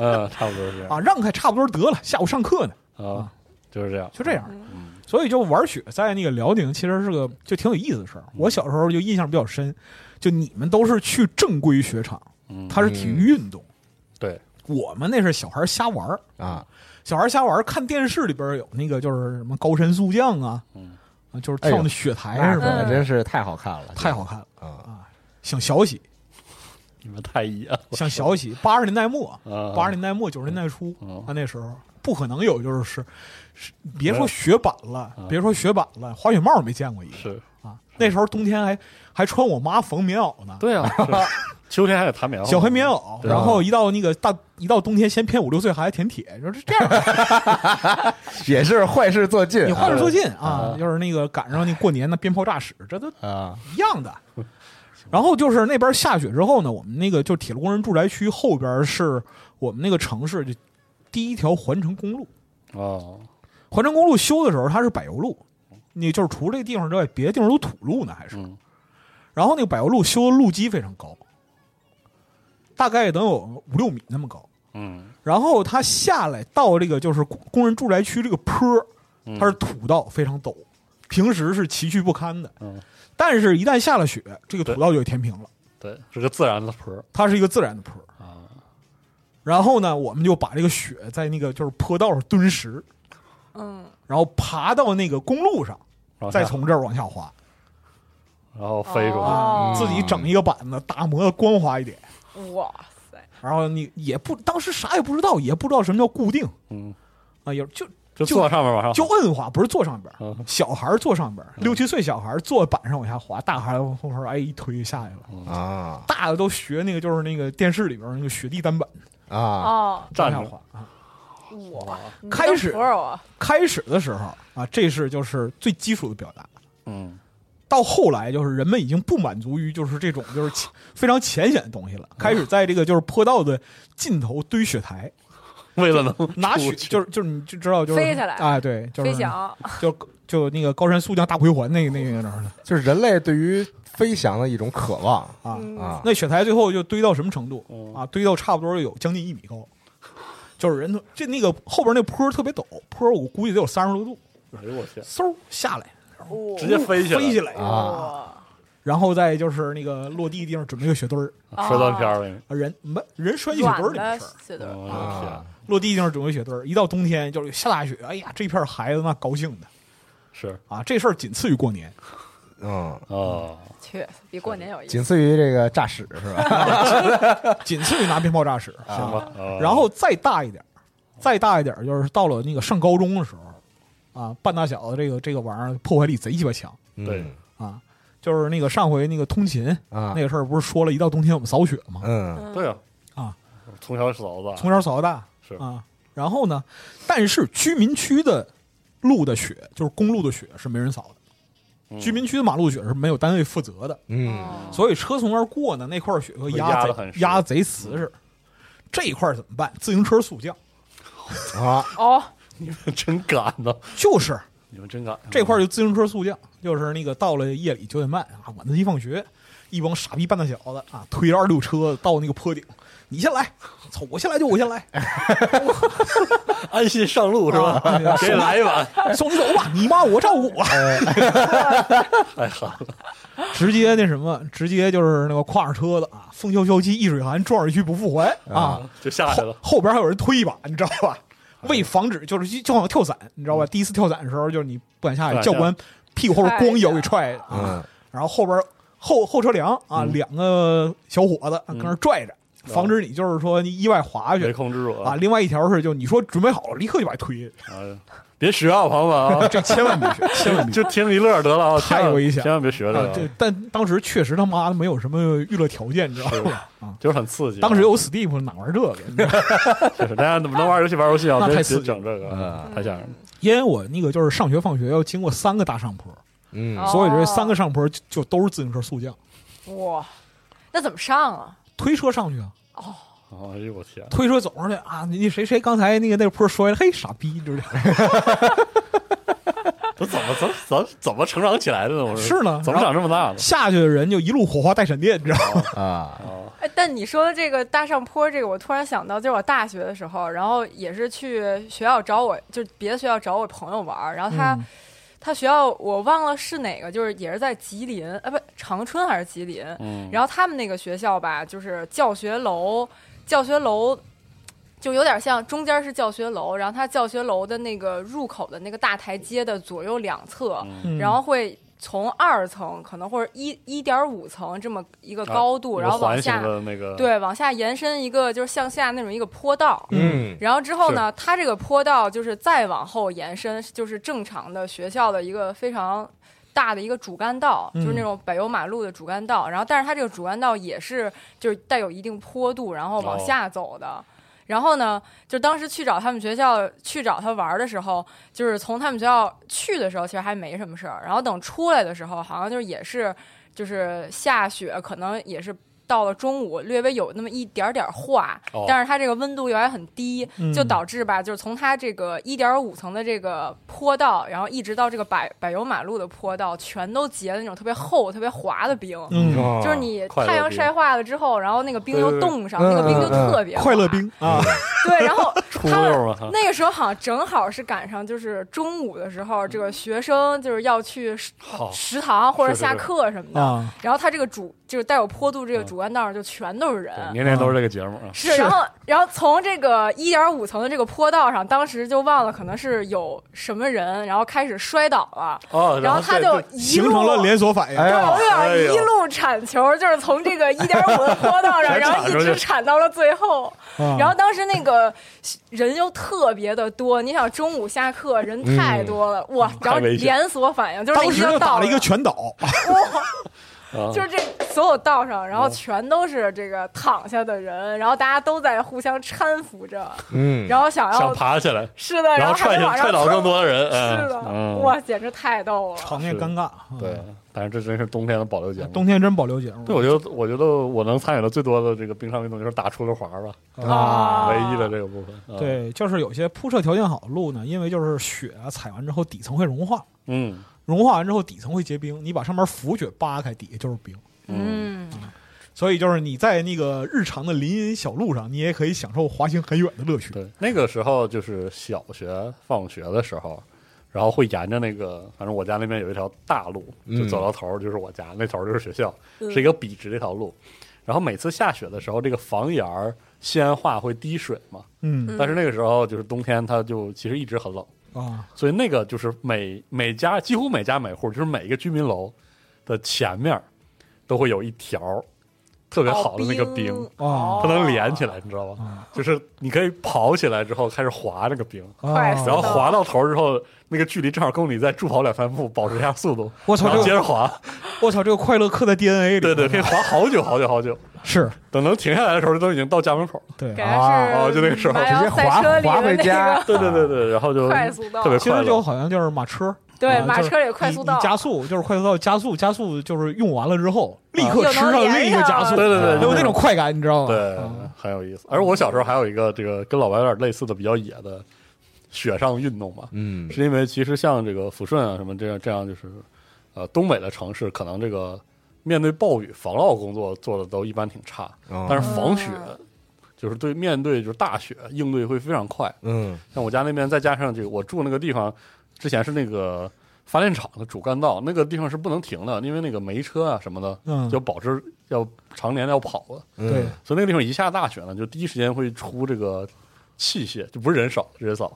[SPEAKER 5] 嗯，差不多是这样
[SPEAKER 6] 啊，让开，差不多得了，下午上课呢，
[SPEAKER 5] 啊，就是这样，
[SPEAKER 6] 就这样。
[SPEAKER 5] 嗯
[SPEAKER 6] 所以就玩雪在那个辽宁其实是个就挺有意思的事
[SPEAKER 5] 嗯
[SPEAKER 6] 儿。我小时候就印象比较深，就你们都是去正规雪场，
[SPEAKER 5] 嗯，
[SPEAKER 6] 它是体育运动，
[SPEAKER 5] 对，
[SPEAKER 6] 我们那是小孩儿瞎玩儿，
[SPEAKER 3] 啊，
[SPEAKER 6] 小孩儿瞎玩儿，看电视里边儿有那个就是什么高山速降啊，
[SPEAKER 5] 嗯
[SPEAKER 6] 啊，就是
[SPEAKER 3] 哎呦
[SPEAKER 6] 跳那雪台
[SPEAKER 3] 那
[SPEAKER 6] 是吧？
[SPEAKER 4] 嗯
[SPEAKER 3] 可真是太好看了，
[SPEAKER 6] 太好看了，
[SPEAKER 3] 啊！
[SPEAKER 6] 想小喜，
[SPEAKER 5] 你们太野了，
[SPEAKER 6] 想小喜，八十年代末，
[SPEAKER 5] 啊，
[SPEAKER 6] 八十年代末九十年代初
[SPEAKER 5] 嗯
[SPEAKER 6] 啊，那时候不可能有，就是是，是别说雪板了
[SPEAKER 5] 嗯，
[SPEAKER 6] 别说雪板了，滑雪帽没见过一个
[SPEAKER 5] 是，
[SPEAKER 6] 啊。那时候冬天还还穿我妈缝棉袄呢，
[SPEAKER 5] 对啊，是 秋天还得弹棉花，
[SPEAKER 6] 小黑棉袄，
[SPEAKER 5] 对啊
[SPEAKER 6] 然后一到那个大一到冬天，先骗五六岁孩子舔铁，就是这样，
[SPEAKER 3] 也是坏事做尽啊，
[SPEAKER 6] 你坏事做 尽
[SPEAKER 5] 啊，
[SPEAKER 6] 啊就是那个赶上那过年那鞭炮炸屎，这都
[SPEAKER 3] 啊，
[SPEAKER 6] 一样 的。然后就是那边下雪之后呢，我们那个就铁路工人住宅区后边是我们那个城市的第一条环城公路。
[SPEAKER 5] 哦，
[SPEAKER 6] 环城公路修的时候，它是柏油路，你就是除了这个地方之外，别的地方都土路呢，还是。
[SPEAKER 5] 嗯
[SPEAKER 6] 然后那个柏油路修的路基非常高，大概能有五六米那么高。
[SPEAKER 5] 嗯，
[SPEAKER 6] 然后它下来到这个就是工工人住宅区这个坡儿，
[SPEAKER 5] 嗯
[SPEAKER 6] 它是土道，非常陡，平时是崎岖不堪的。
[SPEAKER 5] 嗯
[SPEAKER 6] 但是，一旦下了雪，这个土
[SPEAKER 5] 对
[SPEAKER 6] 道就填平了，
[SPEAKER 5] 对，是个自然的坡儿
[SPEAKER 6] 它是一个自然的坡儿。
[SPEAKER 5] 啊，
[SPEAKER 6] 然后呢，我们就把这个雪在那个就是坡道上蹲实，
[SPEAKER 4] 嗯，
[SPEAKER 6] 然后爬到那个公路上，
[SPEAKER 5] 往下
[SPEAKER 6] 再从这儿往下滑。
[SPEAKER 5] 然后飞嗯出去，
[SPEAKER 4] 哦
[SPEAKER 6] 自己整一个板子，打磨得光滑一点。
[SPEAKER 4] 哇塞，
[SPEAKER 6] 然后你也不当时啥也不知道，也不知道什么叫固定
[SPEAKER 5] 嗯，
[SPEAKER 6] 啊，也就
[SPEAKER 5] 就坐上面往上，
[SPEAKER 6] 就摁滑，不是坐上边儿
[SPEAKER 5] 嗯，
[SPEAKER 6] 小孩儿坐上边儿，六七岁小孩儿坐板上往下滑，大孩儿往后哎一推就下去了。
[SPEAKER 5] 嗯
[SPEAKER 3] 啊
[SPEAKER 6] 大的都学那个，就是那个电视里边儿那个雪地单板
[SPEAKER 3] 啊哦
[SPEAKER 4] 哦，
[SPEAKER 5] 站
[SPEAKER 6] 往
[SPEAKER 5] 着
[SPEAKER 6] 下滑啊。
[SPEAKER 4] 哇，你
[SPEAKER 6] 开
[SPEAKER 4] 真
[SPEAKER 6] 始
[SPEAKER 4] pro 啊，
[SPEAKER 6] 开始的时候啊，这是就是最基础的表达。
[SPEAKER 5] 嗯，
[SPEAKER 6] 到后来就是人们已经不满足于就是这种就是浅非常浅显的东西了，开始在这个就是坡道的尽头堆雪苔，
[SPEAKER 5] 为了能
[SPEAKER 6] 拿
[SPEAKER 5] 出
[SPEAKER 6] 雪
[SPEAKER 5] 去
[SPEAKER 6] 就是就是你就知道就是
[SPEAKER 4] 飞起来
[SPEAKER 6] 啊，对，就是
[SPEAKER 4] 飞翔，
[SPEAKER 6] 就就那个高山速降大回环那个那个那儿的
[SPEAKER 3] 就是人类对于飞翔的一种渴望
[SPEAKER 6] 啊。
[SPEAKER 3] 啊。
[SPEAKER 6] 那雪苔最后就堆到什么程度
[SPEAKER 5] 嗯
[SPEAKER 6] 啊？堆到差不多有将近一米高，就是人都这那个后边那坡特别陡，坡我估计得有三十多度，
[SPEAKER 5] 哎呦我天，
[SPEAKER 6] 嗖下来，
[SPEAKER 4] 哦
[SPEAKER 5] 直接飞起来
[SPEAKER 6] 飞起来
[SPEAKER 3] 啊
[SPEAKER 6] 然后再就是那个落地地方准备个雪堆儿，
[SPEAKER 5] 摔断片儿了。
[SPEAKER 6] 啊人没人摔进雪
[SPEAKER 4] 软
[SPEAKER 6] 堆儿里
[SPEAKER 4] 的
[SPEAKER 6] 没事儿，
[SPEAKER 4] 雪堆儿，
[SPEAKER 5] 我
[SPEAKER 3] 啊
[SPEAKER 5] 的天，
[SPEAKER 6] 落地地方准备雪堆儿。一到冬天就是下大雪，哎呀，这片孩子那高兴的
[SPEAKER 5] 是
[SPEAKER 6] 啊，这事儿仅次于过年。
[SPEAKER 3] 嗯，
[SPEAKER 5] 啊，
[SPEAKER 4] 去比过年有意思。
[SPEAKER 3] 仅次于这个诈屎是吧？
[SPEAKER 6] 仅次于拿鞭炮炸屎。
[SPEAKER 5] 行吧。啊
[SPEAKER 6] 然后再大一点儿，再大一点儿就是到了那个上高中的时候，啊，半大小子这个这个玩意儿破坏力贼鸡巴强
[SPEAKER 5] 对
[SPEAKER 3] 嗯
[SPEAKER 6] 啊。就是那个上回那个通勤
[SPEAKER 3] 啊
[SPEAKER 6] 那个事儿，不是说了一到冬天我们扫雪吗？
[SPEAKER 3] 嗯
[SPEAKER 5] 对啊
[SPEAKER 6] 啊，
[SPEAKER 5] 从小嫂子啊
[SPEAKER 6] 从小扫到大
[SPEAKER 5] 是
[SPEAKER 6] 啊。然后呢，但是居民区的路的雪，就是公路的雪是没人扫的，
[SPEAKER 5] 嗯
[SPEAKER 6] 居民区的马路雪是没有单位负责的，
[SPEAKER 3] 嗯
[SPEAKER 4] 哦
[SPEAKER 6] 所以车从那儿过呢，那块儿雪会
[SPEAKER 5] 会
[SPEAKER 6] 压
[SPEAKER 5] 压
[SPEAKER 6] 贼
[SPEAKER 5] 得很实嗯
[SPEAKER 6] 压贼实实。这一块儿怎么办？自行车速降，
[SPEAKER 3] 啊，
[SPEAKER 4] 哦，
[SPEAKER 5] 真敢呐，
[SPEAKER 6] 就是
[SPEAKER 5] 你们真敢
[SPEAKER 6] 这块儿就自行车速降，就是那个到了夜里九点半啊，晚自习放学，一帮傻逼半大小子啊，推着二六车到那个坡顶，你先来，操，我先来就我先来，
[SPEAKER 5] 安心上路是吧
[SPEAKER 6] 啊 啊？
[SPEAKER 5] 给你来一碗，
[SPEAKER 6] 送你走吧，你妈我照顾我，
[SPEAKER 5] 哎 太狠了，
[SPEAKER 6] 直接那什么，直接就是那个跨上车子啊，风萧萧兮易水寒，壮士去不复还啊，
[SPEAKER 5] 就下去
[SPEAKER 6] 后
[SPEAKER 5] 了。哎
[SPEAKER 6] 后边还有人推一把，你知道吧？为防止就是就就好像跳伞，你知道吧？第一次跳伞的时候，就是你不敢下去，
[SPEAKER 5] 嗯对
[SPEAKER 6] 教官屁股后边咣一脚给踹啊，
[SPEAKER 3] 嗯
[SPEAKER 6] 然后后边后后车梁啊，
[SPEAKER 5] 嗯
[SPEAKER 6] 两个小伙子跟那儿拽着，防止你就是说你意外滑下
[SPEAKER 5] 哦没
[SPEAKER 6] 去
[SPEAKER 5] 控制住
[SPEAKER 6] 啊。！另外一条是，就你说准备好了，立刻就把 你推下去，
[SPEAKER 5] 啊别学啊，朋友们啊！
[SPEAKER 6] 这千万别学，千万别学。
[SPEAKER 5] 就听一乐得了啊！
[SPEAKER 6] 太
[SPEAKER 5] 千万
[SPEAKER 6] 危险
[SPEAKER 5] 千万别学这
[SPEAKER 6] 啊，
[SPEAKER 5] 个
[SPEAKER 6] 这，但当时确实他妈的没有什么娱乐条件，你知道吧？啊，
[SPEAKER 5] 就是很刺激啊。
[SPEAKER 6] 当时有 Steam 哪玩这个 你知道吗？
[SPEAKER 5] 就是大家怎么能玩游戏玩游戏啊？
[SPEAKER 6] 那
[SPEAKER 5] 别
[SPEAKER 6] 太
[SPEAKER 5] 别
[SPEAKER 6] 刺激
[SPEAKER 5] 整这个啊，
[SPEAKER 3] 嗯
[SPEAKER 5] 太吓人了。
[SPEAKER 6] 因为我那个就是上学放学要经过三个大上坡，
[SPEAKER 3] 嗯
[SPEAKER 4] 哦
[SPEAKER 6] 所以这三个上坡就就都是自行车速降，
[SPEAKER 4] 哇，那怎么上啊？
[SPEAKER 6] 推车上去啊，
[SPEAKER 5] 啊哎呦我天！
[SPEAKER 6] 推车走上去啊，你你谁谁刚才那个那坡摔了，嘿，傻逼，就是这样
[SPEAKER 5] 都怎么怎么怎么怎么成长起来的呢？我说
[SPEAKER 6] 是呢
[SPEAKER 5] 怎么长这么大呢？
[SPEAKER 6] 下去的人就一路火花带闪电，你知道吗？
[SPEAKER 3] 啊，
[SPEAKER 5] 啊，
[SPEAKER 4] 哎，但你说的这个大上坡，这个我突然想到，就是我大学的时候，然后也是去学校找我，就是别的学校找我朋友玩儿，然后他、
[SPEAKER 6] 嗯
[SPEAKER 4] 他学校我忘了是哪个，就是也是在吉林，哎，不长春还是吉林，
[SPEAKER 5] 嗯，
[SPEAKER 4] 然后他们那个学校吧，就是教学楼，教学楼就有点像中间是教学楼，然后它教学楼的那个入口的那个大台阶的左右两侧，
[SPEAKER 6] 嗯
[SPEAKER 4] 然后会从二层可能或者一一点五层这么一个高度，
[SPEAKER 5] 有
[SPEAKER 4] 然后往
[SPEAKER 5] 环形
[SPEAKER 4] 下
[SPEAKER 5] 的那个，
[SPEAKER 4] 对往下延伸一个就是向下那种一个坡道。
[SPEAKER 3] 嗯
[SPEAKER 4] 然后之后呢，它这个坡道就是再往后延伸，就是正常的学校的一个非常大的一个主干道，
[SPEAKER 6] 嗯
[SPEAKER 4] 就是那种柏油马路的主干道。然后，但是它这个主干道也是就是带有一定坡度，然后往下走的。然后呢，就当时去找他们学校去找他玩的时候，就是从他们学校去的时候，其实还没什么事儿。然后等出来的时候，好像就是也是就是下雪，可能也是到了中午，略微有那么一点点儿化，
[SPEAKER 5] 哦
[SPEAKER 4] 但是它这个温度又还很低，
[SPEAKER 6] 嗯
[SPEAKER 4] 就导致吧，就是从它这个一点五层的这个坡道，然后一直到这个柏柏油马路的坡道，全都结的那种特别厚、特别滑的冰。
[SPEAKER 6] 嗯，
[SPEAKER 3] 哦
[SPEAKER 4] 就是你
[SPEAKER 5] 快乐
[SPEAKER 4] 太阳
[SPEAKER 5] 冰
[SPEAKER 4] 晒化了之后，然后那个冰
[SPEAKER 5] 对
[SPEAKER 4] 又
[SPEAKER 5] 对对
[SPEAKER 4] 冻上，
[SPEAKER 3] 嗯
[SPEAKER 4] 那个冰就
[SPEAKER 3] 嗯嗯
[SPEAKER 4] 特别
[SPEAKER 6] 快乐
[SPEAKER 4] 滑
[SPEAKER 6] 兵啊，
[SPEAKER 4] 对，然后
[SPEAKER 5] 出
[SPEAKER 4] 他
[SPEAKER 5] 溜
[SPEAKER 4] 们
[SPEAKER 5] 嘛，
[SPEAKER 4] 那个时候好像正好是赶上，就是中午的时候，这个学生就是要去食
[SPEAKER 5] 嗯好
[SPEAKER 4] 食堂或者
[SPEAKER 5] 是是
[SPEAKER 4] 下
[SPEAKER 5] 是
[SPEAKER 4] 课什么的。
[SPEAKER 6] 啊
[SPEAKER 4] 然后他这个主就是带有坡度这个
[SPEAKER 5] 嗯
[SPEAKER 4] 主干道上就全都是人，
[SPEAKER 5] 对年年都是这个节目啊。
[SPEAKER 4] 是，然后然后从这个一点五层的这个坡道上，当时就忘了可能是有什么人，然后开始摔倒了，
[SPEAKER 5] 哦，
[SPEAKER 4] 然后他就一
[SPEAKER 6] 形
[SPEAKER 4] 路
[SPEAKER 6] 成了连锁反应。
[SPEAKER 3] 哎呀
[SPEAKER 4] 对，
[SPEAKER 5] 哎呦
[SPEAKER 4] 一路铲球，就是从这个一点五的坡道上，
[SPEAKER 5] 全
[SPEAKER 4] 然后
[SPEAKER 5] 铲
[SPEAKER 4] 一
[SPEAKER 5] 出去
[SPEAKER 4] 直铲到了最后。
[SPEAKER 6] 啊
[SPEAKER 4] 然后当时那个人又特别的多，你想中午下课人太多了，哇！然后
[SPEAKER 5] 嗯太危险
[SPEAKER 4] 连锁反应就是那
[SPEAKER 6] 当
[SPEAKER 4] 一
[SPEAKER 6] 时
[SPEAKER 4] 个
[SPEAKER 6] 就打
[SPEAKER 4] 道
[SPEAKER 6] 了一个
[SPEAKER 4] 上
[SPEAKER 6] 全倒，
[SPEAKER 5] 啊
[SPEAKER 4] 就是这所有道上，
[SPEAKER 5] 嗯
[SPEAKER 4] 然后全都是这个躺下的人，然后大家都在互相搀扶着，
[SPEAKER 3] 嗯，
[SPEAKER 4] 然后想
[SPEAKER 5] 想
[SPEAKER 4] 要
[SPEAKER 5] 爬起来，
[SPEAKER 4] 是的，
[SPEAKER 5] 然
[SPEAKER 4] 然
[SPEAKER 5] 后
[SPEAKER 4] 后
[SPEAKER 5] 踹
[SPEAKER 4] 还
[SPEAKER 5] 下
[SPEAKER 4] 得往上
[SPEAKER 5] 踹倒
[SPEAKER 4] 冲
[SPEAKER 5] 更多的人，
[SPEAKER 4] 是
[SPEAKER 5] 嗯
[SPEAKER 4] 的，
[SPEAKER 5] 嗯
[SPEAKER 4] 哇，简直太逗了。
[SPEAKER 6] 场面
[SPEAKER 5] 是
[SPEAKER 6] 尴尬。啊
[SPEAKER 5] 对，但是这真是冬天的保留节目。
[SPEAKER 6] 冬天真保留节目。
[SPEAKER 5] 对，我觉得我觉得我能参与的最多的这个冰上运动就是打出溜滑儿吧，
[SPEAKER 4] 啊
[SPEAKER 5] 唯一的这个部分。啊，
[SPEAKER 6] 对，就是有些铺设条件好的路呢，因为就是雪啊踩完之后底层会融化，
[SPEAKER 5] 嗯
[SPEAKER 6] 融化完之后底层会结冰，你把上面浮雪扒开，底下就是冰。
[SPEAKER 4] 嗯，
[SPEAKER 6] 所以就是你在那个日常的林荫小路上，你也可以享受滑行很远的乐趣。
[SPEAKER 5] 对，那个时候就是小学放学的时候，然后会沿着那个，反正我家那边有一条大路，就走到头儿就是我家，那头儿就是学校，是一个笔直的一条路。然后每次下雪的时候，这个房檐儿先化会滴水嘛，
[SPEAKER 6] 嗯
[SPEAKER 5] 但是那个时候就是冬天，它就其实一直很冷，
[SPEAKER 4] 嗯
[SPEAKER 6] 啊，
[SPEAKER 5] 所以那个就是每每家几乎每家每户，就是每一个居民楼的前面儿都会有一条儿特别好的那个冰，哦
[SPEAKER 6] 哦
[SPEAKER 5] 它能连起来，你知道吗？就是你可以跑起来之后开始滑那个冰，
[SPEAKER 6] 啊
[SPEAKER 4] 快死
[SPEAKER 5] 然后
[SPEAKER 4] 了！
[SPEAKER 5] 滑到头儿之后，那个距离正好够你再助跑两三步，保持一下速度，
[SPEAKER 6] 我操
[SPEAKER 5] 然后
[SPEAKER 6] 这
[SPEAKER 5] 接
[SPEAKER 6] 个
[SPEAKER 5] 着滑，
[SPEAKER 6] 我操，这个快乐刻在 DNA 里。
[SPEAKER 5] 对对，可以滑好久好久好久，
[SPEAKER 6] 是，
[SPEAKER 5] 等能停下来的时候都已经到家门口了。
[SPEAKER 6] 对啊
[SPEAKER 4] 给。他是
[SPEAKER 5] 哦就那个时候
[SPEAKER 4] 马
[SPEAKER 3] 直接
[SPEAKER 4] 瑶赛
[SPEAKER 3] 滑
[SPEAKER 4] 车里
[SPEAKER 3] 滑回
[SPEAKER 4] 的那
[SPEAKER 3] 家
[SPEAKER 4] 个，，
[SPEAKER 5] 对对对对，然后就
[SPEAKER 4] 快速道
[SPEAKER 5] 特别
[SPEAKER 6] 其
[SPEAKER 5] 快
[SPEAKER 6] 实
[SPEAKER 5] 乐
[SPEAKER 6] 就。好像就是马车，
[SPEAKER 4] 对
[SPEAKER 3] 嗯
[SPEAKER 6] 啊
[SPEAKER 4] 马
[SPEAKER 6] 就是
[SPEAKER 4] 车里快速
[SPEAKER 6] 你
[SPEAKER 4] 道
[SPEAKER 6] 你加速就是快速道加速，加速就是用完了之后立
[SPEAKER 4] 啊又
[SPEAKER 6] 刻
[SPEAKER 4] 能
[SPEAKER 6] 吃上另一个
[SPEAKER 4] 连
[SPEAKER 6] 加速，
[SPEAKER 4] 上
[SPEAKER 5] 对对对，就
[SPEAKER 6] 有那种快感，你知道吗？
[SPEAKER 5] 对
[SPEAKER 6] 啊，
[SPEAKER 5] 很有意思。而我小时候还有一个这个跟老白有点类似的比较野的雪上运动嘛，
[SPEAKER 3] 嗯
[SPEAKER 5] 是因为其实像这个抚顺啊什么这样这样就是，呃，东北的城市可能这个呃面对暴雨防涝工作做的都一般挺差，
[SPEAKER 3] 哦
[SPEAKER 5] 但是防雪就是对面对就是大雪应对会非常快。
[SPEAKER 3] 嗯
[SPEAKER 5] 像我家那边再加上这个我住那个地方之前是那个。发电厂的主干道那个地方是不能停的，因为那个煤车啊什么的，
[SPEAKER 6] 嗯
[SPEAKER 5] 就保持要常年要跑的。
[SPEAKER 6] 对，
[SPEAKER 5] 所以那个地方一下大雪呢，就第一时间会出这个器械，就不是人少，人扫，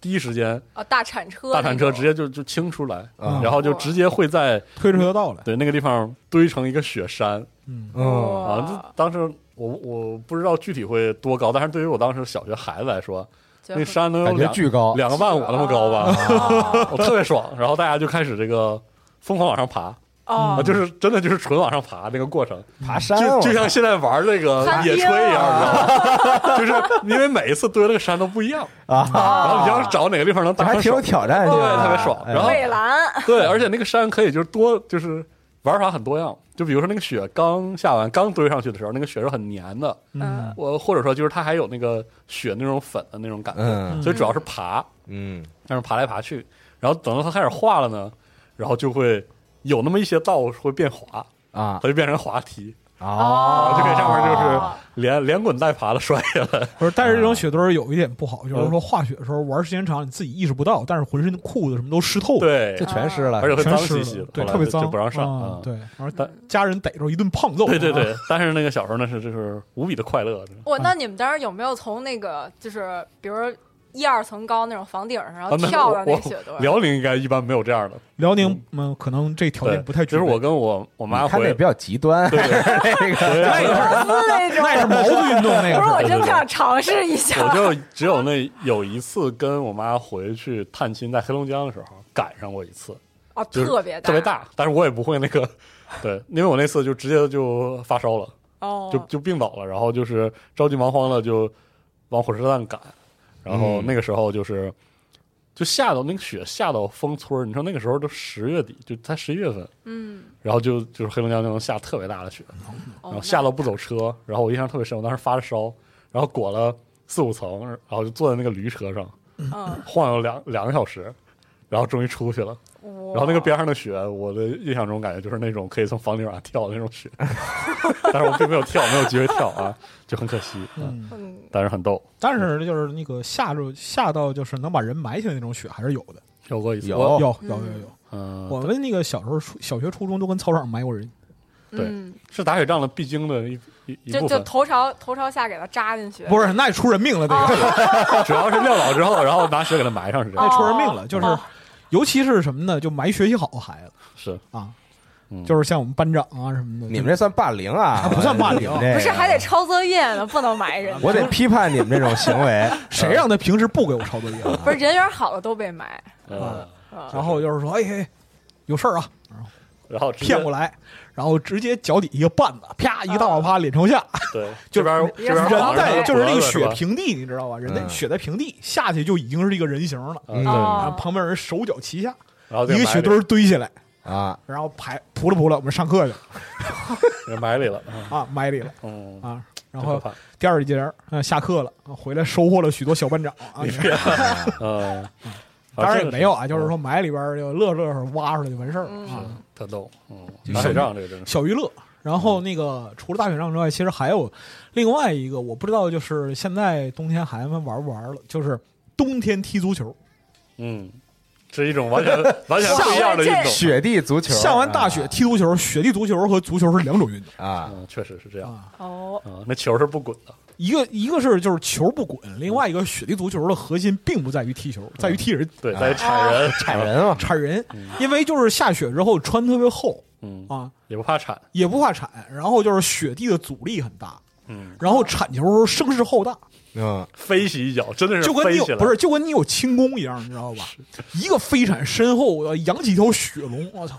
[SPEAKER 5] 第一时间
[SPEAKER 4] 啊大铲车，
[SPEAKER 5] 大铲车直接就就清出来，
[SPEAKER 3] 嗯
[SPEAKER 5] 然后就直接会在
[SPEAKER 6] 推着车道来，
[SPEAKER 5] 对那个地方堆成一个雪山
[SPEAKER 6] 嗯，
[SPEAKER 3] 嗯
[SPEAKER 5] 啊！就当时我我不知道具体会多高，但是对于我当时小学孩子来说，
[SPEAKER 4] 觉得
[SPEAKER 5] 那山能有
[SPEAKER 3] 感觉
[SPEAKER 5] 两
[SPEAKER 3] 巨高，
[SPEAKER 5] 两个半我那么高吧，
[SPEAKER 4] 哦
[SPEAKER 5] 我特别爽。然后大家就开始这个疯狂往上爬啊，
[SPEAKER 4] 哦，
[SPEAKER 5] 就是真的就是纯往上爬那个过程。
[SPEAKER 3] 爬山
[SPEAKER 5] 就
[SPEAKER 3] 我
[SPEAKER 5] 就像现在玩那个
[SPEAKER 4] 攀
[SPEAKER 5] 野
[SPEAKER 4] 冰
[SPEAKER 5] 炊一样，你知道吗？ 就是因为每一次堆那个山都不一样，
[SPEAKER 3] 啊，
[SPEAKER 5] 然后
[SPEAKER 4] 啊
[SPEAKER 5] 你要是找哪个地方能
[SPEAKER 3] 这
[SPEAKER 5] 搭
[SPEAKER 3] 还
[SPEAKER 5] 上
[SPEAKER 3] 挺有
[SPEAKER 5] 手，
[SPEAKER 3] 挑战性
[SPEAKER 5] 对，
[SPEAKER 3] 的，
[SPEAKER 5] 特别爽。
[SPEAKER 3] 哎
[SPEAKER 5] 然后
[SPEAKER 4] 蔚蓝，
[SPEAKER 5] 对，而且那个山可以就是多，就是玩法很多样。就比如说那个雪刚下完、刚堆上去的时候，那个雪是很粘的，
[SPEAKER 4] 嗯
[SPEAKER 5] 我或者说就是它还有那个雪那种粉的那种感觉，
[SPEAKER 3] 嗯
[SPEAKER 5] 所以主要是爬，
[SPEAKER 3] 嗯
[SPEAKER 5] 但是爬来爬去，然后等到它开始化了呢，然后就会有那么一些道会变滑，
[SPEAKER 3] 啊
[SPEAKER 5] 它就变成滑梯。
[SPEAKER 3] 啊
[SPEAKER 5] 啊，就给上面就是嗯
[SPEAKER 4] 哦
[SPEAKER 5] 连连滚带爬的摔
[SPEAKER 3] 哦
[SPEAKER 5] 下来。
[SPEAKER 6] 不是，但是这
[SPEAKER 5] 啊
[SPEAKER 6] 种雪堆儿有一点不好，
[SPEAKER 5] 嗯
[SPEAKER 6] 就是说化雪的时候玩时间长，你自己意识不到，但是浑身的裤子什么都湿透了，
[SPEAKER 5] 对
[SPEAKER 3] 这，全湿了，
[SPEAKER 5] 而且会
[SPEAKER 6] 全
[SPEAKER 5] 脏
[SPEAKER 6] 湿
[SPEAKER 5] 兮
[SPEAKER 6] 了
[SPEAKER 5] 兮的，
[SPEAKER 6] 对，
[SPEAKER 5] 后来
[SPEAKER 6] 特别
[SPEAKER 5] 就
[SPEAKER 6] 脏，
[SPEAKER 5] 就不让上
[SPEAKER 6] 啊
[SPEAKER 5] 嗯
[SPEAKER 6] 对，然后家人逮着一顿胖揍，
[SPEAKER 5] 对对
[SPEAKER 6] 啊，
[SPEAKER 5] 对，但是那个小时候那是就是无比的快乐，真的
[SPEAKER 4] 哇，那你们当时有没有从那个就是比如说一二层高那种房顶上，然后
[SPEAKER 5] 啊那
[SPEAKER 4] 跳到
[SPEAKER 5] 我
[SPEAKER 4] 那
[SPEAKER 5] 我
[SPEAKER 4] 雪堆儿？
[SPEAKER 5] 辽宁应该一般没有这样的，
[SPEAKER 6] 辽宁嗯，可能这条
[SPEAKER 5] 对，
[SPEAKER 6] 件不太
[SPEAKER 5] 就
[SPEAKER 6] 具
[SPEAKER 5] 是
[SPEAKER 6] 备，
[SPEAKER 5] 我跟我我妈
[SPEAKER 3] 看那
[SPEAKER 5] 回
[SPEAKER 3] 比，较极端，
[SPEAKER 5] 对对，
[SPEAKER 3] 那个
[SPEAKER 5] 回来
[SPEAKER 4] 俄罗斯那种，
[SPEAKER 6] 那是毛子运动那
[SPEAKER 4] 不
[SPEAKER 6] 个
[SPEAKER 4] 是，
[SPEAKER 6] 是，
[SPEAKER 4] 我真的想尝试一下。
[SPEAKER 5] 我就只有那有一次跟我妈回去探亲，在黑龙江的时候赶上过一次，
[SPEAKER 4] 哦，
[SPEAKER 5] 就是
[SPEAKER 4] 特别大，
[SPEAKER 5] 特别大，但是我也不会那个，对，因为我那次就直接就发烧了。
[SPEAKER 4] 哦，
[SPEAKER 5] 就就病倒了，然后就是着急忙慌的就往火车站赶，然后
[SPEAKER 3] 嗯
[SPEAKER 5] 那个时候就是就下到那个雪下到封村儿你说那个时候都十月底，就才十一月份，
[SPEAKER 4] 嗯，
[SPEAKER 5] 然后就就是黑龙江就能下特别大的雪，
[SPEAKER 4] 然
[SPEAKER 5] 然后啊下到不走车，然后我印象特别深，我当时发着烧，然后裹了四五层，然后就坐在那个驴车上
[SPEAKER 4] 嗯，
[SPEAKER 5] 晃悠两两个小时。然后终于出去了，
[SPEAKER 4] 然
[SPEAKER 5] 然后那个边上的雪，我的印象中感觉就是那种可以从房顶上跳的那种 雪，但是我并没有跳，没有机会跳啊，就很可惜。嗯
[SPEAKER 6] 嗯，
[SPEAKER 4] 嗯，
[SPEAKER 5] 但是很逗，
[SPEAKER 6] 但是就是那个下着下到就是能把人埋起来那种雪还是有的，
[SPEAKER 5] 有过一次，
[SPEAKER 3] 有
[SPEAKER 5] 我
[SPEAKER 6] 有
[SPEAKER 3] 哦
[SPEAKER 6] 有有有有。
[SPEAKER 5] 嗯，
[SPEAKER 6] 我们那个小时候初小学初中都跟操场上埋过人，
[SPEAKER 5] 对
[SPEAKER 4] 嗯
[SPEAKER 5] 是打雪仗的必经的一一一
[SPEAKER 4] 就
[SPEAKER 5] 部
[SPEAKER 4] 就
[SPEAKER 5] 分，
[SPEAKER 4] 头朝头朝下给它扎进去，
[SPEAKER 6] 不是那也出人命了，这个
[SPEAKER 5] 主要是撂倒之后，然后拿雪给它埋上是这
[SPEAKER 6] 那
[SPEAKER 5] 样，
[SPEAKER 4] 哦
[SPEAKER 6] 出人命了，就是
[SPEAKER 4] 哦
[SPEAKER 6] 尤其是什么呢？就埋学习好的孩子
[SPEAKER 5] 是
[SPEAKER 6] 啊
[SPEAKER 5] 嗯，
[SPEAKER 6] 就是像我们班长啊什么的，
[SPEAKER 3] 你们这算霸凌啊？
[SPEAKER 6] 不算霸凌
[SPEAKER 3] 你们这
[SPEAKER 4] 不
[SPEAKER 5] 哎
[SPEAKER 4] 是还得抄作业呢，不能埋人。
[SPEAKER 3] 我得批判你们这种行为，
[SPEAKER 6] 谁让他平时不给我抄作业？
[SPEAKER 5] 啊
[SPEAKER 4] 不是人缘好的都被埋，
[SPEAKER 5] 嗯，
[SPEAKER 6] 然后就是说，哎哎，有事儿啊，
[SPEAKER 5] 然后直接
[SPEAKER 6] 骗过来，然后直接脚底一个绊子，啪一个大爆发，脸朝下，
[SPEAKER 5] 对，这
[SPEAKER 6] 就
[SPEAKER 5] 边
[SPEAKER 6] 人
[SPEAKER 5] 这边
[SPEAKER 6] 人
[SPEAKER 5] 啊
[SPEAKER 6] 在就是那个雪
[SPEAKER 5] 平，
[SPEAKER 6] 平地，你知道吧？人在
[SPEAKER 3] 嗯
[SPEAKER 6] 雪在平地下去就已经是一个人形了，
[SPEAKER 3] 嗯
[SPEAKER 5] 嗯对，
[SPEAKER 6] 然后
[SPEAKER 4] 哦，
[SPEAKER 6] 旁边人手脚齐下，
[SPEAKER 5] 然后
[SPEAKER 6] 一个雪堆，儿堆起来，
[SPEAKER 3] 啊，
[SPEAKER 6] 然后排扑了扑了，我们上课去
[SPEAKER 5] 人埋里了。嗯
[SPEAKER 6] 啊，埋里了
[SPEAKER 5] 嗯，
[SPEAKER 6] 啊。然
[SPEAKER 5] 真可
[SPEAKER 6] 后
[SPEAKER 5] 怕。
[SPEAKER 6] 第二节儿，呃，下课了，啊回来收获了许多小班长啊。
[SPEAKER 5] 嗯，
[SPEAKER 6] 当然也没有啊，
[SPEAKER 5] 嗯
[SPEAKER 6] 就是说埋里边儿就乐乐呵挖出来就完事儿了
[SPEAKER 4] 嗯
[SPEAKER 6] 啊。
[SPEAKER 5] 特逗。嗯，
[SPEAKER 3] 就
[SPEAKER 5] 打雪
[SPEAKER 3] 是
[SPEAKER 5] 仗这个真是
[SPEAKER 6] 小娱乐。然后那个除了大雪仗之外，其实还有另外一个，我不知道就是现在冬天孩子们玩不玩了，就是冬天踢足球。
[SPEAKER 5] 嗯，是一种完全完全不一样的运动。
[SPEAKER 3] 雪地足球，
[SPEAKER 6] 下完大雪踢足球，雪地足球和足球是两种运动。
[SPEAKER 3] 啊，
[SPEAKER 5] 嗯，确实是这样。
[SPEAKER 4] 哦，
[SPEAKER 5] 嗯，那球是不滚的。
[SPEAKER 6] 一个一个是就是球不滚，另外一个雪地足球的核心并不在于踢球，在于踢人
[SPEAKER 5] 对，在铲人，啊
[SPEAKER 3] 铲人嘛，
[SPEAKER 6] 啊铲人，因为就是下雪之后穿特别厚
[SPEAKER 5] 嗯，
[SPEAKER 6] 啊，
[SPEAKER 5] 也不怕铲，
[SPEAKER 6] 也不怕铲，然后就是雪地的阻力很大，
[SPEAKER 5] 嗯，
[SPEAKER 6] 然后铲球的时候声势浩大，
[SPEAKER 3] 嗯，
[SPEAKER 5] 飞起一脚，真的是
[SPEAKER 6] 就跟你
[SPEAKER 5] 飞
[SPEAKER 6] 有
[SPEAKER 5] 起来，
[SPEAKER 6] 不是就跟你有轻功一样，你知道吧？一个飞铲身后我要扬起一条雪龙，我操！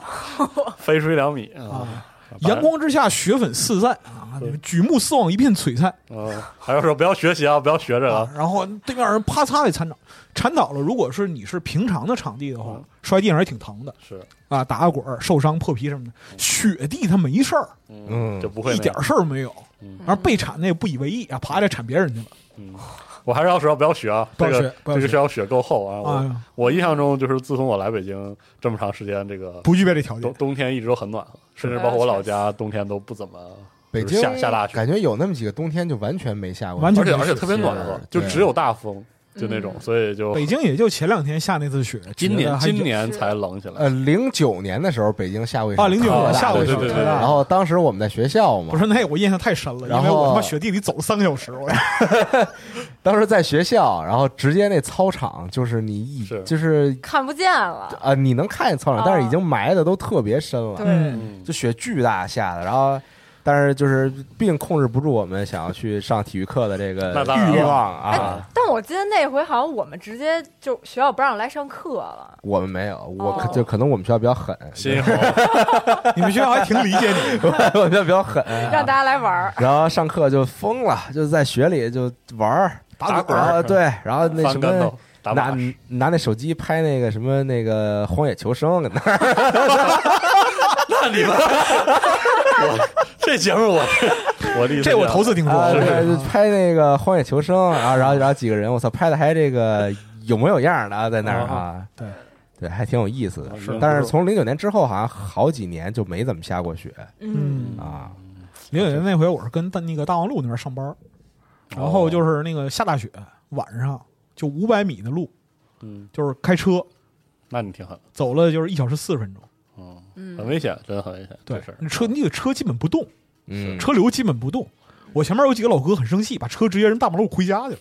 [SPEAKER 5] 飞出一两米
[SPEAKER 6] 啊
[SPEAKER 5] 啊！
[SPEAKER 6] 阳光之下，雪粉四散啊，举目四望，一片璀璨
[SPEAKER 5] 嗯，还要说不要学习啊，不要学着
[SPEAKER 6] 啊
[SPEAKER 5] 啊！。
[SPEAKER 6] 然后对面人啪嚓给铲倒，铲倒了。如果是你是平常的场地的话
[SPEAKER 5] 嗯，
[SPEAKER 6] 摔地上也挺疼的
[SPEAKER 5] 是，
[SPEAKER 6] 啊，打个滚儿、受伤、破皮什么的。雪地它没事儿，
[SPEAKER 5] 嗯，
[SPEAKER 3] 嗯
[SPEAKER 5] 就不会
[SPEAKER 6] 一
[SPEAKER 5] 那
[SPEAKER 6] 点
[SPEAKER 5] 样。
[SPEAKER 6] 事儿没有。然后被铲那也不以为意啊，爬起来铲别人去了。
[SPEAKER 5] 我还是要说不要学啊，
[SPEAKER 6] 不
[SPEAKER 5] 这
[SPEAKER 6] 要
[SPEAKER 5] 个
[SPEAKER 6] 学不要
[SPEAKER 5] 这个
[SPEAKER 6] 学
[SPEAKER 5] 学校雪够厚啊。
[SPEAKER 6] 哎呀
[SPEAKER 5] 我我印象中就是自从我来北京这么长时间，这个
[SPEAKER 6] 不具备这条
[SPEAKER 5] 冬
[SPEAKER 6] 件。
[SPEAKER 5] 冬天一直都很暖和，甚至包括我老家冬天都不怎么
[SPEAKER 3] 北
[SPEAKER 5] 就是
[SPEAKER 3] 京
[SPEAKER 5] 下下大雪，
[SPEAKER 3] 感觉有那么几个冬天就完全没下过，
[SPEAKER 6] 完全
[SPEAKER 5] 而且
[SPEAKER 6] 没
[SPEAKER 5] 而且
[SPEAKER 6] 事
[SPEAKER 5] 特别暖和
[SPEAKER 3] 是，
[SPEAKER 5] 就
[SPEAKER 3] 对
[SPEAKER 5] 只有大风就那种，所以就
[SPEAKER 6] 北京也就前两天下那次雪，
[SPEAKER 5] 今
[SPEAKER 6] 觉得
[SPEAKER 5] 年
[SPEAKER 6] 还有
[SPEAKER 5] 今年才冷起来。
[SPEAKER 3] 呃，零九年的时候，北京下过一场
[SPEAKER 6] 啊09
[SPEAKER 3] 特大的
[SPEAKER 5] 下过一
[SPEAKER 3] 雪
[SPEAKER 5] 场对对对
[SPEAKER 3] 然后当时我们在学校嘛，
[SPEAKER 6] 不是那我印象太深了，
[SPEAKER 3] 然
[SPEAKER 6] 因为我他妈
[SPEAKER 3] 后
[SPEAKER 6] 雪地里走了三个小时，我
[SPEAKER 3] 当时在学校，然后直接那操场就是你一
[SPEAKER 5] 是
[SPEAKER 3] 就是
[SPEAKER 4] 看不见了，
[SPEAKER 3] 啊，你能看见操场，
[SPEAKER 4] 啊
[SPEAKER 3] 但是已经埋的都特别深了，
[SPEAKER 4] 对，
[SPEAKER 5] 嗯，
[SPEAKER 3] 就雪巨大下的，然后。但是就是，毕竟控制不住我们想要去上体育课的这个
[SPEAKER 5] 那当然
[SPEAKER 3] 欲
[SPEAKER 5] 了
[SPEAKER 3] 望
[SPEAKER 4] 哎
[SPEAKER 3] 啊。，
[SPEAKER 4] 但我记得那回好像我们直接就学校不让来上课了，
[SPEAKER 3] 我们没有，我可
[SPEAKER 4] 哦
[SPEAKER 3] 就可能我们学校比较狠，
[SPEAKER 5] 心红，
[SPEAKER 6] 你们学校还挺理解你。
[SPEAKER 3] 我们学校比较狠。
[SPEAKER 5] 哎
[SPEAKER 4] 让大家来玩儿，
[SPEAKER 3] 然后上课就疯了，就在雪里就玩儿
[SPEAKER 5] 打滚儿
[SPEAKER 3] 然后对，然后那什
[SPEAKER 5] 翻跟
[SPEAKER 3] 么
[SPEAKER 5] 头，打
[SPEAKER 3] 拿
[SPEAKER 5] 马式，
[SPEAKER 3] 拿那手机拍那个什么那个《荒野求 生》 跟那儿
[SPEAKER 5] 那你们，我 这节目我是我的意思
[SPEAKER 6] 这我
[SPEAKER 5] 是
[SPEAKER 6] 头次听说，
[SPEAKER 3] 啊，
[SPEAKER 5] 是
[SPEAKER 6] 我
[SPEAKER 3] 对，就拍那个《荒野求生》，然后然后然后几个人，我操，拍的还这个有模有样儿的啊，在那儿啊，
[SPEAKER 6] 对
[SPEAKER 3] 对，还挺有意思的。
[SPEAKER 5] 是
[SPEAKER 3] 但是从零九年之后，好像好几年就没怎么下过雪
[SPEAKER 4] 嗯，
[SPEAKER 3] 啊。
[SPEAKER 6] 零九年那回我是跟大那个大望路那边上班，然后就是那个下大雪，晚上就五百米的路，
[SPEAKER 5] 嗯，
[SPEAKER 6] 就是开车
[SPEAKER 5] 那你挺狠，
[SPEAKER 6] 走了就是一小时四十分钟。
[SPEAKER 5] 嗯，很危险，真的很危险，
[SPEAKER 6] 对
[SPEAKER 5] 这事儿，
[SPEAKER 6] 那车那个车基本不动，
[SPEAKER 3] 嗯，
[SPEAKER 6] 车流基本不动。我前面有几个老哥很生气，把车直接扔大马路回家去了。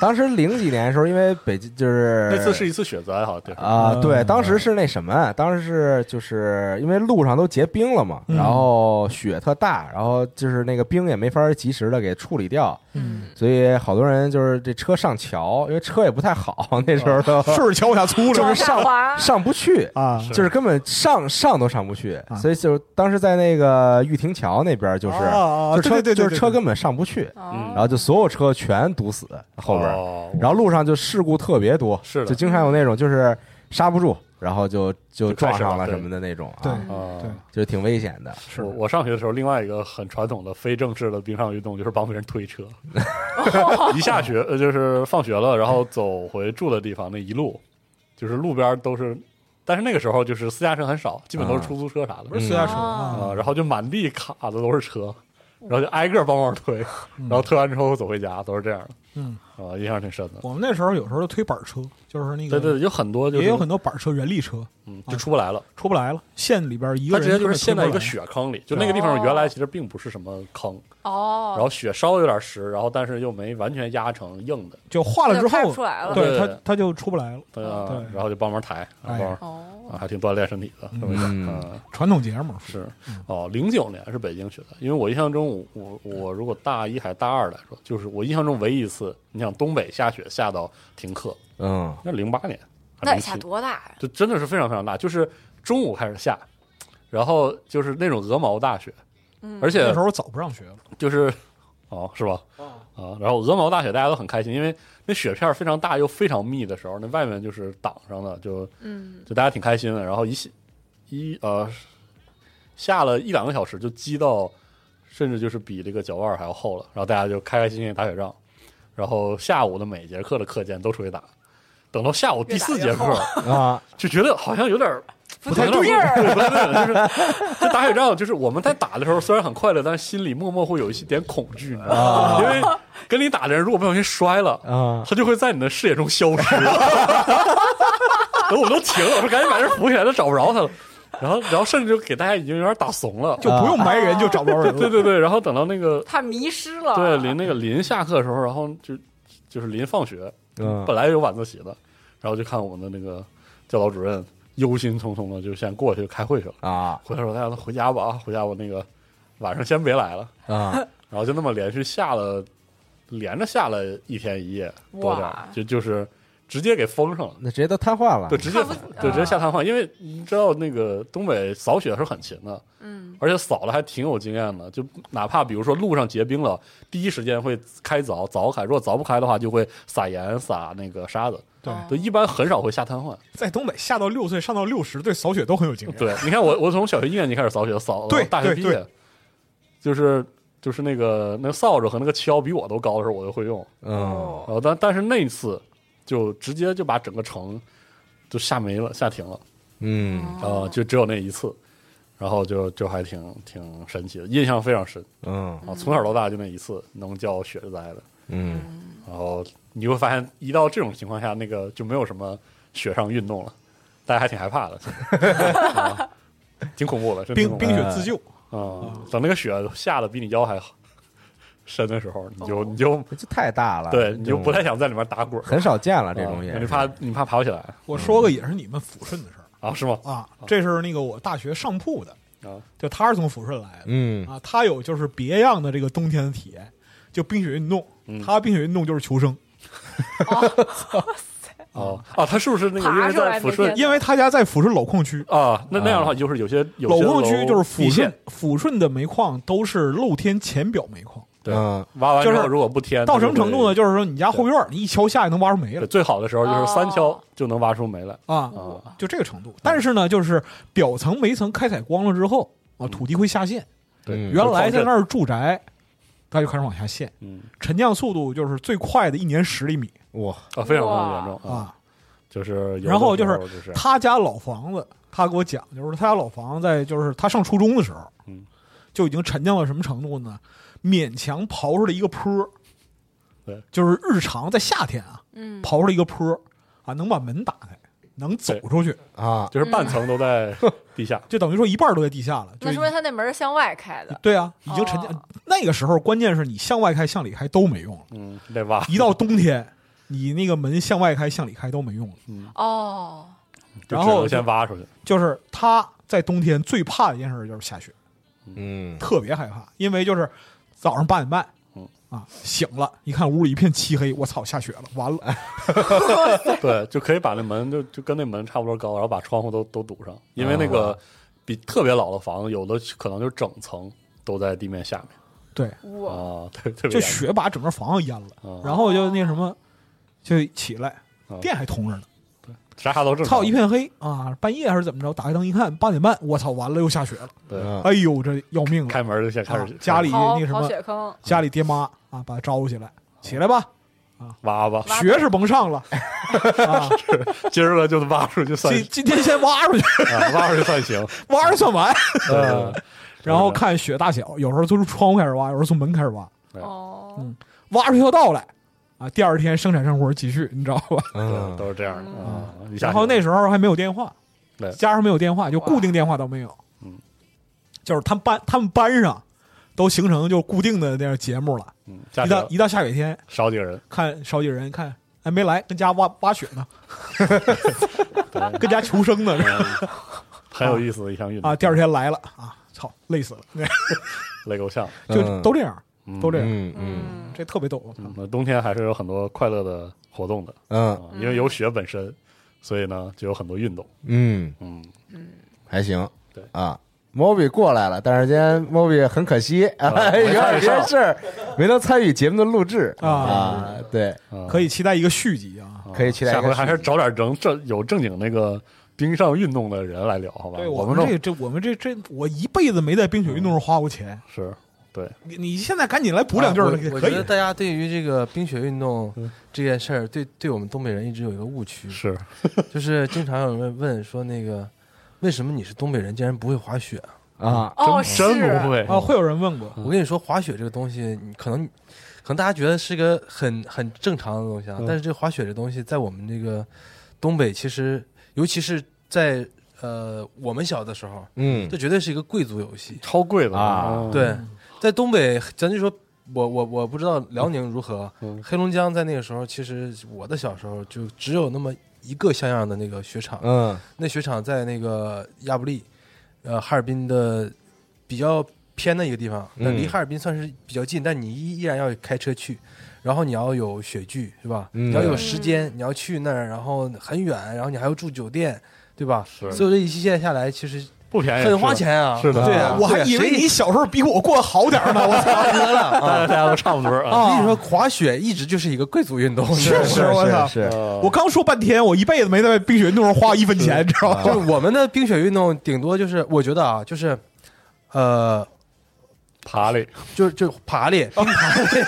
[SPEAKER 3] 当时零几年的时候，因为北京就是
[SPEAKER 5] 那次是一次雪灾，好像
[SPEAKER 3] 啊，对，
[SPEAKER 6] 嗯
[SPEAKER 3] 当时是那什么，啊当时是就是因为路上都结冰了嘛，
[SPEAKER 6] 嗯
[SPEAKER 3] 然后雪特大，然后就是那个冰也没法及时的给处理掉，
[SPEAKER 6] 嗯，
[SPEAKER 3] 所以好多人就是这车上桥，因为车也不太好，那时候都
[SPEAKER 6] 顺着桥嗯往下粗
[SPEAKER 3] 就
[SPEAKER 6] 了
[SPEAKER 3] 是
[SPEAKER 4] 往下滑
[SPEAKER 3] 上 上不去。
[SPEAKER 6] 啊，
[SPEAKER 5] 是
[SPEAKER 3] 就是根本上上都上不去
[SPEAKER 6] 啊，
[SPEAKER 3] 所以就当时在那个玉亭桥那边，就是
[SPEAKER 6] 啊啊
[SPEAKER 3] 就车
[SPEAKER 6] 对对对对
[SPEAKER 3] 就是车
[SPEAKER 6] 对
[SPEAKER 3] 根本上不去，然
[SPEAKER 4] 哦，
[SPEAKER 3] 后就所有车全堵死后边，
[SPEAKER 5] 哦
[SPEAKER 3] 然后路上就事故特别多，
[SPEAKER 5] 是的
[SPEAKER 3] 就经常有那种就是刹不住，然后就就
[SPEAKER 5] 就开
[SPEAKER 3] 撞
[SPEAKER 5] 始了
[SPEAKER 3] 上了
[SPEAKER 5] 对
[SPEAKER 3] 什么的那种
[SPEAKER 6] 对
[SPEAKER 3] 啊，
[SPEAKER 5] 啊
[SPEAKER 6] 对，
[SPEAKER 3] 就挺危险的。
[SPEAKER 5] 我我上学的时候，另外一个很传统的非正式的冰上运动就是帮别人推车。一下学呃，就是放学了，然后走回住的地方，那一路就是路边都是，但是那个时候就是私家车很少，基本都是出租车啥的
[SPEAKER 6] 嗯不是
[SPEAKER 3] 嗯
[SPEAKER 6] 私家车
[SPEAKER 5] 啊、
[SPEAKER 6] 啊，
[SPEAKER 5] 然后就满地卡的都是车，然后就挨个帮忙推，然后推完之后走回家，都是这样的
[SPEAKER 6] 嗯，
[SPEAKER 5] 啊、印象挺深的。
[SPEAKER 6] 我们那时候有时候推板车，就是那
[SPEAKER 5] 对
[SPEAKER 6] 个
[SPEAKER 5] 对，有很多就是
[SPEAKER 6] 也有很多板车人力车
[SPEAKER 5] 嗯，就出不来了，
[SPEAKER 6] 出不来了，县里边一
[SPEAKER 5] 它
[SPEAKER 6] 个
[SPEAKER 5] 直接
[SPEAKER 6] 人
[SPEAKER 5] 就
[SPEAKER 6] 根
[SPEAKER 5] 是陷
[SPEAKER 6] 本推不
[SPEAKER 5] 在一个
[SPEAKER 6] 来哦
[SPEAKER 5] 雪坑里，就那个地方原来其实并不是什么坑，然
[SPEAKER 4] 哦，
[SPEAKER 5] 后雪稍微有点实，然后但是又没完全压成硬的，
[SPEAKER 6] 就化了之
[SPEAKER 4] 就看
[SPEAKER 6] 后
[SPEAKER 4] 不出来了
[SPEAKER 6] 对
[SPEAKER 5] 对
[SPEAKER 6] 他他就出不来了。
[SPEAKER 5] 对啊
[SPEAKER 6] 对，
[SPEAKER 5] 然后就帮忙抬，
[SPEAKER 6] 哎
[SPEAKER 5] 帮忙
[SPEAKER 4] 哦，
[SPEAKER 5] 啊，还挺锻炼身体的，这么一个，
[SPEAKER 3] 嗯
[SPEAKER 5] 嗯，
[SPEAKER 6] 传统节目
[SPEAKER 5] 是哦，零九年是北京学的，因为我印象中我，我我如果大一还大二来说，就是我印象中唯一一次，你想东北下雪下到停课，
[SPEAKER 3] 嗯，
[SPEAKER 5] 那零八年，还
[SPEAKER 4] 那得
[SPEAKER 5] 07
[SPEAKER 4] 下多大呀？
[SPEAKER 5] 就真的是非常非常大，就是中午开始下，然后就是那种鹅毛大雪，
[SPEAKER 4] 嗯
[SPEAKER 5] 而且
[SPEAKER 6] 那时候早不上学了，
[SPEAKER 5] 就是哦，是吧？啊，然后鹅毛大雪大家都很开心，因为那雪片非常大又非常密的时候，那外面就是挡上了，就
[SPEAKER 4] 嗯，
[SPEAKER 5] 就大家挺开心的。然后一下一呃下了一两个小时就积到，甚至就是比这个脚腕还要厚了。然后大家就开开心心地打雪仗，然后下午的每节课的课间都出去打。等到下午第四节
[SPEAKER 4] 越打
[SPEAKER 5] 课
[SPEAKER 4] 越，
[SPEAKER 3] 啊，
[SPEAKER 5] 就觉得好像有点儿
[SPEAKER 4] 不
[SPEAKER 5] 太
[SPEAKER 4] 对劲儿
[SPEAKER 5] 对，不太对劲儿，就是这打雪仗，就是我们在打的时候虽然很快乐，但是心里默默会有一些点恐惧，你知道吗？因为跟你打的人如果不小心摔了，
[SPEAKER 3] 啊
[SPEAKER 5] 他就会在你的视野中消失。 然后我都停了，我说赶紧把人扶起来，都找不着他了。然后，然后甚至就给大家已经有点打怂了，
[SPEAKER 6] 就不用埋人就找不着人了。
[SPEAKER 5] 啊 对对对。然后等到那个
[SPEAKER 4] 他迷失了。
[SPEAKER 5] 对临那个临下课的时候，然后就就是临放学，
[SPEAKER 3] 嗯
[SPEAKER 5] 本来有晚自习的，然后就看我们的那个教导主任忧心忡忡的，就先过去开会去了。
[SPEAKER 3] 啊
[SPEAKER 5] 回来说大家都回家吧，啊回家吧，那个晚上先别来了。
[SPEAKER 3] 啊
[SPEAKER 5] 然后就那么连续下了，连着下了一天一夜多点儿
[SPEAKER 4] 哇，
[SPEAKER 5] 就就是直接给封上了。
[SPEAKER 3] 那直接都瘫痪了
[SPEAKER 5] 对，直接
[SPEAKER 4] 看不嗯
[SPEAKER 5] 对直接下瘫痪，因为你知道那个东北扫雪是很勤的，
[SPEAKER 4] 嗯，
[SPEAKER 5] 而且扫的还挺有经验的。就哪怕比如说路上结冰了，第一时间会开凿凿开，如果凿不开的话，就会撒盐撒那个沙子。
[SPEAKER 4] 哦
[SPEAKER 6] 对
[SPEAKER 5] 对，一般很少会下瘫痪。
[SPEAKER 6] 在东北下到六岁上到六十，对扫雪都很有经验。
[SPEAKER 5] 对，你看我我从小学一年级开始扫雪，扫到
[SPEAKER 6] 对
[SPEAKER 5] 大学
[SPEAKER 6] 对
[SPEAKER 5] 毕
[SPEAKER 6] 对
[SPEAKER 5] 业，就是就是那个那个扫帚和那个锹比我都高的时候，我就会用。
[SPEAKER 3] 嗯
[SPEAKER 6] 哦
[SPEAKER 5] 然后但但是那一次就直接就把整个城就下没了，下停了，
[SPEAKER 3] 嗯
[SPEAKER 5] 啊，就只有那一次，然后就就还挺挺神奇的，印象非常深
[SPEAKER 3] 嗯
[SPEAKER 5] 啊，从小到大就那一次能叫雪灾的，
[SPEAKER 3] 嗯
[SPEAKER 5] 然后你会发现一到这种情况下，那个就没有什么雪上运动了，大家还挺害怕的，啊挺恐怖的，真挺
[SPEAKER 3] 嗯
[SPEAKER 5] 恐
[SPEAKER 6] 冰
[SPEAKER 5] 怖
[SPEAKER 6] 冰
[SPEAKER 5] 的
[SPEAKER 3] 哎
[SPEAKER 6] 雪自救，
[SPEAKER 5] 啊，等那个雪下的比你腰还深的时候，你就你就
[SPEAKER 3] 这太大了，
[SPEAKER 5] 对你就不
[SPEAKER 3] 这
[SPEAKER 5] 太想在里面打滚
[SPEAKER 3] 哦
[SPEAKER 5] 儿
[SPEAKER 3] 种。很少见了这种
[SPEAKER 5] 啊
[SPEAKER 3] 也
[SPEAKER 5] 你
[SPEAKER 3] 是
[SPEAKER 5] 怕你怕爬不起来
[SPEAKER 6] 我说个也是你们抚顺的事儿
[SPEAKER 5] 啊？是
[SPEAKER 3] 哦
[SPEAKER 5] 吗？
[SPEAKER 6] 啊。这是那个我大学上铺的，
[SPEAKER 5] 啊，
[SPEAKER 6] 就他是从抚顺来的，
[SPEAKER 3] 嗯
[SPEAKER 6] 啊，他有就是别样的这个冬天的体验，就冰雪运动，
[SPEAKER 5] 嗯
[SPEAKER 6] 他冰雪运动就是求生，
[SPEAKER 5] 哦啊，他是不是那个
[SPEAKER 4] 爬
[SPEAKER 5] 因为
[SPEAKER 4] 出
[SPEAKER 5] 在
[SPEAKER 4] 来
[SPEAKER 5] 抚
[SPEAKER 4] 那
[SPEAKER 5] 顺
[SPEAKER 4] 天
[SPEAKER 6] 因为他家在抚顺老矿区，
[SPEAKER 5] 啊？那那样的话，就是有些有
[SPEAKER 6] 老
[SPEAKER 5] 些
[SPEAKER 6] 矿区就是
[SPEAKER 5] 地
[SPEAKER 6] 抚顺
[SPEAKER 5] 陷，
[SPEAKER 6] 抚顺的煤矿都是露天浅表煤矿，
[SPEAKER 5] 对
[SPEAKER 3] 嗯
[SPEAKER 5] 挖完之
[SPEAKER 6] 就
[SPEAKER 5] 后
[SPEAKER 6] 是
[SPEAKER 5] 如果不填，
[SPEAKER 6] 到
[SPEAKER 5] 它
[SPEAKER 6] 什
[SPEAKER 5] 就
[SPEAKER 6] 么程度呢？
[SPEAKER 5] 会？
[SPEAKER 6] 就是说你家后院儿你一锹下去能挖出煤
[SPEAKER 5] 对
[SPEAKER 6] 来
[SPEAKER 5] 最好的时候就是三锹
[SPEAKER 4] 哦
[SPEAKER 5] 就能挖出煤来
[SPEAKER 6] 啊，
[SPEAKER 5] 啊
[SPEAKER 6] 就这个程度。但是呢，就是表层煤层开采光了之后
[SPEAKER 5] 嗯
[SPEAKER 6] 啊，土地会下陷，
[SPEAKER 5] 对
[SPEAKER 3] 嗯
[SPEAKER 6] 原来在那
[SPEAKER 5] 儿
[SPEAKER 6] 儿住宅，它就开始往下陷，
[SPEAKER 5] 嗯
[SPEAKER 6] 沉降速度就是最快的一年十厘米
[SPEAKER 3] 哇
[SPEAKER 5] 啊，非常非常严重啊，
[SPEAKER 6] 啊。
[SPEAKER 5] 就是有的
[SPEAKER 6] 然后就
[SPEAKER 5] 时
[SPEAKER 6] 是
[SPEAKER 5] 候就是
[SPEAKER 6] 他家老房子，他给我讲，就是他家老房子在就是他上初中的时候，
[SPEAKER 5] 嗯，
[SPEAKER 6] 就已经沉降到什么程度呢？勉强刨出来一个坡，
[SPEAKER 5] 对，
[SPEAKER 6] 就是日常在夏天啊，
[SPEAKER 4] 嗯，
[SPEAKER 6] 刨出来一个坡啊，能把门打开，能走出去，
[SPEAKER 4] 嗯
[SPEAKER 3] 啊
[SPEAKER 5] 就是半层都 在地下，
[SPEAKER 6] 就等于说一半都在地下了。就
[SPEAKER 4] 那说明他那门儿向外开的，
[SPEAKER 6] 对啊，已经沉降。
[SPEAKER 4] 哦
[SPEAKER 6] 那个时候，关键是你向外开、向里开都没 用了。
[SPEAKER 5] 嗯，得挖
[SPEAKER 6] 一到冬天，你那个门向外开、向里开都没用了。
[SPEAKER 4] 哦，
[SPEAKER 5] 就
[SPEAKER 6] 然
[SPEAKER 5] 只能
[SPEAKER 6] 后
[SPEAKER 5] 先挖出去，
[SPEAKER 6] 就是他在冬天最怕的一件事就是下雪，
[SPEAKER 3] 嗯
[SPEAKER 6] 特别害怕，因为就是早上八点半，
[SPEAKER 5] 嗯
[SPEAKER 6] 啊，醒了，一看屋里一片漆黑，我操，下雪了，完
[SPEAKER 5] 哎
[SPEAKER 6] 了，
[SPEAKER 5] 对，就可以把那门就就跟那门差不多高，然后把窗户都都堵上，因为那
[SPEAKER 6] 哦
[SPEAKER 5] 个比特别老的房子，有的可能就整层都在地面下面。
[SPEAKER 6] 对，
[SPEAKER 4] 我
[SPEAKER 5] 啊，特特别严重
[SPEAKER 6] 就雪把整个房子淹了，
[SPEAKER 5] 啊
[SPEAKER 6] 然后就那什么，就起来
[SPEAKER 5] 啊，
[SPEAKER 6] 电还通着呢，
[SPEAKER 5] 啥啥都正常。
[SPEAKER 6] 操，一片黑啊，半夜还是怎么着，打开灯一看，八点半，我操，完了又下雪了，
[SPEAKER 5] 对，
[SPEAKER 3] 嗯
[SPEAKER 6] 哎呦，这要命了，
[SPEAKER 5] 开门就先开
[SPEAKER 6] 啊
[SPEAKER 5] 始
[SPEAKER 6] 家里
[SPEAKER 4] 刨
[SPEAKER 6] 那个什
[SPEAKER 4] 刨
[SPEAKER 6] 么，
[SPEAKER 4] 雪坑，
[SPEAKER 6] 家里爹妈啊，把他招呼起来，起来吧，
[SPEAKER 5] 挖吧，
[SPEAKER 4] 挖
[SPEAKER 6] 学是甭上了，啊，
[SPEAKER 5] 今儿个就挖出哎去算
[SPEAKER 6] 今今天先挖 出去，
[SPEAKER 5] 啊，挖出去算行。
[SPEAKER 6] 挖着算完，
[SPEAKER 5] 对对对
[SPEAKER 6] 然后看雪大小，有时候从窗户开始挖，有时候从门开始挖。嗯
[SPEAKER 4] 哦，
[SPEAKER 6] 挖出一条道来啊，第二天生产生活继续，你知道吧？
[SPEAKER 5] 对，
[SPEAKER 3] 嗯
[SPEAKER 5] 都是这样的啊。一下
[SPEAKER 6] 然后那时候还没有电话
[SPEAKER 5] 对，
[SPEAKER 6] 家上没有电话，就固定电话倒没有。
[SPEAKER 5] 嗯，
[SPEAKER 6] 就是他们班他们班上都形成就固定的那样节目了。
[SPEAKER 5] 嗯家
[SPEAKER 6] 一到
[SPEAKER 5] 里
[SPEAKER 6] 一到下雪天，
[SPEAKER 5] 少几个人，
[SPEAKER 6] 看少几人看，哎，没来，跟家挖挖雪 呢，跟家求生呢。
[SPEAKER 5] 嗯很有意思的一项运动
[SPEAKER 6] 啊，第二天来了啊，操，累死了，
[SPEAKER 5] 嗯累够呛，
[SPEAKER 6] 就
[SPEAKER 3] 嗯
[SPEAKER 6] 都这样，都这样，
[SPEAKER 3] 嗯嗯
[SPEAKER 6] 这特别逗。啊我操
[SPEAKER 5] 嗯那冬天还是有很多快乐的活动的
[SPEAKER 3] 嗯
[SPEAKER 5] 啊，因为有雪本身，所以呢就有很多运动。
[SPEAKER 3] 嗯
[SPEAKER 5] 嗯，
[SPEAKER 3] 还行
[SPEAKER 5] 对
[SPEAKER 3] 啊。Moby 过来了，但是今天 Moby 很可惜， 啊，有点别的事儿，没能参与节目的录制
[SPEAKER 6] 啊
[SPEAKER 3] 啊。对，
[SPEAKER 5] 啊
[SPEAKER 6] 可以期待一个续集啊！
[SPEAKER 3] 可以期待一
[SPEAKER 5] 下
[SPEAKER 3] 下
[SPEAKER 5] 回还是
[SPEAKER 3] 续集
[SPEAKER 5] 找点正正有正经那个冰上运动的人来聊，好吧？
[SPEAKER 6] 对
[SPEAKER 5] 我
[SPEAKER 6] 们
[SPEAKER 5] 这
[SPEAKER 6] 这这我们这这我一辈子没在冰雪运动上花过钱，
[SPEAKER 5] 是对，
[SPEAKER 6] 你你现在赶紧来补两句儿
[SPEAKER 7] 啊
[SPEAKER 5] 啊
[SPEAKER 7] 我我
[SPEAKER 6] 可
[SPEAKER 7] 觉得
[SPEAKER 6] 以。
[SPEAKER 7] 大家对于这个冰雪运动
[SPEAKER 5] 嗯
[SPEAKER 7] 这件事儿，对对我们东北人一直有一个误区，
[SPEAKER 5] 是
[SPEAKER 7] 就是经常有人问说那个为什么你是东北人，竟然不会滑雪？
[SPEAKER 3] 啊，
[SPEAKER 4] 哦，是
[SPEAKER 5] 真真不会
[SPEAKER 6] 啊，会有人问过，
[SPEAKER 7] 我跟你说，滑雪这个东西，你可能可能大家觉得是个很很正常的东西啊，
[SPEAKER 5] 嗯
[SPEAKER 7] 但是这滑雪这东西，在我们这个东北，其实尤其是在呃我们小的时候，
[SPEAKER 3] 嗯
[SPEAKER 7] 这绝对是一个贵族游戏。
[SPEAKER 5] 超贵的嗯
[SPEAKER 3] 啊
[SPEAKER 7] 对，在东北，咱就说。我我我不知道辽宁如何，
[SPEAKER 5] 嗯
[SPEAKER 7] 黑龙江在那个时候，其实我的小时候就只有那么一个像样的那个雪场，
[SPEAKER 3] 嗯
[SPEAKER 7] 那雪场在那个亚布力，呃，哈尔滨的比较偏的一个地方，那
[SPEAKER 3] 嗯
[SPEAKER 7] 离哈尔滨算是比较近，但你依依然要开车去，然后你要有雪具是吧？
[SPEAKER 3] 嗯
[SPEAKER 7] 你要有时间，你要去那儿，然后很远，然后你还要住酒店，对吧？
[SPEAKER 5] 是
[SPEAKER 7] 所有这一系列下来，其实
[SPEAKER 5] 不便宜，
[SPEAKER 7] 很花
[SPEAKER 5] 是的，
[SPEAKER 7] 钱啊。
[SPEAKER 5] 是的
[SPEAKER 7] 对啊，
[SPEAKER 6] 我还以为你小时候比我过得好点儿呢。 我操，
[SPEAKER 7] 得了
[SPEAKER 5] 大家
[SPEAKER 7] 啊！
[SPEAKER 5] 大家都差不多啊。
[SPEAKER 7] 我跟你说，滑雪一直就是一个贵族运动，
[SPEAKER 6] 确实
[SPEAKER 3] 是
[SPEAKER 6] 我操
[SPEAKER 3] 是是
[SPEAKER 5] 呃
[SPEAKER 6] 我刚说半天，我一辈子没在冰雪运动上花过一分钱，知道
[SPEAKER 7] 就
[SPEAKER 6] 吗？
[SPEAKER 7] 是我们的冰雪运动，顶多就是我觉得啊，就是呃，
[SPEAKER 5] 爬犁，
[SPEAKER 7] 就是就是爬犁、冰爬犁。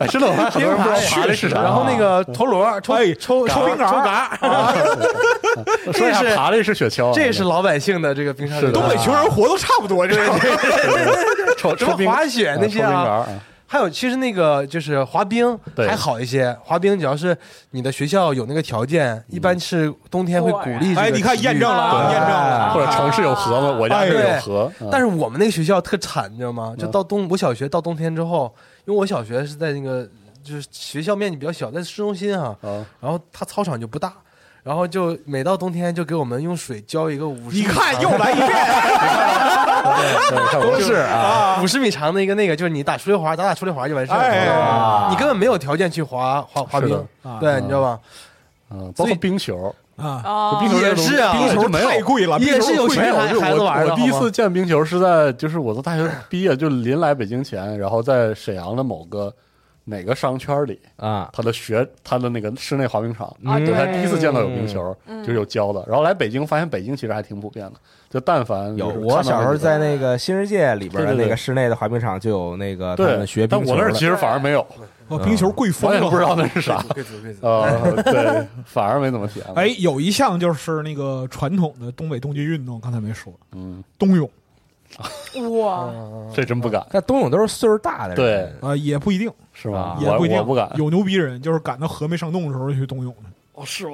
[SPEAKER 5] 哎真的， 我发现很多人不知道爬犁是啥。
[SPEAKER 7] 然后那个陀螺、抽
[SPEAKER 6] 哎
[SPEAKER 7] 抽抽
[SPEAKER 6] 冰
[SPEAKER 7] 冰
[SPEAKER 6] 杆
[SPEAKER 7] 杆儿，
[SPEAKER 6] 儿，
[SPEAKER 5] 说一下
[SPEAKER 7] 这是
[SPEAKER 5] 爬犁是雪橇啊，
[SPEAKER 7] 这是老百姓的这个冰上运动
[SPEAKER 6] 东北穷人活都差不 多，这
[SPEAKER 5] 抽
[SPEAKER 7] 什
[SPEAKER 5] 抽
[SPEAKER 7] 么
[SPEAKER 5] 冰
[SPEAKER 7] 滑雪那些
[SPEAKER 5] 啊抽冰杆
[SPEAKER 7] 啊，
[SPEAKER 5] 儿啊，
[SPEAKER 7] 还有其实那个就是滑冰
[SPEAKER 5] 对
[SPEAKER 7] 还好一些，滑冰只要是你的学校有那个条件，一般是冬天会鼓励这个
[SPEAKER 6] 哎，你看
[SPEAKER 7] 体育
[SPEAKER 6] 验证了啊，
[SPEAKER 7] 对
[SPEAKER 4] 哦
[SPEAKER 6] 验证了。
[SPEAKER 5] 或者城市有河嘛，我家
[SPEAKER 7] 哎
[SPEAKER 5] 这
[SPEAKER 7] 对
[SPEAKER 5] 有河，嗯
[SPEAKER 7] 但是我们那个学校特惨，你知道吗？就
[SPEAKER 5] 嗯
[SPEAKER 7] 到冬，我小学到冬天之后，因为我小学是在那个就是学校面积比较小，在市中心啊，
[SPEAKER 5] 啊，
[SPEAKER 7] 然后它操场就不大，然后就每到冬天就给我们用水浇一个五十，
[SPEAKER 6] 你看又来一遍，
[SPEAKER 5] 都
[SPEAKER 7] 是啊， 五十米长的一个那个，就是你打出溜滑，打打出溜滑就完事
[SPEAKER 6] 哎
[SPEAKER 7] 儿
[SPEAKER 3] 啊，
[SPEAKER 7] 你根本没有条件去滑滑滑
[SPEAKER 5] 是的
[SPEAKER 7] 冰
[SPEAKER 6] 啊，
[SPEAKER 7] 对，你知道吧？
[SPEAKER 5] 嗯，包
[SPEAKER 7] 所以
[SPEAKER 5] 括冰球，
[SPEAKER 6] 啊，
[SPEAKER 4] 哦，
[SPEAKER 5] 冰球
[SPEAKER 7] 也是啊
[SPEAKER 5] 冰
[SPEAKER 6] 冰
[SPEAKER 5] 球
[SPEAKER 6] 球
[SPEAKER 5] 没有
[SPEAKER 6] 太贵了，
[SPEAKER 7] 也是有
[SPEAKER 5] 没
[SPEAKER 7] 钱
[SPEAKER 5] 有，
[SPEAKER 7] 孩
[SPEAKER 5] 就
[SPEAKER 7] 孩子
[SPEAKER 5] 我
[SPEAKER 7] 玩的
[SPEAKER 5] 我第一
[SPEAKER 7] 好吗
[SPEAKER 5] 次见冰球是在就是我从大学毕业就临来北京前，然后在沈阳的某个哪个商圈里，
[SPEAKER 3] 啊，
[SPEAKER 5] 他的学他的那个室内滑冰场，
[SPEAKER 4] 啊，
[SPEAKER 5] 就
[SPEAKER 4] 对，
[SPEAKER 5] 是他第一次见到有冰球，
[SPEAKER 4] 嗯
[SPEAKER 5] 就是有胶的。然后来北京发现北京其实还挺普遍的，就但凡
[SPEAKER 3] 有。
[SPEAKER 5] 就是
[SPEAKER 3] 我
[SPEAKER 5] 看到
[SPEAKER 3] 小时候
[SPEAKER 5] 那个
[SPEAKER 3] 在那个新世界里边的
[SPEAKER 5] 对对对
[SPEAKER 3] 那个室内的滑冰场就有那个他
[SPEAKER 5] 对
[SPEAKER 3] 们学
[SPEAKER 5] 但
[SPEAKER 3] 冰球
[SPEAKER 5] 我那儿
[SPEAKER 3] 的
[SPEAKER 5] 其实反而 没有，
[SPEAKER 6] 哦，冰球贵
[SPEAKER 5] 啊我
[SPEAKER 6] 疯
[SPEAKER 5] 也
[SPEAKER 6] 了，
[SPEAKER 5] 不知道那是啥。
[SPEAKER 7] 贵族贵族，
[SPEAKER 5] 呃，对，反而没怎么体验过。
[SPEAKER 6] 哎，有一项就是那个传统的东北冬季运动，刚才没说，
[SPEAKER 5] 嗯，
[SPEAKER 6] 冬泳
[SPEAKER 4] 哇，
[SPEAKER 5] 这真不敢，
[SPEAKER 3] 但冬泳都是岁数大的人，
[SPEAKER 5] 对
[SPEAKER 6] 啊、也不一定，
[SPEAKER 5] 是吗
[SPEAKER 3] 啊？
[SPEAKER 6] 也
[SPEAKER 5] 我
[SPEAKER 6] 不一定，
[SPEAKER 5] 我不敢。
[SPEAKER 6] 有牛逼人就是赶到河没上冻的时候去冬泳的。
[SPEAKER 5] 哦，是吗？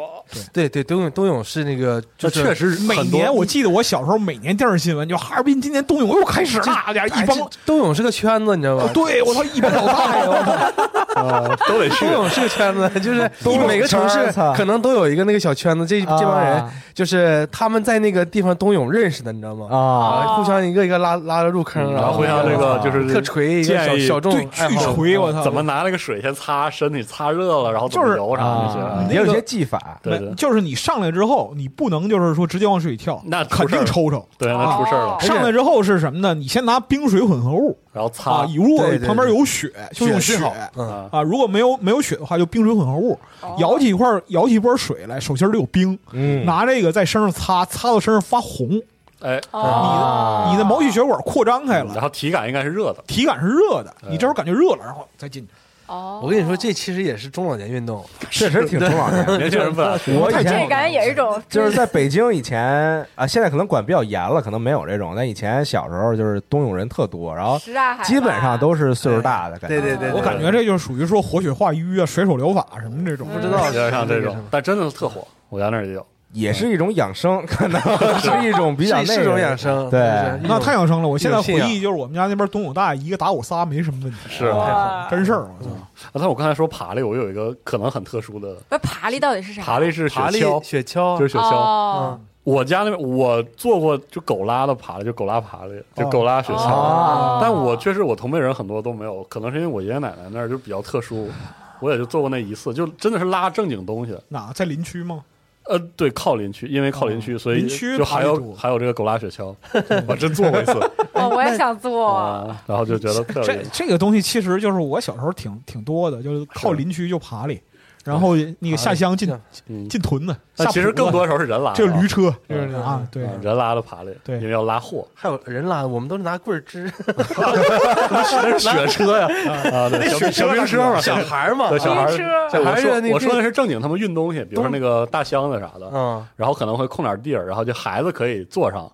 [SPEAKER 7] 对对，冬泳冬泳是那个，
[SPEAKER 5] 这
[SPEAKER 7] 就是
[SPEAKER 5] 确实
[SPEAKER 6] 每
[SPEAKER 5] 很多
[SPEAKER 6] 年我记得我小时候每年电视新闻就哈尔滨今年冬泳又开始了，哎呀
[SPEAKER 7] 哎
[SPEAKER 6] 一
[SPEAKER 7] 这
[SPEAKER 6] 帮。哦
[SPEAKER 7] 冬泳是个圈子，你知道吧？
[SPEAKER 6] 啊对，我操！一帮老大 爷，我操！
[SPEAKER 5] 啊都得去
[SPEAKER 7] 冬。泳是个圈子，就是
[SPEAKER 3] 冬泳
[SPEAKER 7] 每个城
[SPEAKER 3] 圈
[SPEAKER 7] 市
[SPEAKER 3] 儿操
[SPEAKER 7] 可能都有一个那个小圈子，这这
[SPEAKER 3] 啊
[SPEAKER 7] 帮人就是他们在那个地方冬泳认识的，你知道吗？
[SPEAKER 3] 啊，
[SPEAKER 7] 啊，互相一个一个拉拉着入 坑，
[SPEAKER 5] 嗯然后互相这个就是
[SPEAKER 7] 特锤一个小
[SPEAKER 5] 建议
[SPEAKER 7] 小众
[SPEAKER 6] 对，
[SPEAKER 7] 爱
[SPEAKER 6] 巨
[SPEAKER 7] 好
[SPEAKER 6] 锤，我操！
[SPEAKER 5] 怎么拿那个水先擦身体，擦热了，然后怎么
[SPEAKER 6] 就是
[SPEAKER 5] 游啥那些
[SPEAKER 3] 啊
[SPEAKER 5] 啊
[SPEAKER 6] 那，
[SPEAKER 3] 也有
[SPEAKER 6] 个
[SPEAKER 3] 些技 法，
[SPEAKER 5] 对对
[SPEAKER 6] 就是你上来之后，你不能就是说直接往水里跳，
[SPEAKER 5] 那出
[SPEAKER 6] 肯
[SPEAKER 5] 事儿
[SPEAKER 6] 定抽抽。
[SPEAKER 5] 对，那出事儿了
[SPEAKER 4] 哦。
[SPEAKER 6] 上来之后是什么呢？你先拿冰水混合物
[SPEAKER 5] 然后
[SPEAKER 6] 啊
[SPEAKER 5] 擦，
[SPEAKER 6] 如果
[SPEAKER 7] 对对
[SPEAKER 6] 旁边有雪，就用
[SPEAKER 7] 最
[SPEAKER 6] 雪
[SPEAKER 7] 好，嗯，
[SPEAKER 5] 啊，
[SPEAKER 6] 啊，如果没有没有雪的话，就冰水混合物，
[SPEAKER 4] 哦
[SPEAKER 6] 舀起一块儿舀起一波水来，手心儿里有冰，
[SPEAKER 3] 嗯
[SPEAKER 6] 拿这个在身上擦，擦到身上发红，
[SPEAKER 5] 哎，
[SPEAKER 4] 哦，
[SPEAKER 6] 你的毛细血管扩张
[SPEAKER 5] 啊
[SPEAKER 6] 开
[SPEAKER 5] 然
[SPEAKER 6] 啊了，
[SPEAKER 5] 后体感应该是热的，
[SPEAKER 6] 体感是热的，你这会儿感觉热了，然后再进去。
[SPEAKER 4] 哦
[SPEAKER 7] 我跟你说，这其实也是中老年运动，
[SPEAKER 3] 确实挺中老年 的。
[SPEAKER 5] 年轻人不敢学。
[SPEAKER 3] 我以
[SPEAKER 4] 这
[SPEAKER 3] 前
[SPEAKER 4] 感觉也是一种
[SPEAKER 3] 就是在北京以前啊，现在可能管比较严了，可能没有这种。但以前小时候就是冬泳人特多，然后
[SPEAKER 4] 什刹海吧，
[SPEAKER 3] 基本上都是岁数大的感觉。
[SPEAKER 7] 对对
[SPEAKER 6] 我感觉这就是属于说活血化瘀啊、水手疗法什么这种。
[SPEAKER 7] 不嗯知 道
[SPEAKER 5] 有点像这
[SPEAKER 7] 是
[SPEAKER 5] 种，但真的是特火， 我家那儿也有。
[SPEAKER 3] 也是一种养生，可能是一种比较
[SPEAKER 7] 是
[SPEAKER 3] 那
[SPEAKER 7] 是种
[SPEAKER 3] 个
[SPEAKER 7] 养生，
[SPEAKER 3] 对
[SPEAKER 7] 是不是
[SPEAKER 6] 那太养生了，我现在
[SPEAKER 7] 有信
[SPEAKER 6] 回
[SPEAKER 7] 仰
[SPEAKER 6] 忆就是我们家那边冬泳大爷一个打我仨没什么问题，
[SPEAKER 5] 是
[SPEAKER 4] 哇，
[SPEAKER 6] 真事儿。我操
[SPEAKER 5] 啊但是我刚才说爬犁，我有一个可能很特殊的，
[SPEAKER 4] 那爬犁到底是啥？
[SPEAKER 5] 爬犁是雪
[SPEAKER 7] 爬犁
[SPEAKER 5] 橇，
[SPEAKER 7] 雪橇，
[SPEAKER 5] 就是雪橇。
[SPEAKER 4] 哦，
[SPEAKER 5] 我家那边我做过就狗拉的爬犁，就狗拉爬犁，就狗拉雪橇。
[SPEAKER 4] 哦
[SPEAKER 5] 但我确实我同辈人很多都没有，可能是因为我爷爷奶奶那儿就比较特殊，我也就做过那一次，就真的是拉正经东西。
[SPEAKER 6] 哪在林区吗？
[SPEAKER 5] 呃，对，靠林区，因为靠哦林区，所以
[SPEAKER 6] 林区
[SPEAKER 5] 就还
[SPEAKER 6] 爬得
[SPEAKER 5] 有
[SPEAKER 6] 多
[SPEAKER 5] 还有这个狗拉雪 橇，我真做过一次
[SPEAKER 4] 哦，我也想做，
[SPEAKER 5] 啊，然后就觉得特别
[SPEAKER 6] 这这个东西其实就是我小时候挺挺多的，就是靠
[SPEAKER 5] 是
[SPEAKER 6] 林区就爬里，然后那个下乡进
[SPEAKER 7] 好嘞
[SPEAKER 5] 嗯，
[SPEAKER 6] 进屯子，
[SPEAKER 5] 但
[SPEAKER 6] 下
[SPEAKER 5] 其实
[SPEAKER 6] 铺子
[SPEAKER 5] 更多时候是人拉的，
[SPEAKER 6] 这驴车
[SPEAKER 5] 嗯
[SPEAKER 6] 啊，对，
[SPEAKER 5] 嗯人拉的爬犁，
[SPEAKER 6] 对
[SPEAKER 5] 因为要拉货，
[SPEAKER 7] 还有人拉，我们都是拿棍儿支，
[SPEAKER 5] 那是雪车呀，啊，对，小冰小冰车嘛，
[SPEAKER 7] 啊小孩儿嘛，
[SPEAKER 5] 对小孩儿
[SPEAKER 4] 冰车
[SPEAKER 5] 对我
[SPEAKER 7] 还是
[SPEAKER 5] 说
[SPEAKER 7] 那个
[SPEAKER 5] 我说的是正经，他们运东西，比如说那个大箱子啥的，
[SPEAKER 7] 嗯，
[SPEAKER 5] 然后可能会空点地儿，然后就孩子可以坐上。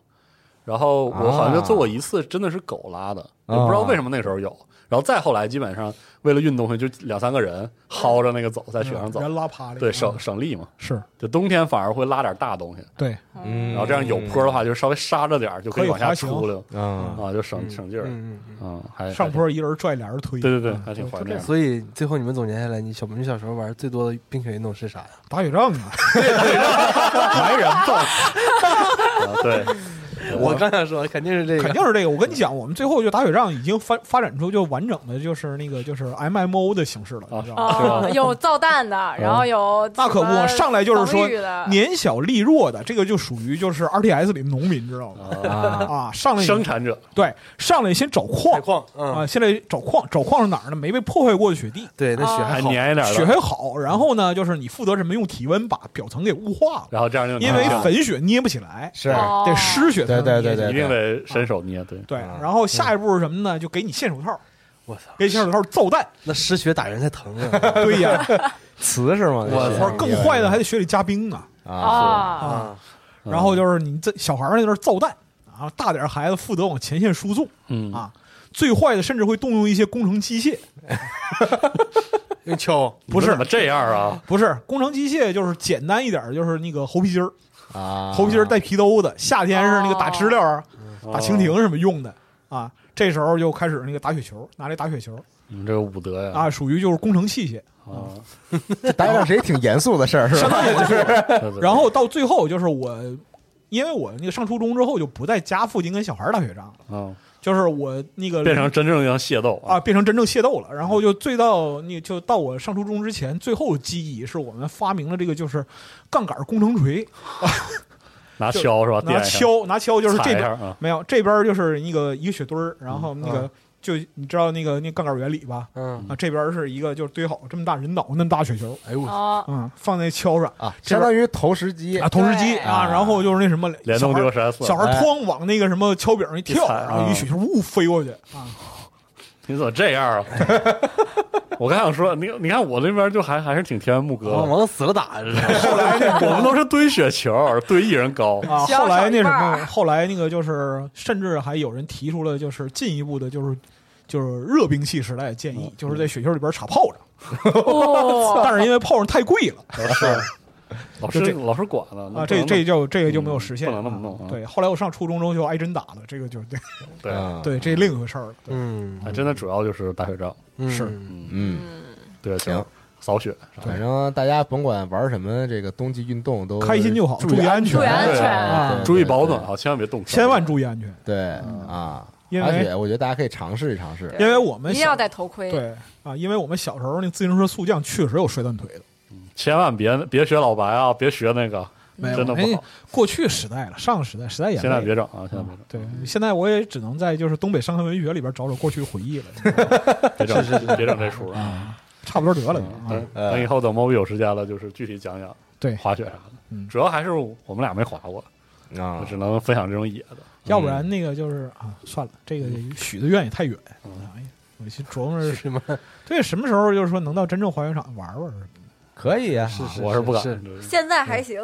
[SPEAKER 5] 然后我好像就坐过一次，真的是狗拉的，
[SPEAKER 3] 啊
[SPEAKER 5] 也不知道为什么那时候有。然后再后来，基本上为了运东西，就两三个人薅着那个走，在雪上走，
[SPEAKER 6] 人拉爬犁，
[SPEAKER 5] 对，
[SPEAKER 6] 嗯
[SPEAKER 5] 省省力嘛。
[SPEAKER 6] 是
[SPEAKER 5] 就冬天反而会拉点大东西，
[SPEAKER 6] 对，
[SPEAKER 3] 嗯
[SPEAKER 5] 然后这样有坡的话，就稍微刹着点儿就可以往下出溜
[SPEAKER 3] 啊，
[SPEAKER 5] 啊，就省省劲儿
[SPEAKER 7] 嗯嗯
[SPEAKER 5] 啊，还
[SPEAKER 6] 上，坡一人拽俩人推，
[SPEAKER 5] 还对对对，还挺怀念
[SPEAKER 7] 嗯。
[SPEAKER 5] 的。
[SPEAKER 7] 所以最后你们总结下来，你小你小时候玩最多的冰雪运动是啥呀？
[SPEAKER 6] 打雪仗啊，
[SPEAKER 5] 男人造啊，对，
[SPEAKER 7] 我刚想说肯定是这个，
[SPEAKER 6] 肯 定是这个。我跟你讲，我们最后就打雪仗已经发发展出就完整的就是那个就是 M M O 的形式了，你知道吗？
[SPEAKER 4] 啊，有造蛋的，然后有
[SPEAKER 6] 那可不，上来就是说
[SPEAKER 4] 防御的
[SPEAKER 6] 年小力弱的，这个就属于就是 R T S 里的农民，知道吗？
[SPEAKER 3] 啊
[SPEAKER 6] 啊，上来
[SPEAKER 5] 生产 者
[SPEAKER 6] 对，上来先找矿
[SPEAKER 7] 采矿，嗯，
[SPEAKER 6] 啊，现在找矿，找矿是哪儿呢？没被破坏过的雪地，
[SPEAKER 7] 对，那雪
[SPEAKER 5] 还
[SPEAKER 7] 还好，
[SPEAKER 5] 粘一点
[SPEAKER 6] 雪
[SPEAKER 5] 的，
[SPEAKER 6] 还好。然后呢，就是你负责什么？用体温把表层给雾化了，
[SPEAKER 5] 然后这样就
[SPEAKER 6] 因为
[SPEAKER 5] 能
[SPEAKER 6] 粉雪捏不起来，
[SPEAKER 3] 是
[SPEAKER 4] 哦
[SPEAKER 6] 得湿雪才能
[SPEAKER 3] 对对对
[SPEAKER 6] 捏起来
[SPEAKER 5] 一定得伸手捏，对，
[SPEAKER 6] 对。
[SPEAKER 3] 嗯
[SPEAKER 6] 然后下一步是什么呢？就给你线手套，
[SPEAKER 7] 我操，
[SPEAKER 6] 给你线手套揍蛋。
[SPEAKER 7] 那失血打人才疼啊！
[SPEAKER 6] 对呀，
[SPEAKER 3] 瓷是吗？
[SPEAKER 7] 我
[SPEAKER 3] 这
[SPEAKER 7] 操
[SPEAKER 3] 是
[SPEAKER 6] 更坏的还得雪里加冰呢。
[SPEAKER 3] 啊，
[SPEAKER 4] 啊，
[SPEAKER 6] 啊，
[SPEAKER 5] 嗯
[SPEAKER 6] 然后就是你这小孩儿那就是造蛋，然后大点儿孩子负责往前线输送
[SPEAKER 5] 嗯
[SPEAKER 6] 啊。最坏的甚至会动用一些工程机械，
[SPEAKER 7] 用敲，
[SPEAKER 5] 不是怎么这样啊？
[SPEAKER 6] 不是工程机械就是简单一点儿，就是那个猴皮筋儿，
[SPEAKER 3] 啊，
[SPEAKER 4] 哦
[SPEAKER 6] 猴皮筋儿带皮兜的，夏天是那个打知了啊、打蜻蜓什么用的啊。这时候就开始那个打雪球，拿来打雪球
[SPEAKER 5] 你嗯这个武德呀！
[SPEAKER 6] 啊，属于就是工程器械。
[SPEAKER 5] 啊，
[SPEAKER 3] 这打赏谁挺严肃的事儿是吧？
[SPEAKER 5] 就是
[SPEAKER 6] 然后到最后就是我，因为我那个上初中之后就不在家附近跟小孩儿打雪仗了，
[SPEAKER 5] 啊，
[SPEAKER 6] 就是我那个
[SPEAKER 5] 变成真正的械斗
[SPEAKER 6] 啊，变成真正械斗了。然
[SPEAKER 5] 嗯
[SPEAKER 6] 后就最到那就到我上初中之前，最后记忆是我们发明了这个就是杠杆工程锤，
[SPEAKER 5] 拿锹是吧？
[SPEAKER 6] 拿
[SPEAKER 5] 电一下，
[SPEAKER 6] 锹拿锹就是
[SPEAKER 5] 哦啊踩
[SPEAKER 6] 这
[SPEAKER 5] 一
[SPEAKER 6] 边
[SPEAKER 5] 下嗯啊，
[SPEAKER 6] 没有这边就是一个一个雪堆儿，然后那个、就你知道那个那杠杆原理吧？
[SPEAKER 7] 嗯，
[SPEAKER 6] 啊，这边是一个就是堆好这么大人脑那么大雪球，
[SPEAKER 7] 哎呦我，
[SPEAKER 4] 哦，
[SPEAKER 6] 嗯，放在锹上
[SPEAKER 3] 啊，
[SPEAKER 6] 这
[SPEAKER 3] 相
[SPEAKER 6] 边
[SPEAKER 3] 当于投石机
[SPEAKER 6] 啊，投石机
[SPEAKER 4] 对
[SPEAKER 6] 啊，然后就是那什么
[SPEAKER 5] 联
[SPEAKER 6] 小
[SPEAKER 5] 动
[SPEAKER 6] 孩
[SPEAKER 5] 丢
[SPEAKER 6] 儿
[SPEAKER 5] 十 S，
[SPEAKER 6] 小孩儿
[SPEAKER 3] 哎
[SPEAKER 6] 哐往那个什么锹柄上一跳，
[SPEAKER 5] 一踩
[SPEAKER 6] 然后一
[SPEAKER 5] 啊
[SPEAKER 6] 雪球呜飞过去啊，
[SPEAKER 5] 你怎么这样啊？ 我刚想说，你你看我那边就还还是挺天幕
[SPEAKER 7] 往
[SPEAKER 5] 哥，
[SPEAKER 7] 往死了打，这是
[SPEAKER 5] 我们都是堆雪球，堆一人高，
[SPEAKER 6] 啊，
[SPEAKER 4] 需要
[SPEAKER 6] 后来
[SPEAKER 4] 少一
[SPEAKER 6] 那什
[SPEAKER 4] 半儿
[SPEAKER 6] 么，后来那个就是，甚至还有人提出了就是进一步的，就是就是热兵器时代的建
[SPEAKER 5] 嗯
[SPEAKER 6] 议，就是在雪球里边插炮仗，
[SPEAKER 4] 哦
[SPEAKER 6] 但是因为炮仗太贵了
[SPEAKER 5] 老师老
[SPEAKER 6] 就
[SPEAKER 5] 师
[SPEAKER 6] 这
[SPEAKER 5] 老师管了
[SPEAKER 6] 啊，这这就这个就没有
[SPEAKER 5] 嗯
[SPEAKER 6] 实现，
[SPEAKER 5] 不能那么弄啊
[SPEAKER 6] 对，后来我上初中之后就挨针打了，这个就对
[SPEAKER 5] 对，
[SPEAKER 3] 啊，
[SPEAKER 6] 对，这另一回事儿了。对
[SPEAKER 7] 嗯
[SPEAKER 5] 哎，真的主要就是打雪仗，
[SPEAKER 7] 嗯
[SPEAKER 6] 是
[SPEAKER 3] 嗯，
[SPEAKER 5] 对，
[SPEAKER 3] 行，
[SPEAKER 5] 扫雪
[SPEAKER 4] 嗯
[SPEAKER 5] 啥的
[SPEAKER 3] 反正大家甭管玩什么，这个冬季运动都
[SPEAKER 6] 开心就好
[SPEAKER 3] 注
[SPEAKER 6] 注意
[SPEAKER 3] 安
[SPEAKER 6] 安全
[SPEAKER 4] 注意安全
[SPEAKER 3] 啊
[SPEAKER 6] 啊
[SPEAKER 5] 注意保暖，啊，千万别冻伤。
[SPEAKER 6] 千万注意安全，
[SPEAKER 3] 对对啊。
[SPEAKER 6] 因
[SPEAKER 3] 而
[SPEAKER 6] 为
[SPEAKER 3] 且我觉得大家可以尝试一尝试，
[SPEAKER 6] 因为我们
[SPEAKER 4] 一定要
[SPEAKER 6] 小
[SPEAKER 4] 戴头盔，
[SPEAKER 6] 对啊，因为我们小时候那自行车速降确实有摔断腿的，
[SPEAKER 5] 千万别别学老白啊，别学那个，
[SPEAKER 6] 没
[SPEAKER 5] 嗯
[SPEAKER 6] 有
[SPEAKER 5] 真的
[SPEAKER 6] 没
[SPEAKER 5] 不好。
[SPEAKER 6] 哎过去时代了，上个时代时代也
[SPEAKER 5] 现在
[SPEAKER 6] 累
[SPEAKER 5] 别整啊，现在别整，
[SPEAKER 6] 嗯对，现在我也只能在就是东北伤痕文学里边找找过去回忆 了，
[SPEAKER 5] 别整，别整这出啊。
[SPEAKER 6] 差不多得了就
[SPEAKER 7] 嗯
[SPEAKER 6] 啊。
[SPEAKER 5] 等
[SPEAKER 7] 呃
[SPEAKER 5] 等以后等 Moby 有时间了，就是具体讲讲
[SPEAKER 6] 对，
[SPEAKER 5] 滑雪啥的
[SPEAKER 6] 嗯。
[SPEAKER 5] 主要还是我们俩没滑过，我
[SPEAKER 3] 啊
[SPEAKER 5] 只能分享这种野的。
[SPEAKER 6] 要不然那个就是啊，算了，这个许的愿也太远。哎呀，我去琢磨着
[SPEAKER 7] 嗯是吗？
[SPEAKER 6] 对什么时候就是说能到真正滑雪场玩玩什么的。
[SPEAKER 3] 可以啊，
[SPEAKER 7] 是
[SPEAKER 5] 我是不敢。
[SPEAKER 7] 是
[SPEAKER 4] 现在还行，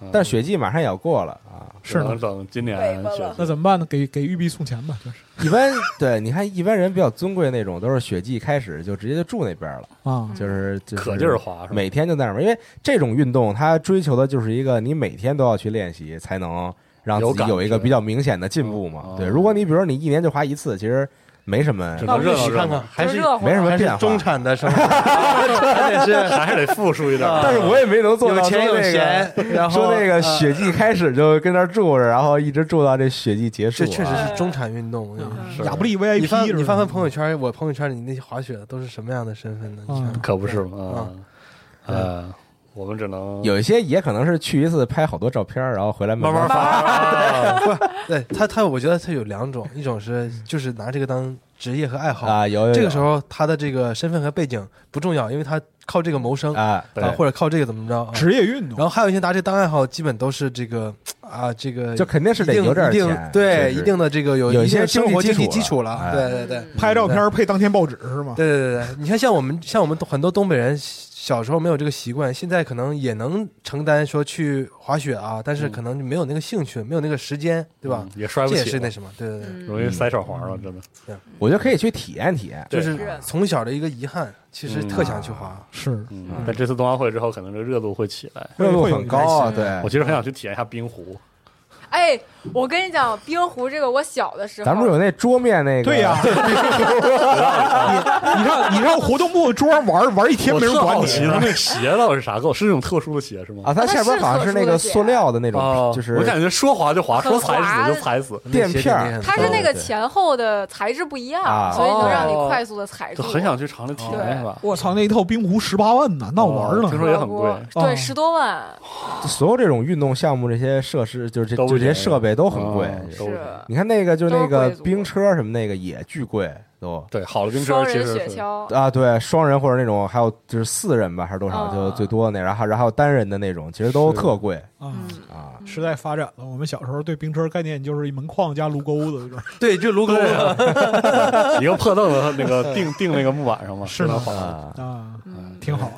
[SPEAKER 5] 嗯
[SPEAKER 3] 但雪季马上也要过了啊，
[SPEAKER 5] 只
[SPEAKER 6] 是
[SPEAKER 5] 能
[SPEAKER 6] 呢，
[SPEAKER 5] 等今年雪
[SPEAKER 7] 嗯
[SPEAKER 6] 那怎么办呢？给给玉碧送钱吧，就是
[SPEAKER 3] 一 般对，你看一般人比较尊贵那种，都是雪季开始就直接就住那边
[SPEAKER 7] 嗯
[SPEAKER 3] 了，
[SPEAKER 6] 啊，
[SPEAKER 3] 就是就是
[SPEAKER 5] 可劲儿滑是吧？
[SPEAKER 3] 每天就在那玩，因为这种运动它追求的就是一个你每天都要去练习，才能让自
[SPEAKER 5] 有
[SPEAKER 3] 己
[SPEAKER 5] 感觉
[SPEAKER 3] 有一个比较明显的进步嘛
[SPEAKER 7] 哦
[SPEAKER 5] 嗯。
[SPEAKER 3] 对，如果你比如说你一年就滑一次，其实没什么
[SPEAKER 5] 只
[SPEAKER 7] 那
[SPEAKER 5] 能
[SPEAKER 7] 我们
[SPEAKER 5] 热
[SPEAKER 7] 一
[SPEAKER 5] 闹
[SPEAKER 7] 起
[SPEAKER 5] 热
[SPEAKER 7] 看
[SPEAKER 5] 闹
[SPEAKER 7] 看，，还是
[SPEAKER 4] 就热乎
[SPEAKER 3] 没什么
[SPEAKER 7] 还
[SPEAKER 3] 变
[SPEAKER 7] 是
[SPEAKER 3] 化，
[SPEAKER 7] 中产的生活， 还得是
[SPEAKER 5] 还是得富庶一点。
[SPEAKER 7] 啊
[SPEAKER 3] 但是我也没能做到
[SPEAKER 7] 有钱
[SPEAKER 3] 说
[SPEAKER 7] 有
[SPEAKER 3] 那个
[SPEAKER 7] 闲，然后
[SPEAKER 3] 说那个
[SPEAKER 7] 啊
[SPEAKER 3] 雪季开始就跟那儿住着，然后一直住到这雪季结束
[SPEAKER 7] 这
[SPEAKER 3] 啊。
[SPEAKER 7] 确实是中产运动。我跟你说
[SPEAKER 5] 是
[SPEAKER 6] 亚布力 VIP，
[SPEAKER 7] 你翻
[SPEAKER 6] 是吧
[SPEAKER 7] 你翻翻朋友圈，我朋友圈里那些滑雪的都是什么样的身份呢？你看
[SPEAKER 6] 嗯
[SPEAKER 5] 可不是嘛。嗯呃，我们只能
[SPEAKER 3] 有一些也可能是去一次拍好多照片，然后回来
[SPEAKER 5] 慢
[SPEAKER 3] 慢
[SPEAKER 5] 慢发啊。
[SPEAKER 7] 对他他，我觉得他有两种，一种是就是拿这个当职业和爱好，
[SPEAKER 3] 啊，有有有
[SPEAKER 7] 这个时候他的这个身份和背景不重要，因为他靠这个谋生啊，
[SPEAKER 3] 啊，对
[SPEAKER 7] 或者靠这个怎么着啊。
[SPEAKER 6] 职业运动
[SPEAKER 7] 然后还有一些拿这当爱好，基本都是这个啊，这个
[SPEAKER 3] 就肯定是得
[SPEAKER 7] 一定
[SPEAKER 3] 有点
[SPEAKER 7] 一定
[SPEAKER 3] 钱
[SPEAKER 7] 对
[SPEAKER 3] 就是
[SPEAKER 7] 一定的这个有
[SPEAKER 3] 有一
[SPEAKER 7] 一定
[SPEAKER 3] 些
[SPEAKER 7] 的生活
[SPEAKER 3] 经
[SPEAKER 7] 经
[SPEAKER 3] 济
[SPEAKER 7] 济
[SPEAKER 3] 基
[SPEAKER 7] 基
[SPEAKER 3] 础
[SPEAKER 7] 础
[SPEAKER 3] 了
[SPEAKER 7] 了
[SPEAKER 3] 哎。
[SPEAKER 7] 对对对
[SPEAKER 6] 拍照片配当天报纸是吗？
[SPEAKER 7] 对对对对，你看像我们像我们很多东北人小时候没有这个习惯，现在可能也能承担说去滑雪啊，但
[SPEAKER 3] 嗯
[SPEAKER 7] 是可能就没有那个兴趣，没有那个时间，对吧
[SPEAKER 5] 嗯？也摔不
[SPEAKER 7] 这也
[SPEAKER 5] 起
[SPEAKER 7] 是
[SPEAKER 5] 了
[SPEAKER 7] 那，什么，对对对。
[SPEAKER 4] 嗯
[SPEAKER 5] 容易塞手环了，真的。
[SPEAKER 3] 我觉得可以去体验体验。
[SPEAKER 7] 就
[SPEAKER 5] 对
[SPEAKER 7] 是
[SPEAKER 4] 是
[SPEAKER 7] 从小的一个遗憾，其实特想去滑。
[SPEAKER 6] 是
[SPEAKER 5] 嗯，但这次冬奥会之后，可能这热度会起来。
[SPEAKER 3] 热度
[SPEAKER 6] 会有
[SPEAKER 3] 很高啊，
[SPEAKER 4] 一个
[SPEAKER 3] 对
[SPEAKER 5] 我，其实很想去体验一下冰壶，
[SPEAKER 4] 哎，我跟你讲，冰壶这个，我小的时候，
[SPEAKER 3] 咱们不是有那桌面那个？
[SPEAKER 6] 对 呀、你你上你上活动部桌上玩玩一天
[SPEAKER 5] 我
[SPEAKER 6] 没人
[SPEAKER 5] 特
[SPEAKER 6] 管
[SPEAKER 5] 好
[SPEAKER 6] 你，
[SPEAKER 5] 奇它那鞋到底是啥构？是那种特殊的鞋是吗？
[SPEAKER 3] 啊，它下边好像是那个塑料的那种，
[SPEAKER 5] 哦
[SPEAKER 3] 就是
[SPEAKER 5] 我感觉说滑就滑，
[SPEAKER 4] 很
[SPEAKER 5] 说踩
[SPEAKER 4] 滑
[SPEAKER 5] 死就踩死，
[SPEAKER 3] 垫片儿
[SPEAKER 7] 那些
[SPEAKER 4] 它是那个
[SPEAKER 3] 对对
[SPEAKER 4] 前后的材质不一样，
[SPEAKER 3] 啊
[SPEAKER 4] 所以能让你
[SPEAKER 5] 哦
[SPEAKER 4] 快速的踩住。
[SPEAKER 5] 就很想去尝试体验一下。
[SPEAKER 6] 我操，那一套冰壶十八万呢，那我玩儿
[SPEAKER 5] 哦听
[SPEAKER 6] 了。
[SPEAKER 5] 说也很贵
[SPEAKER 4] 可不对，
[SPEAKER 6] 哦
[SPEAKER 4] 十多万
[SPEAKER 3] 所有这种运动项目这些设施，就是这
[SPEAKER 5] 都
[SPEAKER 3] 就这些
[SPEAKER 5] 便宜
[SPEAKER 3] 设备都很贵。
[SPEAKER 5] 哦都
[SPEAKER 4] 是。
[SPEAKER 3] 你看那个就那
[SPEAKER 4] 都是
[SPEAKER 3] 个
[SPEAKER 4] 贵族
[SPEAKER 3] 冰车什么那个也巨贵都
[SPEAKER 5] 对，好的冰车
[SPEAKER 4] 双
[SPEAKER 5] 其
[SPEAKER 4] 人
[SPEAKER 5] 实
[SPEAKER 4] 雪
[SPEAKER 5] 是
[SPEAKER 4] 橇，
[SPEAKER 3] 啊，对，双人或者那种还有就是四人吧还是多少
[SPEAKER 4] 啊
[SPEAKER 3] 就最多那，然后还然后还有单人的那种，其实都
[SPEAKER 5] 是
[SPEAKER 3] 特贵
[SPEAKER 6] 啊，
[SPEAKER 4] 嗯，
[SPEAKER 3] 啊。
[SPEAKER 6] 时代发展了，我们小时候对冰车概念就是一门框加炉钩子，就是
[SPEAKER 7] 对，就卢沟
[SPEAKER 5] 对啊，一个破凳子，那个钉钉那个木板上嘛，
[SPEAKER 6] 是
[SPEAKER 5] 吗
[SPEAKER 6] 吗？
[SPEAKER 3] 啊，
[SPEAKER 6] 啊，
[SPEAKER 4] 嗯
[SPEAKER 6] 挺好。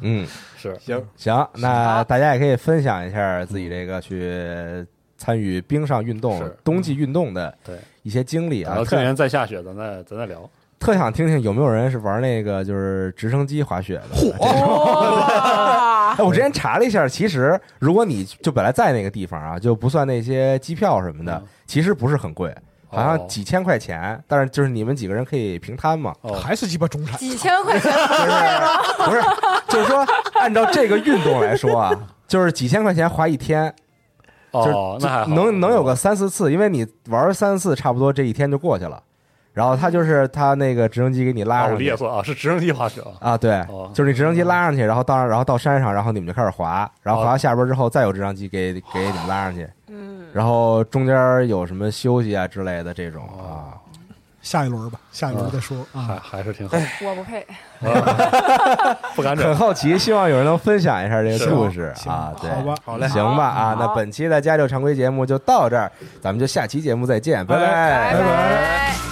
[SPEAKER 3] 嗯，
[SPEAKER 5] 是
[SPEAKER 7] 行，
[SPEAKER 3] 行，那
[SPEAKER 4] 好
[SPEAKER 3] 大家也可以分享一下自己这个去参与冰上运动
[SPEAKER 5] 是、
[SPEAKER 3] 冬季运动的
[SPEAKER 5] 对
[SPEAKER 3] 一些经历
[SPEAKER 5] 然
[SPEAKER 3] 啊
[SPEAKER 5] 后。今
[SPEAKER 3] 特
[SPEAKER 5] 年再下雪，咱再咱再聊。
[SPEAKER 3] 特想听听有没有人是玩那个就是直升机滑雪的。
[SPEAKER 4] 哇，
[SPEAKER 3] 哎，我之前查了一下，其实如果你就本来在那个地方啊，就不算那些机票什么的
[SPEAKER 5] 嗯，
[SPEAKER 3] 其实不是很贵，好
[SPEAKER 5] 哦
[SPEAKER 3] 像几千块钱。但是就是你们几个人可以平摊 嘛，
[SPEAKER 5] 哦，
[SPEAKER 6] 还是鸡巴中产，
[SPEAKER 4] 几千块钱，
[SPEAKER 3] 不是？就是说按照这个运动来说啊，就是几千块钱滑一天，就是
[SPEAKER 5] 哦，那还好，
[SPEAKER 3] 能能有个三四次，因为你玩三次差不多这一天就过去了。然后他就是他那个直升机给你拉
[SPEAKER 5] 哦，
[SPEAKER 3] 上
[SPEAKER 5] 我理
[SPEAKER 3] 去
[SPEAKER 5] 解错啊，是直升机滑雪啊。
[SPEAKER 3] 啊，对
[SPEAKER 5] 哦，
[SPEAKER 3] 就是你直升机拉上去，然后到然后到山上，然后你们就开始滑，然后
[SPEAKER 5] 哦
[SPEAKER 3] 滑到下边之后再有直升机给给你们拉上去。
[SPEAKER 4] 嗯，
[SPEAKER 3] 然后中间有什么休息啊之类的这种啊
[SPEAKER 5] 哦，
[SPEAKER 6] 下一轮吧，下一轮再说
[SPEAKER 5] 还
[SPEAKER 6] 啊。
[SPEAKER 5] 还是挺好，
[SPEAKER 4] 我不配，
[SPEAKER 5] 啊不敢整
[SPEAKER 3] 很。好奇，希望有人能分享一下这
[SPEAKER 5] 是
[SPEAKER 3] 个故事
[SPEAKER 6] 行
[SPEAKER 3] 啊，对，
[SPEAKER 6] 好吧，
[SPEAKER 7] 好嘞
[SPEAKER 3] 行吧啊，那
[SPEAKER 4] 好
[SPEAKER 3] 本期的家教常规节目就到这儿，咱们就下期节目再见，拜
[SPEAKER 6] 拜
[SPEAKER 3] 拜
[SPEAKER 4] 拜。